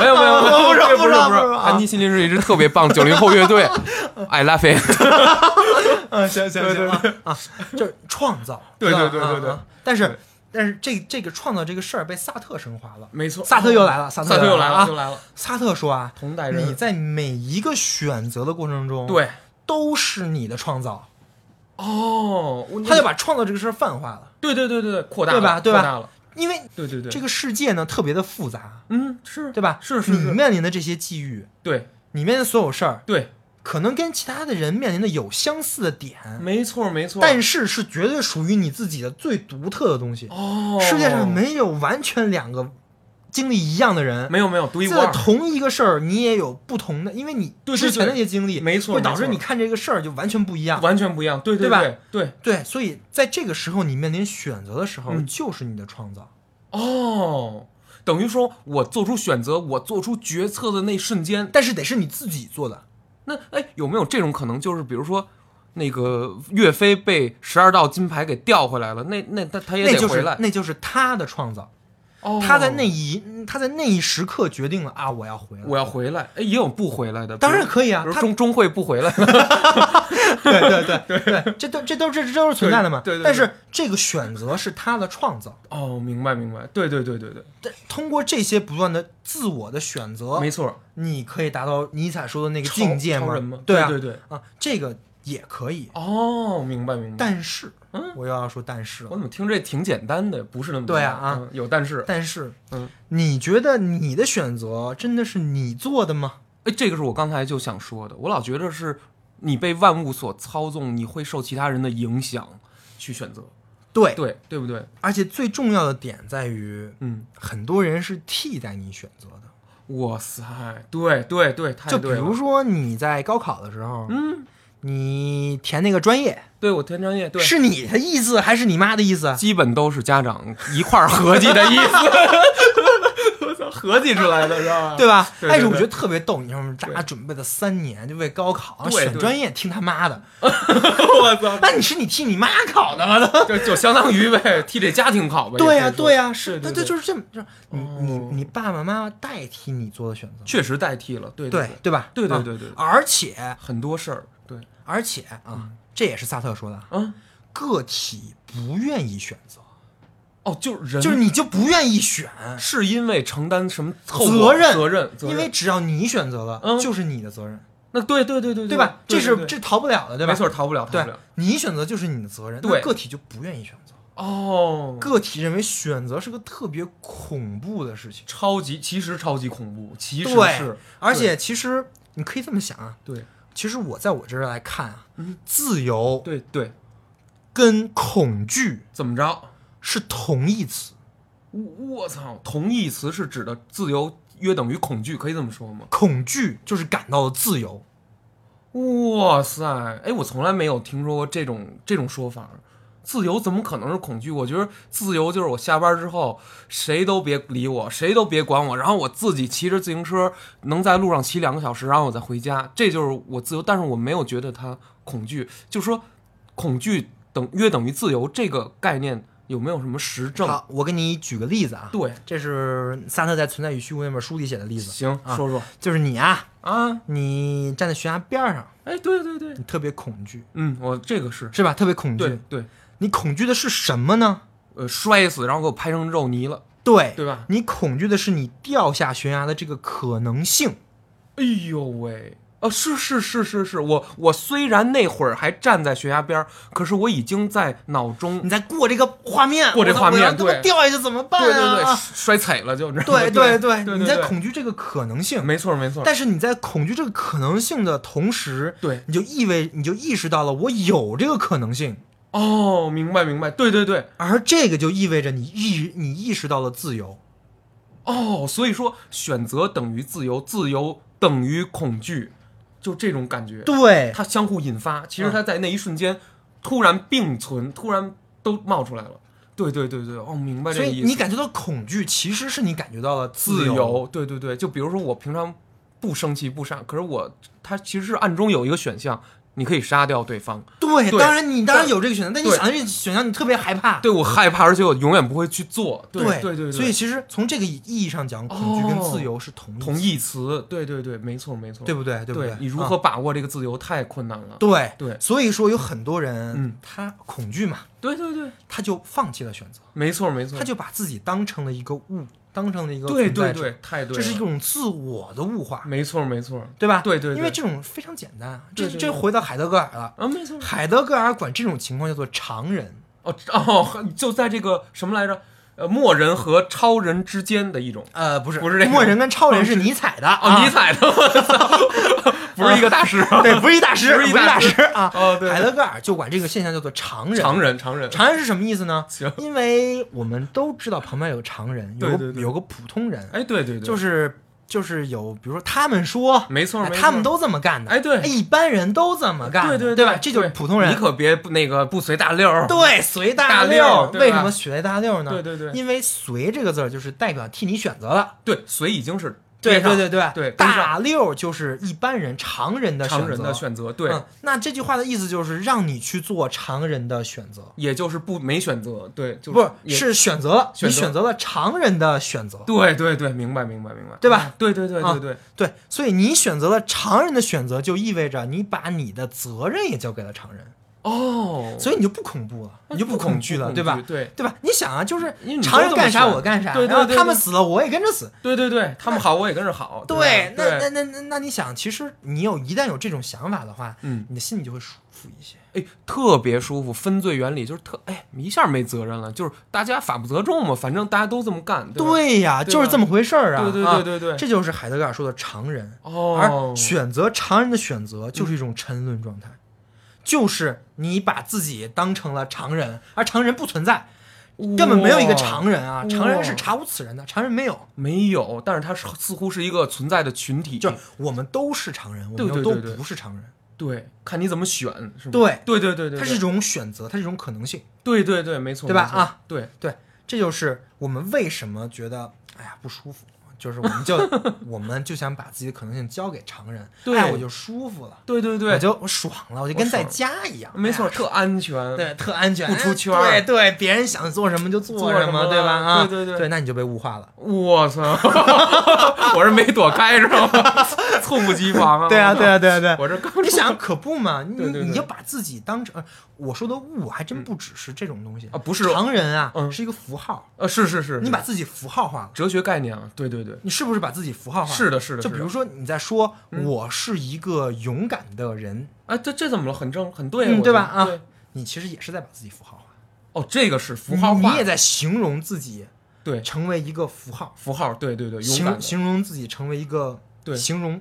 Speaker 2: 没有没有没有，
Speaker 4: 不是
Speaker 2: 这不
Speaker 4: 不是
Speaker 2: 不
Speaker 4: 不是
Speaker 2: 是，
Speaker 4: 啊
Speaker 2: 安妮心灵是一支特别棒九零后
Speaker 4: *laughs*
Speaker 2: 乐队，I love it。
Speaker 4: 嗯，行行行啊啊，就是创造，
Speaker 2: 对
Speaker 4: 是吧
Speaker 2: 对对对对
Speaker 4: 啊啊但是但是这这个创造这个事儿被萨特升华了。
Speaker 2: 没错，
Speaker 4: 萨特又来了，萨
Speaker 2: 嗯萨
Speaker 4: 特
Speaker 2: 特又来
Speaker 4: 来
Speaker 2: 了，
Speaker 4: 啊
Speaker 2: 又！来了，
Speaker 4: 萨特说啊，
Speaker 2: 同代
Speaker 4: 你
Speaker 2: 人，
Speaker 4: 在每一个选择的过程中，，
Speaker 2: 对，
Speaker 4: 都是你的创造。
Speaker 2: 哦，我
Speaker 4: 他就把创造这个事儿泛化了，
Speaker 2: 对对对对对，扩大
Speaker 4: 对吧
Speaker 2: 了
Speaker 4: 对
Speaker 2: 扩
Speaker 4: 吧
Speaker 2: 大了，
Speaker 4: 因为
Speaker 2: 对对对，
Speaker 4: 这个世界呢特别的复杂，
Speaker 2: 嗯是，
Speaker 4: 对吧？嗯
Speaker 2: 是是
Speaker 4: 你
Speaker 2: 是
Speaker 4: 面临的这些际遇，
Speaker 2: 对
Speaker 4: 你面临的所有事儿，
Speaker 2: 对，
Speaker 4: 可能跟其他的人面临的有相似的点，
Speaker 2: 没错没错，
Speaker 4: 但是是绝对属于你自己的最独特的东西。
Speaker 2: 哦，
Speaker 4: 世界上没有完全两个经历一样的人，
Speaker 2: 没有没有独一无
Speaker 4: 在
Speaker 2: 二，
Speaker 4: 同一个事儿你也有不同的，因为你
Speaker 2: 对对
Speaker 4: 之前的
Speaker 2: 对
Speaker 4: 那些经历，
Speaker 2: 没错
Speaker 4: 会导致
Speaker 2: 没错
Speaker 4: 你看这个事儿就完全不一样。
Speaker 2: 完全不一样，对
Speaker 4: 对吧
Speaker 2: 对对，
Speaker 4: 对，所以在这个时候你面临选择的时候，
Speaker 2: 嗯
Speaker 4: 就是你的创造。
Speaker 2: 哦，等于说我做出选择，我做出决策的那瞬间，
Speaker 4: 但是得是你自己做的，
Speaker 2: 那哎，有没有这种可能？就是比如说，那个岳飞被十二道金牌给调回来了，那那他他也
Speaker 4: 那
Speaker 2: 得
Speaker 4: 就是
Speaker 2: 回来。
Speaker 4: 那就是他的创造。
Speaker 2: 哦，
Speaker 4: 他在那一他在那一时刻决定了啊，我要回来。
Speaker 2: 我要回来，哎，也有不回来的，
Speaker 4: 当然可以啊
Speaker 2: 比如，
Speaker 4: 他
Speaker 2: 中中会不回来
Speaker 4: 对对
Speaker 2: *laughs*
Speaker 4: 对对，这都这都这这都是存在的嘛。
Speaker 2: 对对对
Speaker 4: 但是这个选择是他的创造，
Speaker 2: *laughs* 哦，明白明白，对对对对对，
Speaker 4: 但通过这些不断的自我的选择，
Speaker 2: 没错，
Speaker 4: 你可以达到尼采说的那个
Speaker 2: 超
Speaker 4: 境界
Speaker 2: 超
Speaker 4: 吗？
Speaker 2: 人吗？
Speaker 4: 对
Speaker 2: 对
Speaker 4: 啊
Speaker 2: 对对，
Speaker 4: 啊，这个也可以。
Speaker 2: 哦，明白明白。
Speaker 4: 但是，
Speaker 2: 嗯
Speaker 4: 我又要说但是啊了。
Speaker 2: 我怎么听着挺简单的，不是那么
Speaker 4: 对啊
Speaker 2: 简单
Speaker 4: 啊
Speaker 2: 嗯有但是，
Speaker 4: 但是，
Speaker 2: 嗯，
Speaker 4: 你觉得你的选择真的是你做的吗？
Speaker 2: 哎，这个是我刚才就想说的，我老觉得是你被万物所操纵，你会受其他人的影响去选择，
Speaker 4: 对，
Speaker 2: 对对不对？
Speaker 4: 而且最重要的点在于，
Speaker 2: 嗯，
Speaker 4: 很多人是替代你选择的。
Speaker 2: 哇塞，对对对，太
Speaker 4: 就比
Speaker 2: 对了
Speaker 4: 如说你在高考的时候，
Speaker 2: 嗯，
Speaker 4: 你填那个专业，
Speaker 2: 对我填专业，对，
Speaker 4: 是你的意思还是你妈的意思？
Speaker 2: 基本都是家长一块儿合计的意思， *laughs* 我操，合计出来的，知道吧？
Speaker 4: 对吧？
Speaker 2: 啊对对
Speaker 4: 但是
Speaker 2: 对
Speaker 4: 我觉得特别逗，你知道吗？大家准备了三年就为高考
Speaker 2: 对
Speaker 4: 选
Speaker 2: 对
Speaker 4: 专业，听他妈的。
Speaker 2: *laughs* 我操，
Speaker 4: 那你是你替你妈考的吗？
Speaker 2: 就就相当于呗，替这家庭考呗。
Speaker 4: *laughs* 对呀、
Speaker 2: 呀、
Speaker 4: 对呀、
Speaker 2: 对
Speaker 4: 是，
Speaker 2: 对
Speaker 4: 那这
Speaker 2: 对
Speaker 4: 就是这么，就是你你
Speaker 2: 哦
Speaker 4: 你爸爸妈妈代替你做的选择，
Speaker 2: 确实代替了，对
Speaker 4: 对
Speaker 2: 对，
Speaker 4: 对吧？
Speaker 2: 对对
Speaker 4: 啊
Speaker 2: 对对对
Speaker 4: 而且
Speaker 2: 很多事儿，对，
Speaker 4: 而且啊，这也是萨特说的，
Speaker 2: 嗯，
Speaker 4: 个体不愿意选择。
Speaker 2: 哦，就是人
Speaker 4: 就是你就不愿意选，
Speaker 2: 是因为承担什么后果
Speaker 4: 责任
Speaker 2: 责任，责
Speaker 4: 因
Speaker 2: 任
Speaker 4: 为只要你选择了，
Speaker 2: 嗯
Speaker 4: 就是你的责任，
Speaker 2: 那对对对对
Speaker 4: 对吧？这是
Speaker 2: 对
Speaker 4: 这逃不了的，对吧？
Speaker 2: 没错，，逃不了，逃
Speaker 4: 对
Speaker 2: 不了。，
Speaker 4: 你选择就是你的责任，那
Speaker 2: 对
Speaker 4: 个体就不愿意选择。
Speaker 2: 哦，
Speaker 4: 个体认为选择是个特别恐怖的事情，
Speaker 2: 超级其实超级恐怖，其实
Speaker 4: 对
Speaker 2: 是
Speaker 4: 而且其实你可以这么想啊，
Speaker 2: 对
Speaker 4: 其实我在我这儿来看啊
Speaker 2: 嗯，
Speaker 4: 自由
Speaker 2: 对对，
Speaker 4: 跟恐惧
Speaker 2: 怎么着？
Speaker 4: 是同义词，
Speaker 2: 我我操，同义词是指的自由约等于恐惧，可以这么说吗？
Speaker 4: 恐惧就是感到自由，
Speaker 2: 哇塞，哎，我从来没有听说过这种这种说法。自由怎么可能是恐惧？我觉得自由就是我下班之后谁都别理我，谁都别管我，然后我自己骑着自行车能在路上骑两个小时，然后我再回家，这就是我自由。但是我没有觉得它恐惧，就说恐惧等约等于自由这个概念有没有什么实证？
Speaker 4: 好，我给你举个例子啊，
Speaker 2: 对，
Speaker 4: 这是萨特在《存在与虚无》那本书里写的例子，
Speaker 2: 行，
Speaker 4: 啊
Speaker 2: 说说
Speaker 4: 就是你啊，
Speaker 2: 啊，
Speaker 4: 你站在悬崖边儿上，
Speaker 2: 哎，对对对，
Speaker 4: 你特别恐惧，
Speaker 2: 嗯，我这个是
Speaker 4: 是吧？特别恐
Speaker 2: 对
Speaker 4: 惧，
Speaker 2: 对，
Speaker 4: 你恐惧的是什么呢？
Speaker 2: 呃，摔死，然后给我拍成肉泥了，
Speaker 4: 对，
Speaker 2: 对吧？
Speaker 4: 你恐惧的是你掉下悬崖的这个可能性。
Speaker 2: 哎呦喂！哦，是是是是是，我我虽然那会儿还站在悬崖边儿，可是我已经在脑中，
Speaker 4: 你在过这个画面，
Speaker 2: 过这画面
Speaker 4: 我操我要他
Speaker 2: 对
Speaker 4: 妈掉下去怎么办
Speaker 2: 对对对，
Speaker 4: 啊？
Speaker 2: 摔踩了就，你知道吗
Speaker 4: 对
Speaker 2: *laughs* 对
Speaker 4: 对
Speaker 2: 对，
Speaker 4: 你在
Speaker 2: 对，
Speaker 4: 恐惧这个可能性，
Speaker 2: 没错没错，
Speaker 4: 但是你在恐惧这个可能性的同时，
Speaker 2: 对
Speaker 4: 你就意味你就意识到了我有这个可能性，
Speaker 2: 哦，明白明白，对对对，
Speaker 4: 而这个就意味着你意你意识到了自由，
Speaker 2: 哦，所以说选择等于自由，自由等于恐惧，就这种感觉，
Speaker 4: 对
Speaker 2: 它相互引发，其实
Speaker 4: 嗯
Speaker 2: 它在那一瞬间突然并存，突然都冒出来了，对对对对，哦，明白这
Speaker 4: 所
Speaker 2: 个
Speaker 4: 以
Speaker 2: 意思，
Speaker 4: 你感觉到恐惧，其实是你感觉到了
Speaker 2: 自
Speaker 4: 由。
Speaker 2: 由，对对对，就比如说我平常不生气不杀，可是我他其实是暗中有一个选项，你可以杀掉对方，
Speaker 4: 对，
Speaker 2: 对
Speaker 4: 当然你当然有这个选项，但你
Speaker 2: 对
Speaker 4: 想到这个选项，你特别害怕。
Speaker 2: 对我害怕，而且我永远不会去做，对
Speaker 4: 对
Speaker 2: 对对，
Speaker 4: 所以其实从这个意义上讲，恐惧跟自由是同义
Speaker 2: 哦同
Speaker 4: 词，
Speaker 2: 义词，对对对，没错没错，
Speaker 4: 对
Speaker 2: 不
Speaker 4: 不对？对
Speaker 2: 对
Speaker 4: 不对？
Speaker 2: 你如
Speaker 4: 啊
Speaker 2: 何把握这个自由太困难了，
Speaker 4: 对
Speaker 2: 对
Speaker 4: 所以说有很多人，
Speaker 2: 嗯，
Speaker 4: 他恐惧嘛，
Speaker 2: 对对对，
Speaker 4: 他就放弃了选择，
Speaker 2: 没错没错，
Speaker 4: 他就把自己当成了一个物，当成了一个
Speaker 2: 对
Speaker 4: 存在
Speaker 2: 对
Speaker 4: 者
Speaker 2: 对，，太对
Speaker 4: 这
Speaker 2: 了，
Speaker 4: 是一种自我的物化，
Speaker 2: 没错没错，
Speaker 4: 对吧？
Speaker 2: 对对对
Speaker 4: 因为这种非常简单啊，这
Speaker 2: 对对
Speaker 4: 这
Speaker 2: 对
Speaker 4: 回到海德格尔了，
Speaker 2: 啊没错，
Speaker 4: 海德格尔管这种情况叫做常人，
Speaker 2: 哦哦，就在这个什么来着，呃，默人和超人之间的一种。
Speaker 4: 呃，不是
Speaker 2: 不是这个
Speaker 4: 默认跟超人是尼采的
Speaker 2: 哦，
Speaker 4: 啊，
Speaker 2: *laughs* 尼采的，我操，不是一个大师啊，
Speaker 4: 对，不是一大师，
Speaker 2: 不
Speaker 4: 不
Speaker 2: 是
Speaker 4: 是
Speaker 2: 一
Speaker 4: 一
Speaker 2: 大
Speaker 4: 大
Speaker 2: 师
Speaker 4: 师啊。
Speaker 2: 哦对
Speaker 4: 海德格尔就管这个现象叫做常人。
Speaker 2: 常人，常人，
Speaker 4: 常人是什么意思呢
Speaker 2: 行？
Speaker 4: 因为我们都知道旁边有个常人，有
Speaker 2: 对
Speaker 4: 个
Speaker 2: 对对
Speaker 4: 有个普通人，
Speaker 2: 哎，对对对，
Speaker 4: 就是就是有，比如说他们说，
Speaker 2: 没错
Speaker 4: 哎
Speaker 2: 没错
Speaker 4: 他们都这么干的，
Speaker 2: 哎对
Speaker 4: 一般人都这么干的，
Speaker 2: 对对
Speaker 4: 对吧？这就是普通人
Speaker 2: 你，可别不那个不随大溜儿，
Speaker 4: 对，随
Speaker 2: 大溜
Speaker 4: 溜。
Speaker 2: 对吧
Speaker 4: 为什么随大溜呢？
Speaker 2: 对对对
Speaker 4: 因为“随”这个字儿就是代表替你选择了。
Speaker 2: 对，随已经是
Speaker 4: 对
Speaker 2: 跟上
Speaker 4: 对对对
Speaker 2: 对，跟上
Speaker 4: 大溜就是一般人常人的选择，
Speaker 2: 常人的选择，对
Speaker 4: 嗯，，那这句话的意思就是让你去做常人的选择，
Speaker 2: 也就是不没选择，对，就
Speaker 4: 不是
Speaker 2: 也
Speaker 4: 是选择了，
Speaker 2: 选
Speaker 4: 你
Speaker 2: 择
Speaker 4: 选择了常人的选择，
Speaker 2: 对对对，明白明白明白，
Speaker 4: 对吧？
Speaker 2: 对对对
Speaker 4: 啊
Speaker 2: 对对，
Speaker 4: 对，所以你选择了常人的选择，就意味着你把你的责任也交给了常人，
Speaker 2: 哦，
Speaker 4: 所以你就不恐怖了，你就不恐惧了，
Speaker 2: 不
Speaker 4: 对吧？
Speaker 2: 对
Speaker 4: 对吧？你想啊，就是
Speaker 2: 因为你都
Speaker 4: 常人干啥
Speaker 2: 这么选
Speaker 4: 我干啥，
Speaker 2: 对对
Speaker 4: 然后
Speaker 2: 对
Speaker 4: 他们
Speaker 2: 对
Speaker 4: 死了我也跟着死。
Speaker 2: 对对对，他们好我也跟着好，
Speaker 4: 对，
Speaker 2: 吧
Speaker 4: 那那
Speaker 2: 对，
Speaker 4: 那那那你想，其实你有一旦有这种想法的话，
Speaker 2: 嗯
Speaker 4: 你的心里就会舒服一些。
Speaker 2: 哎，特别舒服，分罪原理就是特哎一下没责任了，就是大家法不责众嘛，反正大家都这么干，吧
Speaker 4: 对呀，
Speaker 2: 对
Speaker 4: 就是
Speaker 2: 吧
Speaker 4: 这么回事儿啊！
Speaker 2: 对对
Speaker 4: 啊
Speaker 2: 对对对
Speaker 4: 这就是海德格尔说的常人。
Speaker 2: 哦嗯
Speaker 4: 而，选择常人的选择就是一种沉沦状态，就是你把自己当成了常人，而常人不存在，根本没有一个常人啊！
Speaker 2: 哇
Speaker 4: 常人是查无此人的，常人没有，
Speaker 2: 没有，但是它是似乎是一个存在的群体，
Speaker 4: 就是我们都是常人，我
Speaker 2: 嗯对
Speaker 4: 们又
Speaker 2: 对
Speaker 4: 都
Speaker 2: 对对
Speaker 4: 不是常人。
Speaker 2: 对，看你怎么选，是吧？
Speaker 4: 对
Speaker 2: 对对对对，
Speaker 4: 它是一种选择，它是一种可能性。
Speaker 2: 对对对，没错，
Speaker 4: 对吧
Speaker 2: 没错
Speaker 4: 啊，
Speaker 2: 对，
Speaker 4: 对，这就是我们为什么觉得哎呀不舒服，就是我们
Speaker 2: *laughs*
Speaker 4: 就我们就想把自己的可能性交给常人，
Speaker 2: 对
Speaker 4: 哎，我就舒服了，
Speaker 2: 对对
Speaker 4: 我
Speaker 2: 对，
Speaker 4: 啊就我爽了，我就跟
Speaker 2: 我爽
Speaker 4: 在家一样，
Speaker 2: 没错，
Speaker 4: 哎呀
Speaker 2: 特安全。
Speaker 4: 对，特安全，
Speaker 2: 不出圈儿
Speaker 4: 哎对对，别人想做什么就做
Speaker 2: 做
Speaker 4: 什
Speaker 2: 什么
Speaker 4: 对吧？啊，
Speaker 2: 对对对
Speaker 4: 那你就被物化了。
Speaker 2: 我操！ *laughs* 我是没躲开是吧？ *laughs* 猝不及防啊！
Speaker 4: 对啊，对啊，对啊，对啊。
Speaker 2: 我这刚
Speaker 4: *laughs* 你想可不嘛？你
Speaker 2: 对对对
Speaker 4: 你就把自己当成，呃我说的物还真不只是这种东西
Speaker 2: 啊不是
Speaker 4: 常人啊，
Speaker 2: 嗯
Speaker 4: 是一个符号。
Speaker 2: 呃，是是是，
Speaker 4: 你把自己符号化了，
Speaker 2: 哲学概念啊，对对对，
Speaker 4: 你是不是把自己符号化了？
Speaker 2: 是的，是的，
Speaker 4: 就是比
Speaker 2: 的嗯
Speaker 4: 如说你在说我是一个勇敢的人，
Speaker 2: 啊，这这怎么了？很正，很对
Speaker 4: 嗯
Speaker 2: 啊，我觉得
Speaker 4: 对吧啊
Speaker 2: 对
Speaker 4: 你其实也是在把自己符号化，
Speaker 2: 哦，这个是符号
Speaker 4: 你
Speaker 2: 化，
Speaker 4: 你也在形容自己
Speaker 2: 对
Speaker 4: 成为一个符号，
Speaker 2: 符号，对对对，勇敢
Speaker 4: 形
Speaker 2: 的
Speaker 4: 形容自己成为一个
Speaker 2: 对
Speaker 4: 形容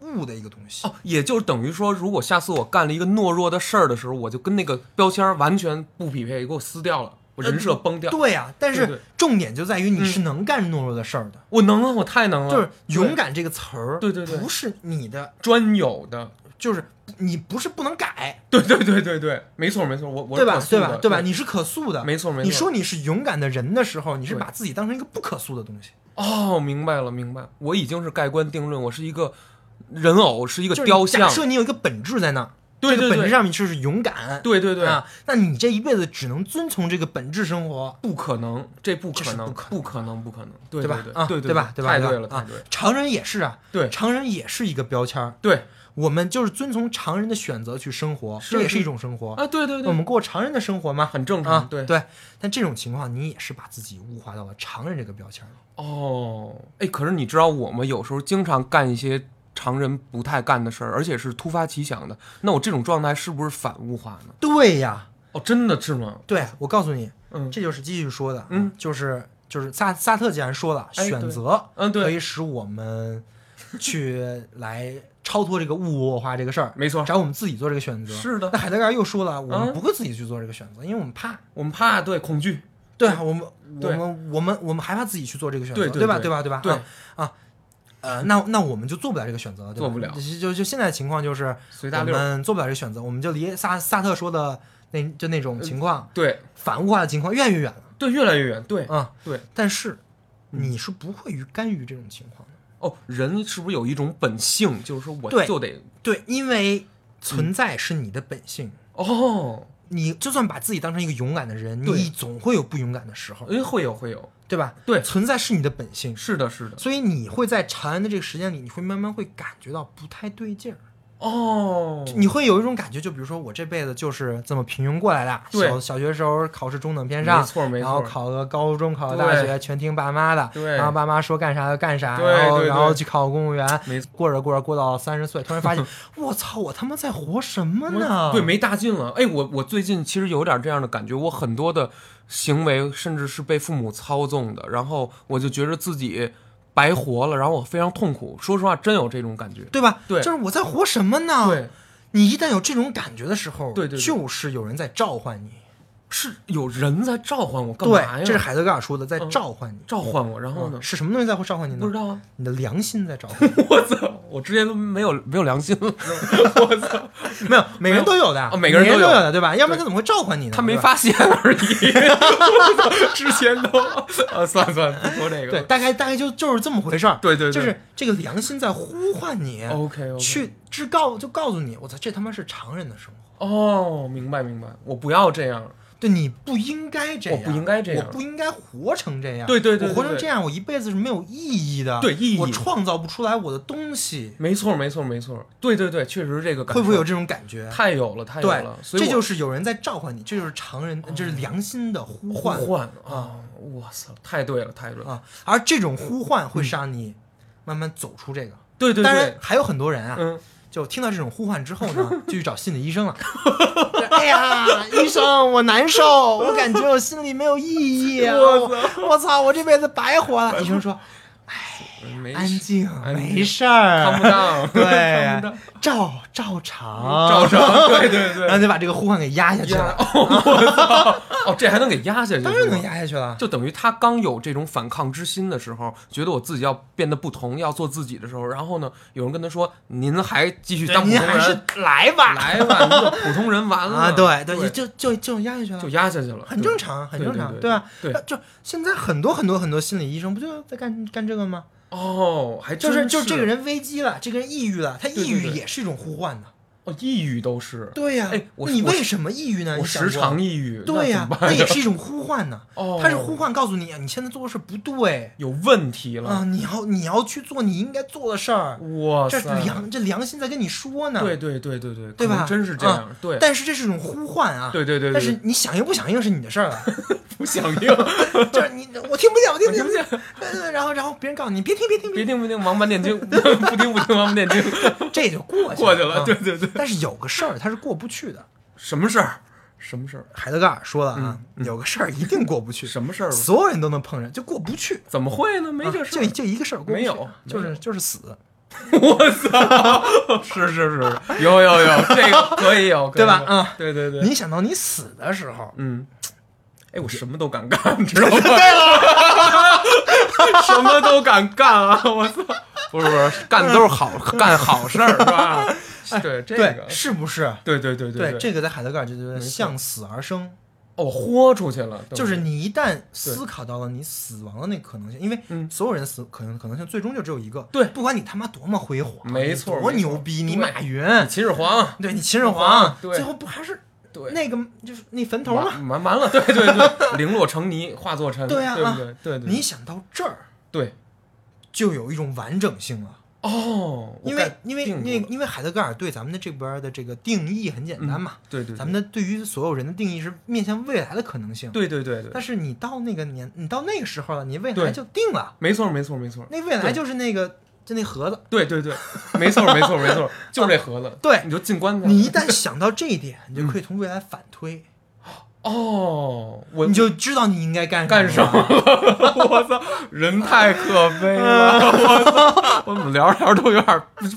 Speaker 4: 物的一个东西。
Speaker 2: 哦，也就等于说，如果下次我干了一个懦弱的事儿的时候，我就跟那个标签儿完全不匹配，给我撕掉了，我人设崩掉。
Speaker 4: 呃对呀、但
Speaker 2: 对
Speaker 4: 是
Speaker 2: 啊对
Speaker 4: 重点就在于你是能干懦弱的事儿的，
Speaker 2: 我能啊，我太能了，
Speaker 4: 就是勇
Speaker 2: 对
Speaker 4: 敢这个词儿，
Speaker 2: 对对对
Speaker 4: 不是你的，
Speaker 2: 专有的。
Speaker 4: 就是你不是不能改，
Speaker 2: 对对对对对，没错没错，我我
Speaker 4: 对吧
Speaker 2: 我？
Speaker 4: 对
Speaker 2: 素
Speaker 4: 吧
Speaker 2: 的？
Speaker 4: 对吧？你是可塑的，
Speaker 2: 没错没错
Speaker 4: 你说你是勇敢的人的时候，你是
Speaker 2: 对
Speaker 4: 把自己当成一个不可塑的东西，
Speaker 2: 哦，明白了明白了，我已经是盖棺定论，我是一个人偶，是一个
Speaker 4: 就是
Speaker 2: 雕
Speaker 4: 你假
Speaker 2: 像。
Speaker 4: 设你有一个本质在那儿，
Speaker 2: 对对
Speaker 4: 这个本质
Speaker 2: 对，
Speaker 4: 上面就是勇敢，
Speaker 2: 对对对，
Speaker 4: 啊，那你这一辈子只能遵从这个本质生活，
Speaker 2: 不可能，这不
Speaker 4: 这
Speaker 2: 可
Speaker 4: 是
Speaker 2: 能，
Speaker 4: 不可
Speaker 2: 不可能，不可能，对
Speaker 4: 对吧
Speaker 2: 对？
Speaker 4: 啊，
Speaker 2: 对
Speaker 4: 对吧？对吧？
Speaker 2: 太
Speaker 4: 吧
Speaker 2: 对了，太
Speaker 4: 啊
Speaker 2: 对了，！
Speaker 4: 常人也是啊，
Speaker 2: 对
Speaker 4: 常人也是一个标签儿。
Speaker 2: 对
Speaker 4: 我们就是遵从常人的选择去生活，
Speaker 2: 是
Speaker 4: 这也是
Speaker 2: 是
Speaker 4: 一种生活。
Speaker 2: 啊，对对
Speaker 4: 我
Speaker 2: 对，
Speaker 4: 们过常人的生活嘛，
Speaker 2: 很正
Speaker 4: 啊
Speaker 2: 常，，对
Speaker 4: 对。但这种情况，你也是把自己物化到了常人这个标签儿里。
Speaker 2: 哦，哎，可是你知道我们有时候经常干一些常人不太干的事儿，而且是突发奇想的。那我这种状态是不是反物化呢？
Speaker 4: 对呀，
Speaker 2: 哦，真的是吗？
Speaker 4: 对啊我告诉你，
Speaker 2: 嗯
Speaker 4: 这就是继续说的，啊
Speaker 2: 嗯，
Speaker 4: 就是就是萨萨特既然说了，
Speaker 2: 哎
Speaker 4: 选
Speaker 2: 对
Speaker 4: 择
Speaker 2: 嗯，
Speaker 4: 可
Speaker 2: 对，
Speaker 4: 以使我们去来超脱这个物化这个事儿，
Speaker 2: 没错
Speaker 4: 只，要我们自己做这个选择。
Speaker 2: 是的
Speaker 4: 那，海德格尔又说了，我们
Speaker 2: 嗯
Speaker 4: 不会自己去做这个选择，因为我们怕。
Speaker 2: 我们怕对恐惧，
Speaker 4: 对啊，我们我
Speaker 2: 对
Speaker 4: 们我们我们害怕自己去做这个选择，
Speaker 2: 对对
Speaker 4: 吧？
Speaker 2: 对
Speaker 4: 对吧？对吧？
Speaker 2: 对
Speaker 4: 啊啊，呃，那那我们就做不了这个选择了，对吧
Speaker 2: 做不了
Speaker 4: 就就就现在的情况就是，
Speaker 2: 随
Speaker 4: 我
Speaker 2: 大溜儿。
Speaker 4: 们做不了这个选择，我们就离萨萨特说的那就那
Speaker 2: 呃
Speaker 4: 种情况，
Speaker 2: 对
Speaker 4: 反物化的情况越来越远了
Speaker 2: 对，越来越远。对
Speaker 4: 啊。
Speaker 2: 对，嗯
Speaker 4: 但是你是不会于甘于这种情况的，
Speaker 2: 哦，人是不是有一种本性，就是说我
Speaker 4: 对
Speaker 2: 就得
Speaker 4: 对，因为存
Speaker 2: 嗯
Speaker 4: 在是你的本性。
Speaker 2: 哦，
Speaker 4: 你就算把自己当成一个勇敢的人，
Speaker 2: 对
Speaker 4: 你总会有不勇敢的时候，
Speaker 2: 哎，会有会有，
Speaker 4: 对吧？
Speaker 2: 对
Speaker 4: 存在是你的本性，
Speaker 2: 是的，是的。
Speaker 4: 所以你会在长安的这个时间里，你会慢慢会感觉到不太对劲儿，
Speaker 2: 哦，
Speaker 4: 你会有一种感觉，就比如说我这辈子就是这么平庸过来的，
Speaker 2: 对
Speaker 4: 小小学时候考试中等偏
Speaker 2: 没
Speaker 4: 上。
Speaker 2: 错没
Speaker 4: 然后
Speaker 2: 错，
Speaker 4: 考个高中，考个大学，全听爸妈的。
Speaker 2: 对
Speaker 4: 然后爸妈说干啥就干啥，
Speaker 2: 对
Speaker 4: 然后
Speaker 2: 对对
Speaker 4: 然后去考公务员
Speaker 2: 没错，
Speaker 4: 过着过着过到三十岁，突然发
Speaker 2: *laughs*
Speaker 4: 现，我操，我他妈在活什么呢？
Speaker 2: 对，没大劲了。哎，我我最近其实有点这样的感觉，我很多的行为甚至是被父母操纵的，然后我就觉得自己白活了，然后我非常痛苦。说实话，真有这种感觉。
Speaker 4: 对吧？
Speaker 2: 对
Speaker 4: 就是我在活什么呢？
Speaker 2: 对，
Speaker 4: 你一旦有这种感觉的时候，
Speaker 2: 对对对
Speaker 4: 就是有人在召唤你。
Speaker 2: 是有人在召唤我干
Speaker 4: 对
Speaker 2: 嘛呀？，
Speaker 4: 这是海嗯德格尔说的，在
Speaker 2: 嗯
Speaker 4: 召唤你。
Speaker 2: 召唤我，然后呢？
Speaker 4: 是什么东西在会召唤你呢？
Speaker 2: 不知道啊！ *laughs*
Speaker 4: 你的良心在召唤你。
Speaker 2: 我操！我之前都没有没有良心了， *laughs* 我操！ *laughs*
Speaker 4: 没有，每个人都有的，啊
Speaker 2: 哦
Speaker 4: 每
Speaker 2: 每个人
Speaker 4: 都
Speaker 2: 都有
Speaker 4: 的，对吧？要不然他怎么会召唤你呢？
Speaker 2: 他没
Speaker 4: 对吧。
Speaker 2: 发现而已。 *laughs* 我操！之前都啊，算了算了，不说这个。
Speaker 4: 对，大概大概就就是这么回事儿。
Speaker 2: 对对对
Speaker 4: 就是这个良心在呼唤你，
Speaker 2: ，OK OK。
Speaker 4: 去至告就告诉你，我操，这他妈是常人的生活。
Speaker 2: 哦，明白明白，我不要这样。
Speaker 4: 对，你不应该这样，
Speaker 2: 我不应该这样
Speaker 4: 我不应该活成这样。
Speaker 2: 对对对对
Speaker 4: 我活成这样，我一辈子是没有意义的。
Speaker 2: 对意义
Speaker 4: 我创造不出来我的东西，
Speaker 2: 没错，没错，没错，对对对，确实是这个感
Speaker 4: 会不会有
Speaker 2: 受
Speaker 4: 这种感觉？
Speaker 2: 太有了，太有
Speaker 4: 对
Speaker 2: 了，，所以
Speaker 4: 这就是是有人在召唤你，这就是常人，这是良心的呼
Speaker 2: 呼
Speaker 4: 唤
Speaker 2: 唤啊！我操，太对了，太对了，
Speaker 4: 啊。而这种呼唤会让你慢慢走出这个。
Speaker 2: 对嗯对
Speaker 4: 当然
Speaker 2: 对，
Speaker 4: 还有很多人啊，
Speaker 2: 嗯，
Speaker 4: 就听到这种呼唤之后
Speaker 2: *laughs*
Speaker 4: 呢，就去找心理医生了。哎呀，医生，我难受，我感觉我心里没有意义啊！我我操，我这辈子白活了。医生说：“哎，
Speaker 2: 没
Speaker 4: 安静，
Speaker 2: 安静
Speaker 4: 没事儿，
Speaker 2: 看
Speaker 4: *laughs*
Speaker 2: 不到，
Speaker 4: 对
Speaker 2: *laughs* 看不到，
Speaker 4: 照照常，
Speaker 2: 照常，对对
Speaker 4: 然
Speaker 2: 对，
Speaker 4: 后就把这个呼唤给压下去
Speaker 2: 压
Speaker 4: 了，
Speaker 2: 哦，我操，哦，这还能给压下去？
Speaker 4: 当然
Speaker 2: 是吗
Speaker 4: 能。压下去了。
Speaker 2: 就等于他刚有这种反抗之心的时候，觉得我自己要变得不同，要做自己的时候，然后呢，有人跟他说：“您还继续当普
Speaker 4: 您
Speaker 2: 通
Speaker 4: 还是
Speaker 2: 人，
Speaker 4: 来吧，
Speaker 2: 来吧，您就普通人完了。”
Speaker 4: 啊，对
Speaker 2: 对，
Speaker 4: 就就就压下去了，
Speaker 2: 就压下去了，
Speaker 4: 很正常，很
Speaker 2: 对
Speaker 4: 正
Speaker 2: 对
Speaker 4: 常，
Speaker 2: 对
Speaker 4: 吧？
Speaker 2: 对
Speaker 4: 那就现在很多很多很多心理医生不就在干干这个吗？
Speaker 2: 对。哦，还
Speaker 4: 就是
Speaker 2: 真是
Speaker 4: 就是这个人危机了，这个人抑郁了，他抑
Speaker 2: 对
Speaker 4: 郁
Speaker 2: 对对
Speaker 4: 也是一种呼唤呢。
Speaker 2: 哦，抑郁都是，
Speaker 4: 对呀
Speaker 2: 哎，我
Speaker 4: 你
Speaker 2: 我
Speaker 4: 为什么抑郁呢？
Speaker 2: 我
Speaker 4: 你想过
Speaker 2: 时常抑郁，那
Speaker 4: 对呀
Speaker 2: 怎么，办
Speaker 4: 那也是一种呼唤呢。
Speaker 2: 哦，
Speaker 4: 他是呼唤告诉你，你现在做的事不对
Speaker 2: 有问题
Speaker 4: 啊，
Speaker 2: 了，
Speaker 4: 你要你要去做你应该做的事儿。
Speaker 2: 哇
Speaker 4: 这
Speaker 2: 塞，
Speaker 4: 良这良心在跟你说呢。
Speaker 2: 对对对对对，
Speaker 4: 对吧
Speaker 2: 可能真是这
Speaker 4: 啊
Speaker 2: 样，对，
Speaker 4: 但是这是一种呼唤啊。
Speaker 2: 对对对，对
Speaker 4: 但是你响应不响应是你的事儿了，
Speaker 2: 不响应，我
Speaker 4: 就是你我听不见，我听不
Speaker 2: 听
Speaker 4: 见
Speaker 2: 不。见，
Speaker 4: *laughs* 呃然后然后别人告诉你别听别听
Speaker 2: 别
Speaker 4: 别
Speaker 2: 听不听，王八念经， *laughs* 不听不听，王八
Speaker 4: *laughs*
Speaker 2: 念经，
Speaker 4: 听，这就过去
Speaker 2: 过去了，
Speaker 4: 啊
Speaker 2: 对对对，
Speaker 4: 但是有个事儿他是过不去的。
Speaker 2: 什么事儿？什么事儿？
Speaker 4: 海德格尔说了啊，有个事儿一定过不去，
Speaker 2: 嗯 *laughs* 什么事儿？
Speaker 4: 所有人都能碰上，就过不去。
Speaker 2: 怎么会呢？没
Speaker 4: 啊
Speaker 2: 这事
Speaker 4: 就
Speaker 2: 儿，
Speaker 4: 就一个事儿过不去，啊
Speaker 2: 没有
Speaker 4: 就
Speaker 2: 没
Speaker 4: 是
Speaker 2: 有
Speaker 4: 就是死，
Speaker 2: 我操！
Speaker 4: *laughs*
Speaker 2: 是是是是，有有有，这个可以有，可以
Speaker 4: 对吧？
Speaker 2: 有
Speaker 4: 啊，
Speaker 2: 对对对，
Speaker 4: 你想到你死的时候，
Speaker 2: 嗯，哎，我啊什么都敢干，知道 *laughs* 吗？ *laughs* 什么都敢干啊！我操！不是不是，干的都是好，干好事儿是吧？哎 *laughs* 对这
Speaker 4: 对
Speaker 2: 个，，
Speaker 4: 是不是？
Speaker 2: 对对对对，
Speaker 4: 这个在海德格尔就觉得
Speaker 2: 错
Speaker 4: 向死而生，
Speaker 2: 哦，豁出去了，
Speaker 4: 就是你一旦思考到了你死亡的那可能性，因为
Speaker 2: 嗯
Speaker 4: 所有人死可能可能性最终就只有一个。
Speaker 2: 对
Speaker 4: 不管你他妈多么辉煌，
Speaker 2: 没
Speaker 4: 你多
Speaker 2: 错没错
Speaker 4: 牛逼，
Speaker 2: 对
Speaker 4: 你马云，
Speaker 2: 秦始皇，
Speaker 4: 对你秦始
Speaker 2: 皇
Speaker 4: 皇，
Speaker 2: 对
Speaker 4: 最后不还是
Speaker 2: 对，
Speaker 4: 那个就是那坟头吗？
Speaker 2: 完完完了，对对对，零落成泥，化作尘，
Speaker 4: 对
Speaker 2: 对
Speaker 4: 啊
Speaker 2: 不对？对对，
Speaker 4: 你想到这儿，
Speaker 2: 对
Speaker 4: 就有一种完整性了。
Speaker 2: 哦，
Speaker 4: 因为因为
Speaker 2: 那
Speaker 4: 那因为海德格尔对咱们的这边的这个定义很简单嘛，
Speaker 2: 嗯对对，
Speaker 4: 咱们的对于所有人的定义是面向未来的可能性。，
Speaker 2: 对对对对，
Speaker 4: 但是你到那个年，你到那个时候了，你未
Speaker 2: 对
Speaker 4: 来就定了，
Speaker 2: 没错没错没错，
Speaker 4: 那未
Speaker 2: 对
Speaker 4: 来就是那个就那盒子。
Speaker 2: 对对对，没错没错没 *laughs* 错，就是这盒子，
Speaker 4: 对
Speaker 2: 你就进棺材，
Speaker 4: 你一旦想到这一点，你就可以
Speaker 2: 嗯
Speaker 4: 从未来反推，
Speaker 2: 哦，我
Speaker 4: 你就知道你应该干
Speaker 2: 干什
Speaker 4: 什
Speaker 2: 么
Speaker 4: 么了。
Speaker 2: 我操，人太可悲了！我操， *laughs* 我怎么聊着聊着都有点儿，我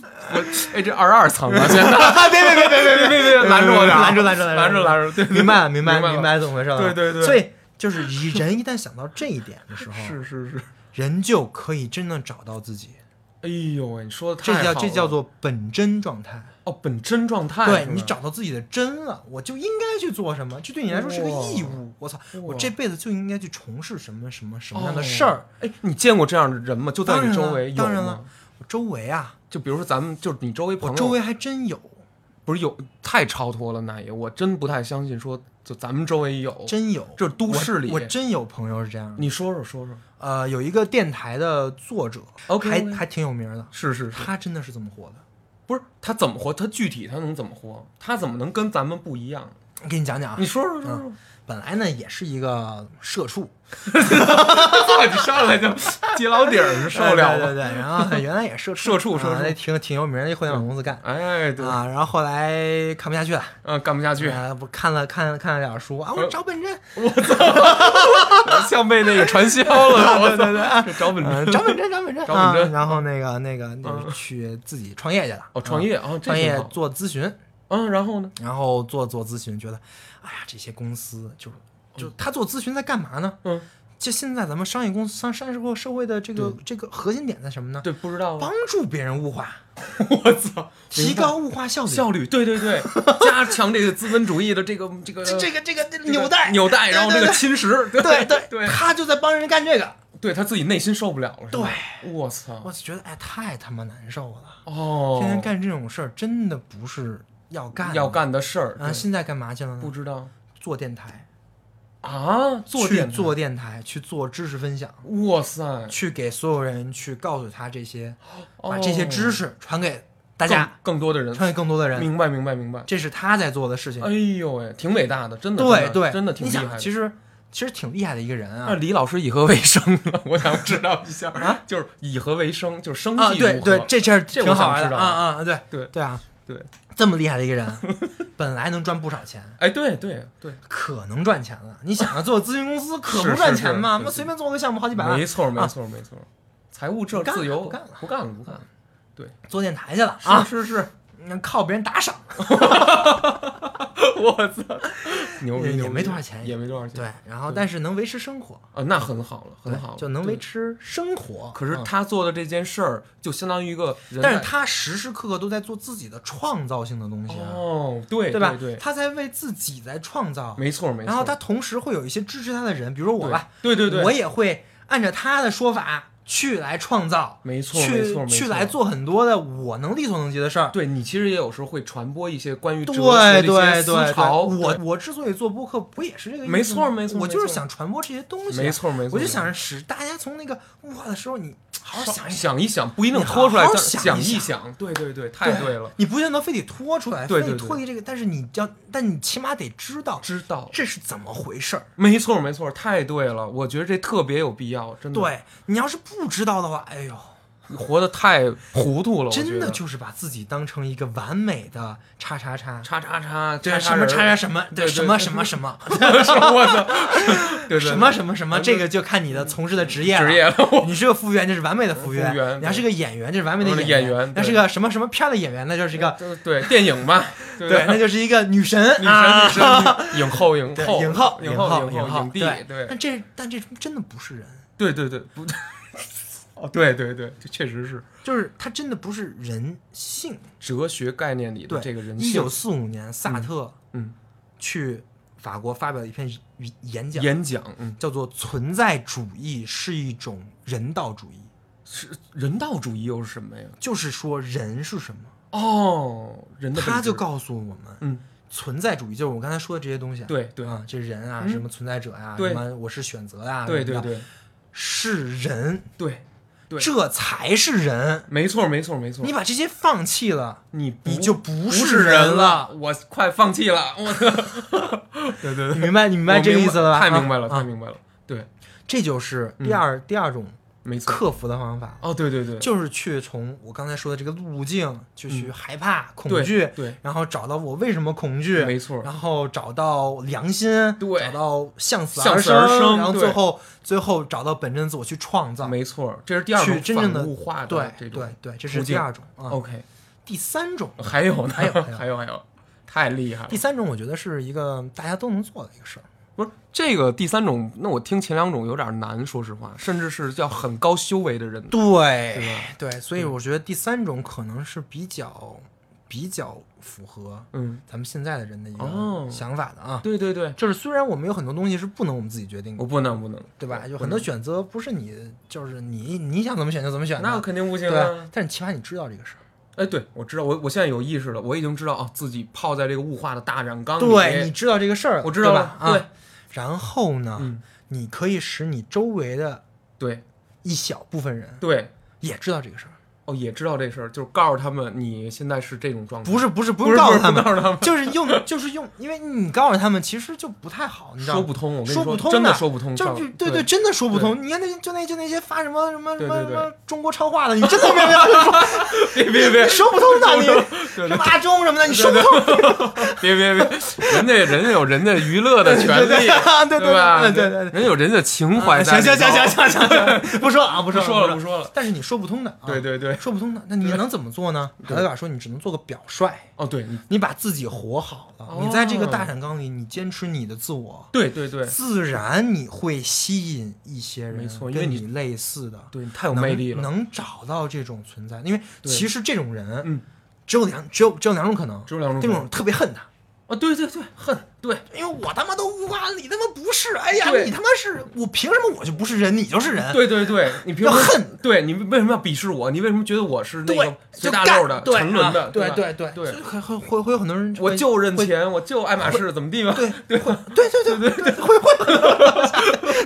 Speaker 2: 哎，这二十二层了，现在
Speaker 4: 别别别别别
Speaker 2: *laughs* 别别别 *laughs* 拦住我点儿，啊
Speaker 4: 拦住拦住
Speaker 2: 拦
Speaker 4: 拦
Speaker 2: 住
Speaker 4: 住
Speaker 2: 拦住，对，
Speaker 4: *laughs*
Speaker 2: 对
Speaker 4: 明白了，明白
Speaker 2: 白
Speaker 4: 了，明
Speaker 2: 明
Speaker 4: 白，了怎么回事了。
Speaker 2: 对对对
Speaker 4: 所以就是一人一旦想到这一点的时候，
Speaker 2: 是是是，
Speaker 4: 人就可以真正找到自己，
Speaker 2: 哎呦喂，你说的太
Speaker 4: 这叫
Speaker 2: 好
Speaker 4: 这
Speaker 2: 了
Speaker 4: 叫做本真状态。
Speaker 2: 哦本真状态，
Speaker 4: 对
Speaker 2: 是吧
Speaker 4: 你找到自己的真了，我就应该去做什么，这对你来说是个义务。我操，我
Speaker 2: 哇
Speaker 4: 这辈子就应该去从事什么什么什么样的事儿。
Speaker 2: 哦哎，你见过这样的人吗？就在
Speaker 4: 当
Speaker 2: 你
Speaker 4: 然
Speaker 2: 周
Speaker 4: 了
Speaker 2: 围有
Speaker 4: 当然
Speaker 2: 吗
Speaker 4: 了？我周围啊，
Speaker 2: 就比如说咱们，就是你周围
Speaker 4: 我
Speaker 2: 朋友，哦
Speaker 4: 周围还真有，
Speaker 2: 不是有太超脱了，那也我真不太相信说，就咱们周围有，
Speaker 4: 真有，
Speaker 2: 就是都
Speaker 4: 我
Speaker 2: 市里
Speaker 4: 我真有朋友是这样的。
Speaker 2: 你说说说说
Speaker 4: 呃，有一个电台的作者
Speaker 2: OK，
Speaker 4: 还
Speaker 2: OK
Speaker 4: 还挺有名的，
Speaker 2: 是是是，
Speaker 4: 他真的是这么活的。
Speaker 2: 不是他怎么活？他具体他能怎么活？他怎么能跟咱们不一样？
Speaker 4: 我给你讲讲啊
Speaker 2: 你，说说 *laughs* 说说，
Speaker 4: 本来呢也是一个社畜，
Speaker 2: 操、你哎上来就 *laughs* 揭老底儿，受不了
Speaker 4: 对对
Speaker 2: 了。
Speaker 4: 对，然后原来也是
Speaker 2: *laughs* 社畜社畜
Speaker 4: 啊挺挺有名的，一互联网公司干
Speaker 2: 哎，对，
Speaker 4: 啊，然后后来看不下去了。
Speaker 2: 嗯，干不下去， *laughs*
Speaker 4: 啊，我看了看看了点儿书啊，我
Speaker 2: 嗯
Speaker 4: 找本真，
Speaker 2: 像被那个传销了，我
Speaker 4: *laughs* 对对对
Speaker 2: 操，这找本 *laughs*
Speaker 4: 啊
Speaker 2: 真
Speaker 4: 找本真，找本真，
Speaker 2: 找本真嗯
Speaker 4: 啊然后那个那个就是去自己创业去了，
Speaker 2: 哦，创
Speaker 4: 啊
Speaker 2: 业哦，这
Speaker 4: 创
Speaker 2: 挺
Speaker 4: 业
Speaker 2: 好。
Speaker 4: 做咨询，
Speaker 2: 嗯，然后呢？
Speaker 4: 然后做做咨询，觉得哎呀，这些公司就就他做咨询在干嘛呢？
Speaker 2: 嗯，
Speaker 4: 就现在咱们商业公司商商业社会社会的这个这个核心点在什么呢？
Speaker 2: 对，不知道啊
Speaker 4: 帮。助别人物化，
Speaker 2: *laughs* 我操，
Speaker 4: 提高物化效率。
Speaker 2: 效率，对
Speaker 4: *laughs*
Speaker 2: 对对，加强这个资本主义的这个这个
Speaker 4: 这这个这个
Speaker 2: 这个
Speaker 4: 纽带
Speaker 2: 纽带，然后这
Speaker 4: 对
Speaker 2: 个
Speaker 4: 对
Speaker 2: 侵蚀， *laughs*
Speaker 4: 对对
Speaker 2: 对哦
Speaker 4: 他就在帮人干这个，
Speaker 2: 对，他自己内心受不了了，是吧，
Speaker 4: 对
Speaker 2: 我操
Speaker 4: 我，觉得哎太他妈难受了，
Speaker 2: 哦，
Speaker 4: 天天干这种事儿真的不是要干的
Speaker 2: 要干的事儿，
Speaker 4: 啊，
Speaker 2: 对
Speaker 4: 现在干嘛去了
Speaker 2: 不
Speaker 4: 呢？
Speaker 2: 知道
Speaker 4: 做电台，
Speaker 2: 啊，做
Speaker 4: 去
Speaker 2: 电台
Speaker 4: 做，电台，去做知识分享，
Speaker 2: 哇塞，
Speaker 4: 去给所有人去告诉他这些，
Speaker 2: 哦
Speaker 4: 把这些知识传给大
Speaker 2: 大
Speaker 4: 家，
Speaker 2: 更多的人，
Speaker 4: 传给更多的人，
Speaker 2: 明白明白明白，
Speaker 4: 这是他在做的事情
Speaker 2: 哎。呦喂，挺伟大的，真的，
Speaker 4: 对
Speaker 2: 真的
Speaker 4: 对，
Speaker 2: 真的挺
Speaker 4: 你
Speaker 2: 厉
Speaker 4: 想
Speaker 2: 害的。哎
Speaker 4: 其实其实挺厉害的一个人
Speaker 2: 那
Speaker 4: 啊
Speaker 2: 李老师以何为生呢？我想知道一下，啊、 *laughs* 就是以何为生，就是生计
Speaker 4: 啊！对
Speaker 2: 如何
Speaker 4: 对，这事儿
Speaker 2: 这
Speaker 4: 挺
Speaker 2: 我想
Speaker 4: 好玩
Speaker 2: 知
Speaker 4: 的
Speaker 2: 道
Speaker 4: 啊啊！对
Speaker 2: 对
Speaker 4: 对啊，
Speaker 2: 对，
Speaker 4: 这么厉害的一个人， *laughs* 本来能赚不少钱，
Speaker 2: 哎，对对对，
Speaker 4: 可能赚钱了。你想啊，做咨询公司可
Speaker 2: 是
Speaker 4: 不赚
Speaker 2: 是是
Speaker 4: 钱吗？
Speaker 2: 对
Speaker 4: 那
Speaker 2: 对
Speaker 4: 随便做个项目好几百万
Speaker 2: 没，错没
Speaker 4: 啊
Speaker 2: 错没错，财务这
Speaker 4: 不干了
Speaker 2: 自由
Speaker 4: 不干了
Speaker 2: 不干了不
Speaker 4: *laughs*
Speaker 2: 干了，
Speaker 4: 做电台去了
Speaker 2: 是
Speaker 4: 啊，
Speaker 2: 是是，
Speaker 4: 那靠别人打赏，
Speaker 2: 我操，
Speaker 4: *laughs*
Speaker 2: 牛逼
Speaker 4: 也
Speaker 2: 牛
Speaker 4: 也
Speaker 2: 逼
Speaker 4: 没多少钱
Speaker 2: 也没多少钱，
Speaker 4: 对，然后但是能维持生活，
Speaker 2: 啊，那很好了，很
Speaker 4: 对
Speaker 2: 好了，
Speaker 4: 就能
Speaker 2: 对
Speaker 4: 维。持生活。
Speaker 2: 可是
Speaker 4: 嗯
Speaker 2: 他做的这件事儿，就相当于一个人在，
Speaker 4: 但是他时时刻刻都在做自己的创造性的东西啊，
Speaker 2: 哦，对
Speaker 4: 吧？
Speaker 2: 对，
Speaker 4: 他在为自己在创造，
Speaker 2: 没错没错。
Speaker 4: 然后他同时会有一些支持他的人，比如说我
Speaker 2: 对
Speaker 4: 吧，
Speaker 2: 对对对，
Speaker 4: 我也会按照他的说法去来创造，
Speaker 2: 没错没
Speaker 4: 去
Speaker 2: 错没错
Speaker 4: 去来做很多的我能力所能及的事儿。
Speaker 2: 对你其实也有时候会传播一些关于哲
Speaker 4: 对
Speaker 2: 学
Speaker 4: 对
Speaker 2: 的一些
Speaker 4: 对
Speaker 2: 思潮，
Speaker 4: 对我我之所以做播客，不也是这个意思吗？
Speaker 2: 没错没错
Speaker 4: 我就是
Speaker 2: 没错
Speaker 4: 想传播这些东西啊，
Speaker 2: 没错没错
Speaker 4: 我就想着使大家从那个哇的时候，你好好想一
Speaker 2: 想一想，不一定
Speaker 4: 你好
Speaker 2: 拖出来，
Speaker 4: 好
Speaker 2: 但
Speaker 4: 想
Speaker 2: 想
Speaker 4: 一想
Speaker 2: 想，对对对，太对了，
Speaker 4: 你不见得非得拖出来，
Speaker 2: 对
Speaker 4: 非得
Speaker 2: 对对
Speaker 4: 脱离这个，但是你要，但你起码得知道
Speaker 2: 知道，
Speaker 4: 这是怎么回事儿。
Speaker 2: 没错没错，太对了，我觉得这特别有必要，真的，
Speaker 4: 对你要是不知道的话，哎呦，
Speaker 2: 你活得太糊涂了，我觉
Speaker 4: 真的
Speaker 2: 得
Speaker 4: 就是把自己当成一个完美的叉叉叉，
Speaker 2: 叉叉叉，
Speaker 4: 对
Speaker 2: 叉
Speaker 4: 什么叉叉
Speaker 2: 叉
Speaker 4: 什么，
Speaker 2: 对对
Speaker 4: 什么
Speaker 2: 对 *laughs*
Speaker 4: 什么什么
Speaker 2: 人， *laughs*
Speaker 4: *laughs*
Speaker 2: 我操，对对
Speaker 4: 什么
Speaker 2: 对
Speaker 4: 什么什么，这个就看你的从事的职业了。
Speaker 2: 职业了，我
Speaker 4: 你是个服务员，就是完美的服务员
Speaker 2: 服务员；
Speaker 4: 你要是个演员，就是完美
Speaker 2: 我
Speaker 4: 的
Speaker 2: 是演员
Speaker 4: 员；要是
Speaker 2: 对
Speaker 4: 个什么什么片儿的演员，那就是一个
Speaker 2: 对对电影嘛，
Speaker 4: 对，那就是一个女神
Speaker 2: 女
Speaker 4: 啊
Speaker 2: 神女神，影后影
Speaker 4: 对
Speaker 2: 后
Speaker 4: 影后
Speaker 2: 影
Speaker 4: 后
Speaker 2: 后影
Speaker 4: 后
Speaker 2: 影帝，
Speaker 4: 对，但这但这真的不是人，
Speaker 2: 对对对，
Speaker 4: *laughs*
Speaker 2: 不，哦，对对对，这确实是
Speaker 4: 就是他真的不是人性。
Speaker 2: 哲学概念里的
Speaker 4: 对，
Speaker 2: 这个人
Speaker 4: 一
Speaker 2: 性
Speaker 4: 九四五年，萨特
Speaker 2: 嗯
Speaker 4: 去法国发表了一篇语演讲，
Speaker 2: 演讲，嗯，
Speaker 4: 叫做《存在主义是一种人道主义》，
Speaker 2: 是人道主义又是什么呀？
Speaker 4: 就是说人是什么？
Speaker 2: 哦，人的
Speaker 4: 他
Speaker 2: 本质
Speaker 4: 就告诉我们，
Speaker 2: 嗯，
Speaker 4: 存在主义就是我刚才说的这些东西啊。
Speaker 2: 对对
Speaker 4: 啊，这人啊，
Speaker 2: 嗯
Speaker 4: 什么存在者呀、
Speaker 2: 对
Speaker 4: 什么我是选择呀、
Speaker 2: 对
Speaker 4: 什
Speaker 2: 对
Speaker 4: 么的，
Speaker 2: 对
Speaker 4: 是人，
Speaker 2: 对，对
Speaker 4: 这才是人。
Speaker 2: 没错没错没错，
Speaker 4: 你把这些放弃了，
Speaker 2: 你不
Speaker 4: 你就
Speaker 2: 不
Speaker 4: 不
Speaker 2: 是
Speaker 4: 人
Speaker 2: 了，。我快放弃了，我对对
Speaker 4: 你
Speaker 2: 对，
Speaker 4: 明白，你明白
Speaker 2: 我
Speaker 4: 这个意思了吧？
Speaker 2: 太明白了，
Speaker 4: 啊
Speaker 2: 嗯太
Speaker 4: 啊！
Speaker 2: 明白了，对，
Speaker 4: 这就是第二第二种
Speaker 2: 没错，
Speaker 4: 克服的方法，
Speaker 2: 哦，对对对，
Speaker 4: 就是去从我刚才说的这个路径，就去害怕、恐
Speaker 2: 嗯对
Speaker 4: 惧，
Speaker 2: 对
Speaker 4: 然后找到我为什么恐惧，
Speaker 2: 没错
Speaker 4: 然后找到良心，
Speaker 2: 对
Speaker 4: 找到向死
Speaker 2: 向
Speaker 4: 而
Speaker 2: 死而生
Speaker 4: 然后
Speaker 2: 对
Speaker 4: 最后最后找到本真的自我去创造，
Speaker 2: 没错，这是第二
Speaker 4: 啊去
Speaker 2: 种
Speaker 4: 真正的
Speaker 2: 反物化
Speaker 4: 对
Speaker 2: 这种
Speaker 4: 对对，这是
Speaker 2: 途径哦
Speaker 4: 第二种啊。
Speaker 2: OK，
Speaker 4: 第三种，
Speaker 2: 还有呢，
Speaker 4: 还有还有
Speaker 2: *laughs* 还有还有，太厉害了
Speaker 4: 第。三种我觉得是一个大家都能做的一个事儿，
Speaker 2: 不是这个第三种，那我听前两种有点难，说实话，甚至是叫很高修为的人。
Speaker 4: 对对，所
Speaker 2: 嗯
Speaker 4: 以我觉得第三种可能是比较比较符合
Speaker 2: 嗯，
Speaker 4: 咱们现在的人的一
Speaker 2: 哦
Speaker 4: 个想法的啊。
Speaker 2: 对对对，
Speaker 4: 就是虽然我们有很多东西是不能我们自己决定
Speaker 2: 我
Speaker 4: 的，
Speaker 2: 不能不能，
Speaker 4: 对吧？
Speaker 2: 哦我
Speaker 4: 有很多选择不是你就是你你想怎么选就怎么选的，
Speaker 2: 那我肯定不行
Speaker 4: 对吧
Speaker 2: 啊。？
Speaker 4: 但是起码你知道这个事儿，
Speaker 2: 哎，对，我知道，我我现在有意识了，我已经知道哦，自己泡在这个物化的大染缸里。
Speaker 4: 对你知道这个事儿了，
Speaker 2: 哦我知道
Speaker 4: 对
Speaker 2: 了
Speaker 4: 吧。啊
Speaker 2: 对
Speaker 4: 然后呢，
Speaker 2: 嗯
Speaker 4: 你可以使你周围的
Speaker 2: 对
Speaker 4: 一小部分人
Speaker 2: 对，
Speaker 4: 也知道这个事儿，
Speaker 2: 哦，也知道这事儿，就是告诉他们你现在是这种状态。
Speaker 4: 不是不是不
Speaker 2: 不
Speaker 4: 用
Speaker 2: 是
Speaker 4: 告
Speaker 2: 不
Speaker 4: 诉
Speaker 2: 是
Speaker 4: 他们，
Speaker 2: 不告诉他们
Speaker 4: 就是用就是用，因为你告诉他们其实就不太好，你知道吗
Speaker 2: 说不通，我跟你
Speaker 4: 说不通
Speaker 2: 真的说不通。
Speaker 4: 就是
Speaker 2: 上
Speaker 4: 对
Speaker 2: 对，
Speaker 4: 真的说不通。你看那就那就那些发什么什么什
Speaker 2: 对
Speaker 4: 么
Speaker 2: 对
Speaker 4: 什
Speaker 2: 对
Speaker 4: 么中国超话的，你真的没有说
Speaker 2: 别别别
Speaker 4: 说不通的，你
Speaker 2: *laughs* 对对
Speaker 4: 什么阿忠什么的，你说不通。
Speaker 2: 别别别，人家人家有人家娱乐的权利，
Speaker 4: 对对对
Speaker 2: 吧？
Speaker 4: 对对对对
Speaker 2: 人有人家情怀在
Speaker 4: 行
Speaker 2: 里头。
Speaker 4: 行行行行行行，不说了啊，不
Speaker 2: 不
Speaker 4: 说
Speaker 2: 说了
Speaker 4: 了
Speaker 2: 不。说了。
Speaker 4: 但是你说不通的，啊
Speaker 2: 对对对，
Speaker 4: 说不通的，那你能怎么做呢？海德格尔说，你只能做个表率，
Speaker 2: *laughs* 哦对，
Speaker 4: *laughs*
Speaker 2: 你
Speaker 4: 你把自己活好
Speaker 2: 哦
Speaker 4: 了，你在这个大染缸里，你坚持你的自我，
Speaker 2: 对对对
Speaker 4: 自然你会吸引一些人，
Speaker 2: 没错因为
Speaker 4: 跟
Speaker 2: 你
Speaker 4: 你类似的，
Speaker 2: 对，你太有
Speaker 4: 能
Speaker 2: 魅力了，
Speaker 4: 能找到这种存在。因为
Speaker 2: 对
Speaker 4: 其实这种人，
Speaker 2: 嗯，
Speaker 4: 只有两，只有只有两种可能，
Speaker 2: 只有两种
Speaker 4: 这
Speaker 2: 可能
Speaker 4: 种特别恨他。
Speaker 2: 啊！对对对，恨对
Speaker 4: 因为我他妈都无关，你他妈不是，哎呀，
Speaker 2: 对
Speaker 4: 你他妈是我，凭什么我就不是人，你就是人？
Speaker 2: 对对
Speaker 4: *laughs*
Speaker 2: 对，你凭什么
Speaker 4: 啊要恨？
Speaker 2: 对你为什么要鄙视我？你为什么觉得我是那
Speaker 4: 对
Speaker 2: 个，随
Speaker 4: 就
Speaker 2: 大
Speaker 4: 干
Speaker 2: 溜的、
Speaker 4: 对
Speaker 2: 沉沦的？
Speaker 4: 啊对
Speaker 2: 对
Speaker 4: 对
Speaker 2: 对
Speaker 4: 所以，会会会会有很多人会，
Speaker 2: 我就认
Speaker 4: 会
Speaker 2: 钱，我就爱马仕，怎么地吧？
Speaker 4: 对对会对对对对对会会，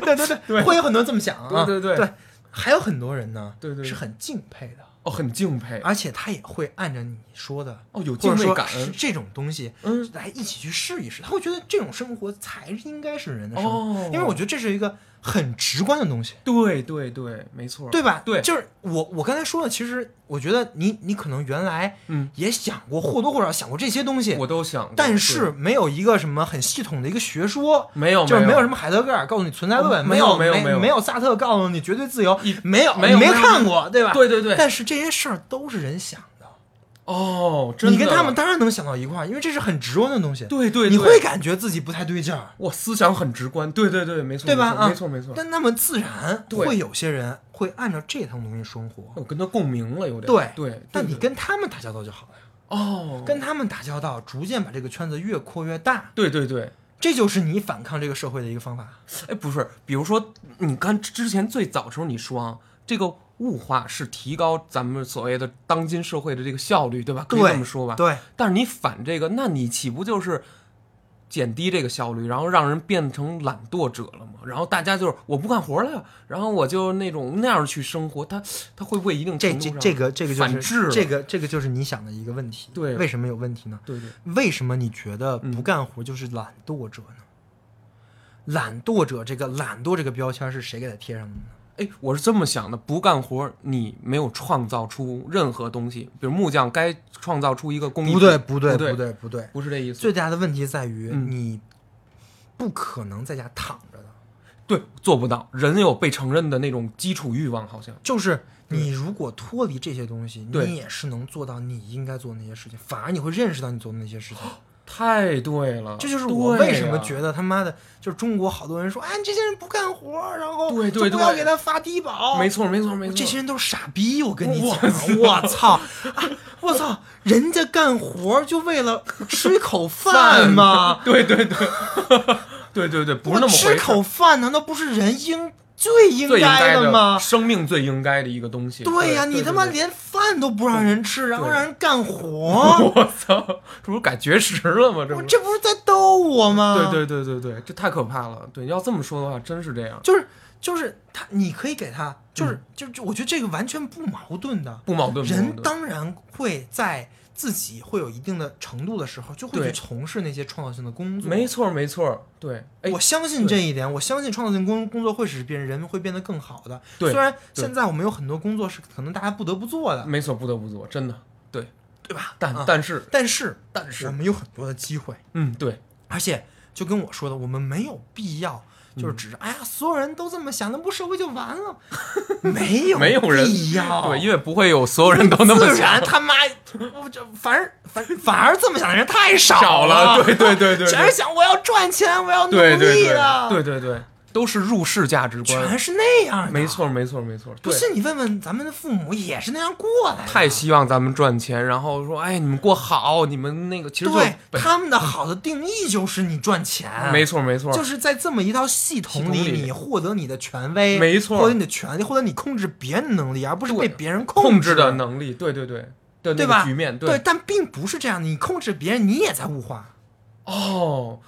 Speaker 4: 对对对，会有很多人这么想啊，
Speaker 2: 对对
Speaker 4: 对
Speaker 2: 对
Speaker 4: 还有很多人呢，
Speaker 2: 对对对
Speaker 4: 是很敬佩的，
Speaker 2: 哦，很敬佩
Speaker 4: 而且他也会按照你说的
Speaker 2: 哦有
Speaker 4: 啊或者
Speaker 2: 敬畏
Speaker 4: 说
Speaker 2: 感
Speaker 4: 是这种东西，
Speaker 2: 嗯，
Speaker 4: 来一起去试一试，他会觉得这种生活才应该是人的生活，
Speaker 2: 哦
Speaker 4: 因为我觉得这是一个很直观的东西，
Speaker 2: 对对对，没错，
Speaker 4: 对吧？
Speaker 2: 对
Speaker 4: 就是我我刚才说了，其实我觉得你你可能原来
Speaker 2: 嗯
Speaker 4: 也想过或多或少想过这些东西，
Speaker 2: 我都想过，
Speaker 4: 但
Speaker 2: 对
Speaker 4: 是没有一个什么很系统的一个学说。
Speaker 2: 没有，
Speaker 4: 就是
Speaker 2: 没
Speaker 4: 没有什么海德格尔告诉你存在论，
Speaker 2: 嗯没
Speaker 4: 有
Speaker 2: 有
Speaker 4: 没
Speaker 2: 没有没有
Speaker 4: 没有萨特告诉你绝对自由
Speaker 2: 一，
Speaker 4: 没有
Speaker 2: 没有
Speaker 4: 没
Speaker 2: 没有
Speaker 4: 看过，对吧？
Speaker 2: 对对对
Speaker 4: 但是这些事儿都是人想的，
Speaker 2: 哦，真的
Speaker 4: 你跟他们当然能想到一块儿，因为这是很直观的东西。
Speaker 2: 对对，
Speaker 4: 你
Speaker 2: 对
Speaker 4: 会感觉自己不太对劲儿，
Speaker 2: 我思想很直观，对对对，没错，
Speaker 4: 对吧？
Speaker 2: 没
Speaker 4: 啊，
Speaker 2: 错没错没错，
Speaker 4: 但那么自然
Speaker 2: 对
Speaker 4: 会有些人会按照这套东西生活，
Speaker 2: 哦我跟他共鸣了有点，
Speaker 4: 对
Speaker 2: 对对，
Speaker 4: 但你
Speaker 2: 对
Speaker 4: 跟他们打交道就好了呀，
Speaker 2: 哦，
Speaker 4: 跟他们打交道，逐渐把这个圈子越扩越大，
Speaker 2: 对对对，
Speaker 4: 这就是你反抗这个社会的一个方法。
Speaker 2: 哎，不是，比如说你看之前最早的时候你说啊，这个物化是提高咱们所谓的当今社会的这个效率，对吧？可以
Speaker 4: 对
Speaker 2: 这么说吧。
Speaker 4: 对，
Speaker 2: 但是你反这个，那你岂不就是减低这个效率，然后让人变成懒惰者了吗？然后大家就是我不干活了，然后我就那种那样去生活，他他会不会一定
Speaker 4: 这
Speaker 2: 程度
Speaker 4: 这
Speaker 2: 上
Speaker 4: 这个这个
Speaker 2: 反
Speaker 4: 就
Speaker 2: 制
Speaker 4: 是
Speaker 2: 了
Speaker 4: 这个这个就是你想的一个问题。
Speaker 2: 对嗯
Speaker 4: 为什么有问题呢？
Speaker 2: 对对
Speaker 4: 为什么你觉得不干活就是懒惰者呢？懒惰者这个懒惰这个标签是谁给他贴上的呢？
Speaker 2: 哎，我是这么想的：不干活，你没有创造出任何东西。比如木匠该创造出一个工艺，
Speaker 4: 不对，不对，
Speaker 2: 不
Speaker 4: 不
Speaker 2: 对
Speaker 4: 对，不对。
Speaker 2: 不是这意思。
Speaker 4: 最大的问题在于
Speaker 2: 嗯
Speaker 4: 你不可能在家躺着的，
Speaker 2: 对，做不到。人有被承认的那种基础欲望，好像
Speaker 4: 就是你如果脱离这些东西，
Speaker 2: 对
Speaker 4: 你也是能做到你应该做的那些事情，反而你会认识到你做的那些事情。
Speaker 2: 太对了。
Speaker 4: 这就是我
Speaker 2: 哦对
Speaker 4: 为什
Speaker 2: 呀
Speaker 4: 么觉得他妈的，就是中国好多人说，哎，这些人不干活，然后
Speaker 2: 对对
Speaker 4: 就不要
Speaker 2: 对
Speaker 4: 给他发低保，
Speaker 2: 没错，没错，没错。
Speaker 4: 这些人都是傻逼，我跟你
Speaker 2: 我？
Speaker 4: 讲，我操，啊我操，人家干活就为了吃口饭吗
Speaker 2: *laughs* 对对对，对对对，不是那么
Speaker 4: 吃
Speaker 2: 回事
Speaker 4: 口。饭难道不是人应最应
Speaker 2: 最应该
Speaker 4: 的吗？
Speaker 2: 生命最应该的一个东西。
Speaker 4: 对呀、你他妈
Speaker 2: 对
Speaker 4: 连饭都不让人吃，然后让人干
Speaker 2: *laughs*
Speaker 4: 活，
Speaker 2: 我操，这不是改绝食了吗？这
Speaker 4: 我
Speaker 2: 不是。
Speaker 4: 这不是在逗我吗？
Speaker 2: 对对对对对，这太可怕了。对，要这么说的话，真是这样，
Speaker 4: 就是就是他，你可以给他，就是、就就我觉得这个完全不矛盾的。
Speaker 2: 嗯不矛盾。不矛
Speaker 4: 人
Speaker 2: 盾
Speaker 4: 当然会在自己会有一定的程度的时候，就会去
Speaker 2: 对
Speaker 4: 从事那些创造性的工作。
Speaker 2: 没错没错，对，哎
Speaker 4: 我，相信这一点，我相信创造性工工作会使别人人会变得更好的。
Speaker 2: 对
Speaker 4: 虽然
Speaker 2: 对
Speaker 4: 现在我们有很多工作是可能大家不得不做的，
Speaker 2: 没错，不得不做，真的，对，
Speaker 4: 对吧？
Speaker 2: 但、
Speaker 4: 啊
Speaker 2: 但是，
Speaker 4: 但是
Speaker 2: 但是
Speaker 4: 我们有很多的机会，
Speaker 2: 嗯，对，
Speaker 4: 而且就跟我说的，我们没有必要。
Speaker 2: 嗯
Speaker 4: 就是指着，哎呀，所有人都这么想，那不社会就完
Speaker 2: *laughs*
Speaker 4: 了？没有，
Speaker 2: 没有人
Speaker 4: 必要，
Speaker 2: 对，因为不会有所有人都那么
Speaker 4: 自然
Speaker 2: 想，
Speaker 4: 他妈，我这反而反反而这么想的人太少
Speaker 2: 少
Speaker 4: 了，
Speaker 2: 了，对对对对，
Speaker 4: 全是想我要赚钱，我要努
Speaker 2: 对对
Speaker 4: 力
Speaker 2: 对
Speaker 4: 的，
Speaker 2: 对对对，都是入世价值观
Speaker 4: 全，是那样的，
Speaker 2: 没。错没错没错，
Speaker 4: 不
Speaker 2: 对。
Speaker 4: 信你问问咱们的父母，也是那样过来的。
Speaker 2: 太希望咱们赚钱，然后说，哎，你们过好，你们那个其实就
Speaker 4: 对
Speaker 2: 本
Speaker 4: 他们的好的定义就是你赚钱，
Speaker 2: 没，错没错，
Speaker 4: 就是在这么一套系统
Speaker 2: 系统里
Speaker 4: 你获得你的权威，
Speaker 2: 没错
Speaker 4: 获得你的权利，获得你控制别人的能力，而不是被
Speaker 2: 对
Speaker 4: 别人控
Speaker 2: 控
Speaker 4: 制
Speaker 2: 制的能力，对对对的那
Speaker 4: 对吧？
Speaker 2: 个局面，
Speaker 4: 对，但并不是这样的，你控制别人，你也在物化。
Speaker 2: 哦，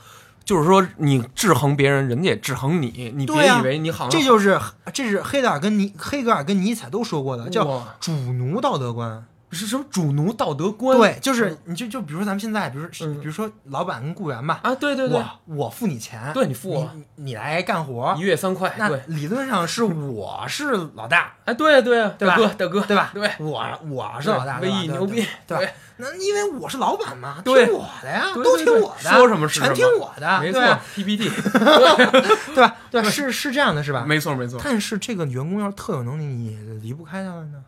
Speaker 2: 就是说你制衡别人，人家也制衡你，你
Speaker 4: 对
Speaker 2: 别
Speaker 4: 啊
Speaker 2: 以为你好像
Speaker 4: 这就是 *laughs* 这是黑德尔跟尼黑格尔跟尼采都说过的，叫
Speaker 2: 哇
Speaker 4: 主奴道德观。
Speaker 2: 是什么主奴道德观，
Speaker 4: 对，就是你就就比如说咱们现在，比如说
Speaker 2: 嗯
Speaker 4: 比如说老板跟雇员吧，
Speaker 2: 啊，对对对，
Speaker 4: 我我付你钱，
Speaker 2: 对你付我
Speaker 4: 你你来干活
Speaker 2: 一，月三块，
Speaker 4: 那
Speaker 2: 对，
Speaker 4: 理论上是我是老大，
Speaker 2: 哎，对对啊，
Speaker 4: 对吧
Speaker 2: 大哥大哥，
Speaker 4: 对吧？
Speaker 2: 对
Speaker 4: 我我是老大，
Speaker 2: 对
Speaker 4: 对吧
Speaker 2: 威仪
Speaker 4: 对
Speaker 2: 牛逼
Speaker 4: 对吧
Speaker 2: 对？
Speaker 4: 那因为我是老板嘛，听
Speaker 2: 对
Speaker 4: 我的
Speaker 2: *laughs*
Speaker 4: 呀，
Speaker 2: 对
Speaker 4: 都
Speaker 2: 对
Speaker 4: 听
Speaker 2: 对
Speaker 4: 我的，
Speaker 2: 说什么是什
Speaker 4: 全
Speaker 2: 么
Speaker 4: 听我的，
Speaker 2: 没
Speaker 4: 对
Speaker 2: 错
Speaker 4: 吧
Speaker 2: *laughs* ，PPT，
Speaker 4: 对吧？对吧，是是这样的，是吧？
Speaker 2: 没错没错。
Speaker 4: 但是这个员工要是特有能力，你离不开他们呢。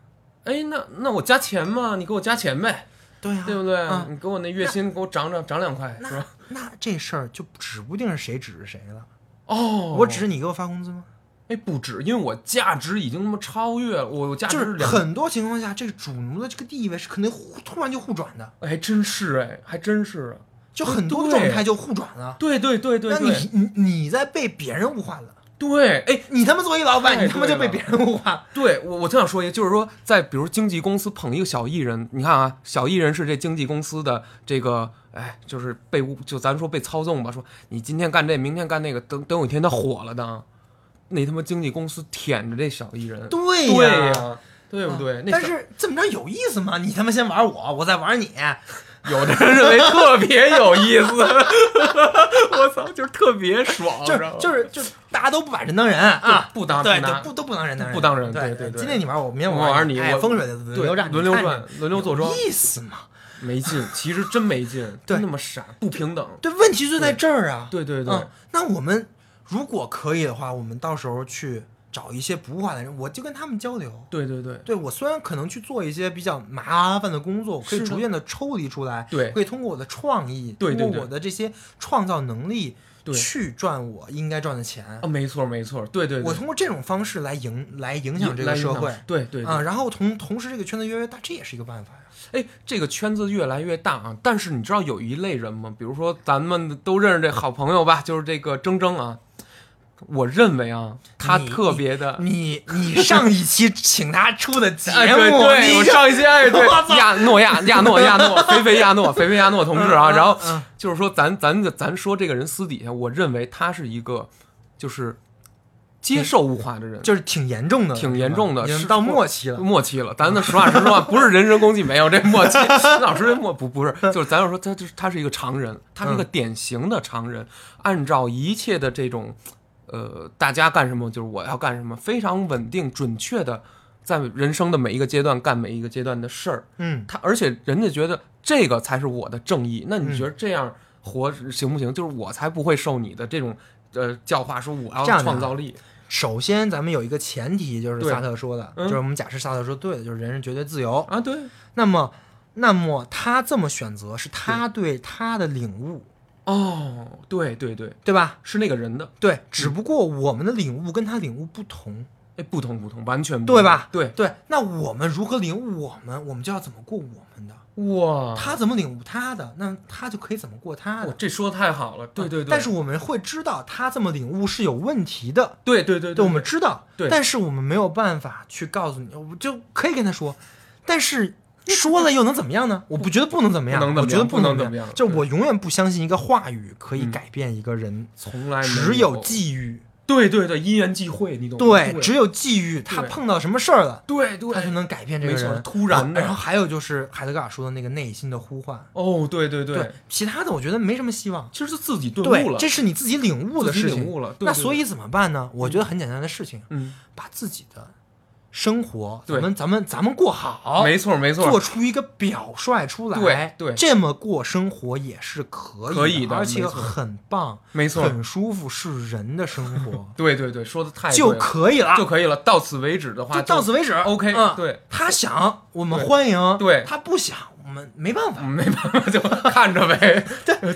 Speaker 2: 哎，那那我加钱嘛，你给我加钱呗，
Speaker 4: 对呀，
Speaker 2: 对不对
Speaker 4: 嗯？
Speaker 2: 你给我那月薪给我涨涨涨两块，是
Speaker 4: 那
Speaker 2: 吧？
Speaker 4: 那这事儿就指不定是谁指着谁了。
Speaker 2: 哦，
Speaker 4: 我指着你给我发工资吗？
Speaker 2: 哎不止，因为我价值已经他妈超越了，我我价值
Speaker 4: 就是是
Speaker 2: 两，
Speaker 4: 很多情况下，这个主奴的这个地位是可能互突然就互转的，
Speaker 2: 哎，还真是哎，还真是啊，
Speaker 4: 就很多
Speaker 2: 对
Speaker 4: 状态就互转了。
Speaker 2: 对对对对
Speaker 4: 那
Speaker 2: 对，
Speaker 4: 你你你在被别人物化了，
Speaker 2: 对，哎，
Speaker 4: 你他妈作为老板，
Speaker 2: 太
Speaker 4: 你他妈就被
Speaker 2: 对
Speaker 4: 别
Speaker 2: 了
Speaker 4: 人物化了。
Speaker 2: 对我我特想说一个，就是说，在比如经纪公司捧一个小艺人，你看啊，小艺人是这经纪公司的这个，哎，就是被污就咱说被操纵吧，说你今天干这，明天干那个，等等有一天他火了呢，那他妈经纪公司舔着这小艺人，
Speaker 4: 对
Speaker 2: 对
Speaker 4: 呀、啊
Speaker 2: 对不对？那
Speaker 4: 但
Speaker 2: 小
Speaker 4: 是这么着有意思吗？你他妈先玩我，我再玩你，
Speaker 2: 有的人认为特别有意思， *laughs* 我操，就是特别爽，
Speaker 4: 哎就
Speaker 2: 知道吗
Speaker 4: 就是就是大家都不把人当人啊，
Speaker 2: 不当
Speaker 4: 对
Speaker 2: 不当
Speaker 4: 对不都不当人当人
Speaker 2: 不当人
Speaker 4: 对
Speaker 2: 对对对
Speaker 4: 今天你玩我，明天
Speaker 2: 我玩你
Speaker 4: 哎
Speaker 2: 我
Speaker 4: 风水轮
Speaker 2: 对
Speaker 4: 流站，
Speaker 2: 轮流
Speaker 4: 你看
Speaker 2: 转
Speaker 4: 着
Speaker 2: 轮流坐庄
Speaker 4: 有意思嘛？
Speaker 2: 没劲，其实真没劲，
Speaker 4: 对
Speaker 2: 真那么傻，不平等，
Speaker 4: 对，问题就在这儿啊。
Speaker 2: 对对对，
Speaker 4: 嗯，那我们如果可以的话，我们到时候去找一些不物化的人，我就跟他们交流。
Speaker 2: 对对对，
Speaker 4: 对我虽然可能去做一些比较麻烦的工作，我可以
Speaker 2: 是的
Speaker 4: 逐渐的抽离出来，
Speaker 2: 对
Speaker 4: 可以通过我的创意，
Speaker 2: 对对
Speaker 4: 通
Speaker 2: 对
Speaker 4: 过我的这些创造能力
Speaker 2: 对
Speaker 4: 去赚我应该赚的钱
Speaker 2: 啊，。没错没错，对对，对
Speaker 4: 我通过这种方式来影来影响这个
Speaker 2: 来
Speaker 4: 社
Speaker 2: 影响
Speaker 4: 会，
Speaker 2: 对对对
Speaker 4: 啊，然后同同时这个圈子越来越大，这也是一个办法呀。
Speaker 2: 哎，这个圈子越来越大啊，但是你知道有一类人吗？比如说咱们都认识这好朋友吧，就是这个铮铮啊。我认为啊，他
Speaker 4: 你
Speaker 2: 特别的，
Speaker 4: 你你上一期请他出
Speaker 2: *laughs*
Speaker 4: 的节目，
Speaker 2: 哎，对对，
Speaker 4: 你
Speaker 2: 我
Speaker 4: 就
Speaker 2: 上一期
Speaker 4: *laughs*
Speaker 2: 哎，对亚诺亚亚诺亚诺菲菲亚诺菲菲亚诺同志啊，
Speaker 4: 嗯嗯
Speaker 2: 然后
Speaker 4: 嗯
Speaker 2: 就是说咱咱咱说这个人私底下，我认为他是一个就是接受物化的人，
Speaker 4: 就是挺严重的，
Speaker 2: 挺严重的
Speaker 4: 已
Speaker 2: 是
Speaker 4: 经到末期了。
Speaker 2: 默契了，咱那实话实说啊，不是人身攻击，没有这
Speaker 4: *laughs*
Speaker 2: 默契。孙老师这默不不是，就是咱要说他就是他是一个常人，他是一个
Speaker 4: 嗯
Speaker 2: 典型的常人，按照一切的这种，呃，大家干什么就是我要干什么，非常稳定准确的，在人生的每一个阶段干每一个阶段的事儿。
Speaker 4: 嗯，
Speaker 2: 他而且人家觉得这个才是我的正义，那你觉得
Speaker 4: 嗯
Speaker 2: 这样活行不行？就是我才不会受你的这种呃教化，说我要
Speaker 4: 这样的啊
Speaker 2: 创造力。
Speaker 4: 首先咱们有一个前提，就是
Speaker 2: 对
Speaker 4: 萨特说的，
Speaker 2: 嗯
Speaker 4: 就是我们假设萨特说对的，就是人是绝对自由。
Speaker 2: 啊，对，
Speaker 4: 那么，那么他这么选择是他对他的领悟，
Speaker 2: 哦，对对对，
Speaker 4: 对吧？
Speaker 2: 是那个人的。
Speaker 4: 对，只不过我们的领悟跟他领悟不同，
Speaker 2: 哎，不同不同，完全不同
Speaker 4: 对吧？
Speaker 2: 对，
Speaker 4: 对，那我们如何领悟我们，我们就要怎么过我们的。
Speaker 2: 哦哇，
Speaker 4: 他怎么领悟他的，那他就可以怎么过他
Speaker 2: 哇
Speaker 4: 的。
Speaker 2: 这说得太好了，哦对对对，
Speaker 4: 啊但是我们会知道他这么领悟是有问题的，
Speaker 2: 对对对
Speaker 4: 对，我们知道，
Speaker 2: 对
Speaker 4: 但是我们没有办法去告诉你，我就可以跟他说，但是说了又能怎么样呢？我不觉得不能怎么样，
Speaker 2: 不能怎
Speaker 4: 我
Speaker 2: 么
Speaker 4: 觉
Speaker 2: 样
Speaker 4: 得能
Speaker 2: 不能怎
Speaker 4: 么
Speaker 2: 么样
Speaker 4: 就
Speaker 2: 对
Speaker 4: 我永远不相信一个话语可以
Speaker 2: 嗯
Speaker 4: 改变一个人，
Speaker 2: 从来没
Speaker 4: 只
Speaker 2: 有
Speaker 4: 有，际遇，
Speaker 2: 对对对，因缘际会，你懂吗？
Speaker 4: 对，
Speaker 2: 对
Speaker 4: 只有际遇，他
Speaker 2: 对
Speaker 4: 碰到什么事儿了，
Speaker 2: 对对，
Speaker 4: 他就能改变这个
Speaker 2: 没错
Speaker 4: 人，
Speaker 2: 突然的
Speaker 4: 然后还有就是海德格尔说的那个内心的呼唤，
Speaker 2: 哦，对对
Speaker 4: 对，，其他的我觉得没什么希望。
Speaker 2: 其实是自己顿悟
Speaker 4: 对，
Speaker 2: 了，
Speaker 4: 这是你自己领悟的
Speaker 2: 自己
Speaker 4: 事情。
Speaker 2: 领悟了，对
Speaker 4: 那
Speaker 2: 对
Speaker 4: 所
Speaker 2: 对
Speaker 4: 以怎么办呢？我觉得很简单的事情，
Speaker 2: 嗯，
Speaker 4: 把自己的生活，
Speaker 2: 对
Speaker 4: 咱们咱们咱们过好，
Speaker 2: 没错没错，
Speaker 4: 做出一个表率出来，
Speaker 2: 对对
Speaker 4: 这么过生活也是可以
Speaker 2: 可以的
Speaker 4: 而且
Speaker 2: 没错
Speaker 4: 很棒，
Speaker 2: 没错
Speaker 4: 很舒服，是人的生活
Speaker 2: 对对对，说的 *laughs* 太对
Speaker 4: 就
Speaker 2: 了
Speaker 4: 可以了，
Speaker 2: 就可以了，到此为止的话，
Speaker 4: 就到此为止。
Speaker 2: OK，
Speaker 4: 嗯，
Speaker 2: 对，
Speaker 4: 他想我们
Speaker 2: 对
Speaker 4: 欢迎，
Speaker 2: 对
Speaker 4: 他不想我们没办法
Speaker 2: 止，。没办法，就看
Speaker 4: *laughs*
Speaker 2: 着呗，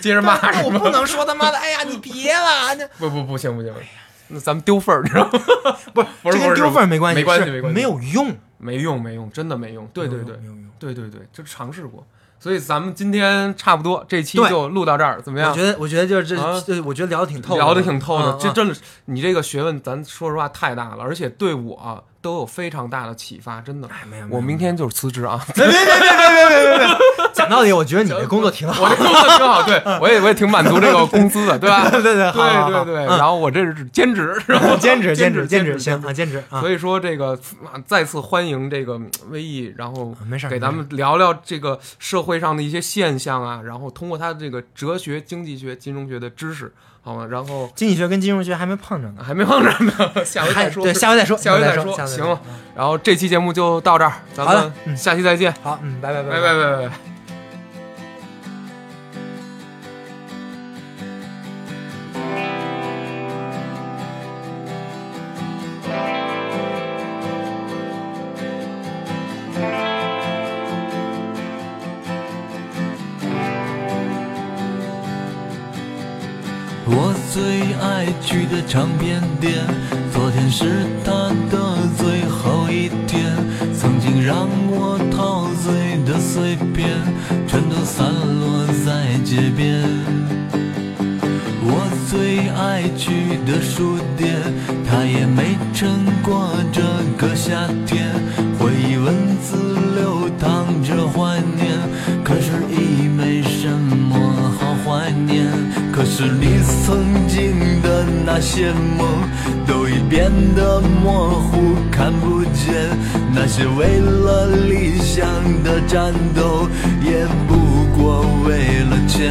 Speaker 2: 接着骂
Speaker 4: 那
Speaker 2: 是
Speaker 4: 我不
Speaker 2: 吗？
Speaker 4: 能说他妈的，哎呀，你别了，那
Speaker 2: 不不不行不行，那咱们丢份儿，知道吗？ *laughs* 不是不
Speaker 4: 这
Speaker 2: 是
Speaker 4: 跟
Speaker 2: 不是
Speaker 4: 丢份儿没关系，
Speaker 2: 没关系
Speaker 4: 是
Speaker 2: 没关系，
Speaker 4: 没有用。
Speaker 2: 没用，没用，真的没用。对
Speaker 4: 没有
Speaker 2: 对
Speaker 4: 用
Speaker 2: 对
Speaker 4: 没有用，
Speaker 2: 对对对，就尝试过。所以咱们今天差不多这期
Speaker 4: 对
Speaker 2: 就录到这儿，怎么样
Speaker 4: 我觉？得，我觉得就是
Speaker 2: 哎啊
Speaker 4: 这，这我觉得聊的挺透，
Speaker 2: 聊的挺透的，
Speaker 4: 嗯
Speaker 2: 这
Speaker 4: 嗯
Speaker 2: 真的是，你这个学问，咱说实话太大了，而且对我啊都有非常大的启发，真的。
Speaker 4: 哎没有没有
Speaker 2: 我明天就是辞职啊！ *laughs*
Speaker 4: 别别别别别别别别别！讲道理，我觉得你的工作挺
Speaker 2: *laughs*
Speaker 4: 好。
Speaker 2: 我这工作挺好，对我也我也挺满足这个工资的，对
Speaker 4: *laughs*
Speaker 2: 吧？
Speaker 4: 对对对好好
Speaker 2: 对
Speaker 4: 好
Speaker 2: 对对。
Speaker 4: 嗯
Speaker 2: 然后我这是兼职，是吧？
Speaker 4: *laughs* 兼职兼
Speaker 2: *laughs* 兼
Speaker 4: 职
Speaker 2: 兼
Speaker 4: 职，
Speaker 2: 职
Speaker 4: 行啊，兼职啊。
Speaker 2: 所以说这个啊再次欢迎这个嗯微易，然后
Speaker 4: 啊没事儿
Speaker 2: 给咱们聊聊这个社会上的一些现象啊，然后通过他的这个哲学、经济学、金融学的知识，好吗？然后
Speaker 4: 经济学跟金融学还没碰着呢，
Speaker 2: 还没碰着呢，下回
Speaker 4: 还
Speaker 2: 再说，
Speaker 4: 对，下回再说，
Speaker 2: 下回
Speaker 4: 再
Speaker 2: 说，
Speaker 4: 下回再
Speaker 2: 行了。然后这期节目就到这儿，咱
Speaker 4: 好的
Speaker 2: 们
Speaker 4: 嗯
Speaker 2: 下期再见，
Speaker 4: 好，嗯，拜拜拜
Speaker 2: 拜拜拜拜。
Speaker 3: 我最爱去的唱片店，昨天是他的最后一天。曾经让我陶醉的碎片，全都散落在街边。我最爱去的书店，它也没撑过这个夏天。回忆文字流淌着怀念，可是已没什么好怀念。可是你曾经的那些梦，都已变得模糊，看不见。那些为了理想的战斗，也不过。过为了钱，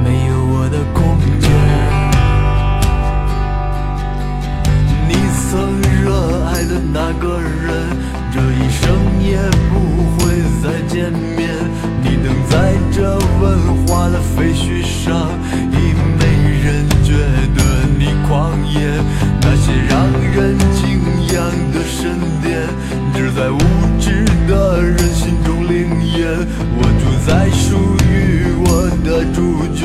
Speaker 3: 没有我的空间。你曾热爱的那个人，这一生也不会再见面。你能在这文化的废墟上，已没人觉得你狂野。那些让人敬仰的神殿，只在无知的人心中灵验。我住在属于我的猪圈，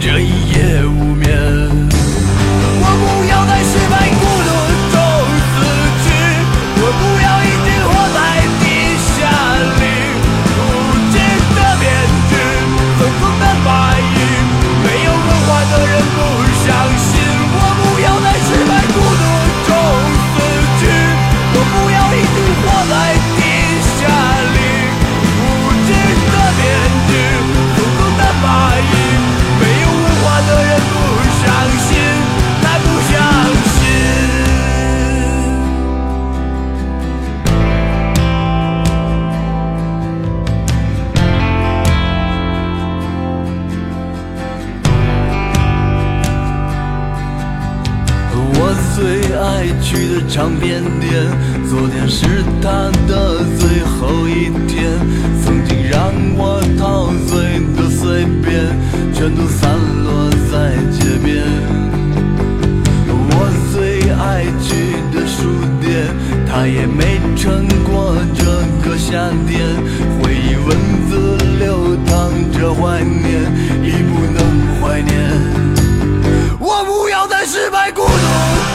Speaker 3: 这一夜无眠。我不要在失败孤独中死去，我不要一直活在地下里，无知的编织，疯狂的发育，没有文化的人不伤心。我不要在失败孤独中死去，我不要一直活在地下里，无知的编织，疯狂的发育，没有文化的人不伤心。再不相信。我最爱去的唱片店，昨天是他的最后一天。曾经让我陶醉的碎片，全都散落在街边。我最爱去的书店，它也没撑过这个夏天。回忆文字流淌着怀念，已不能怀念。我不要再失败孤独。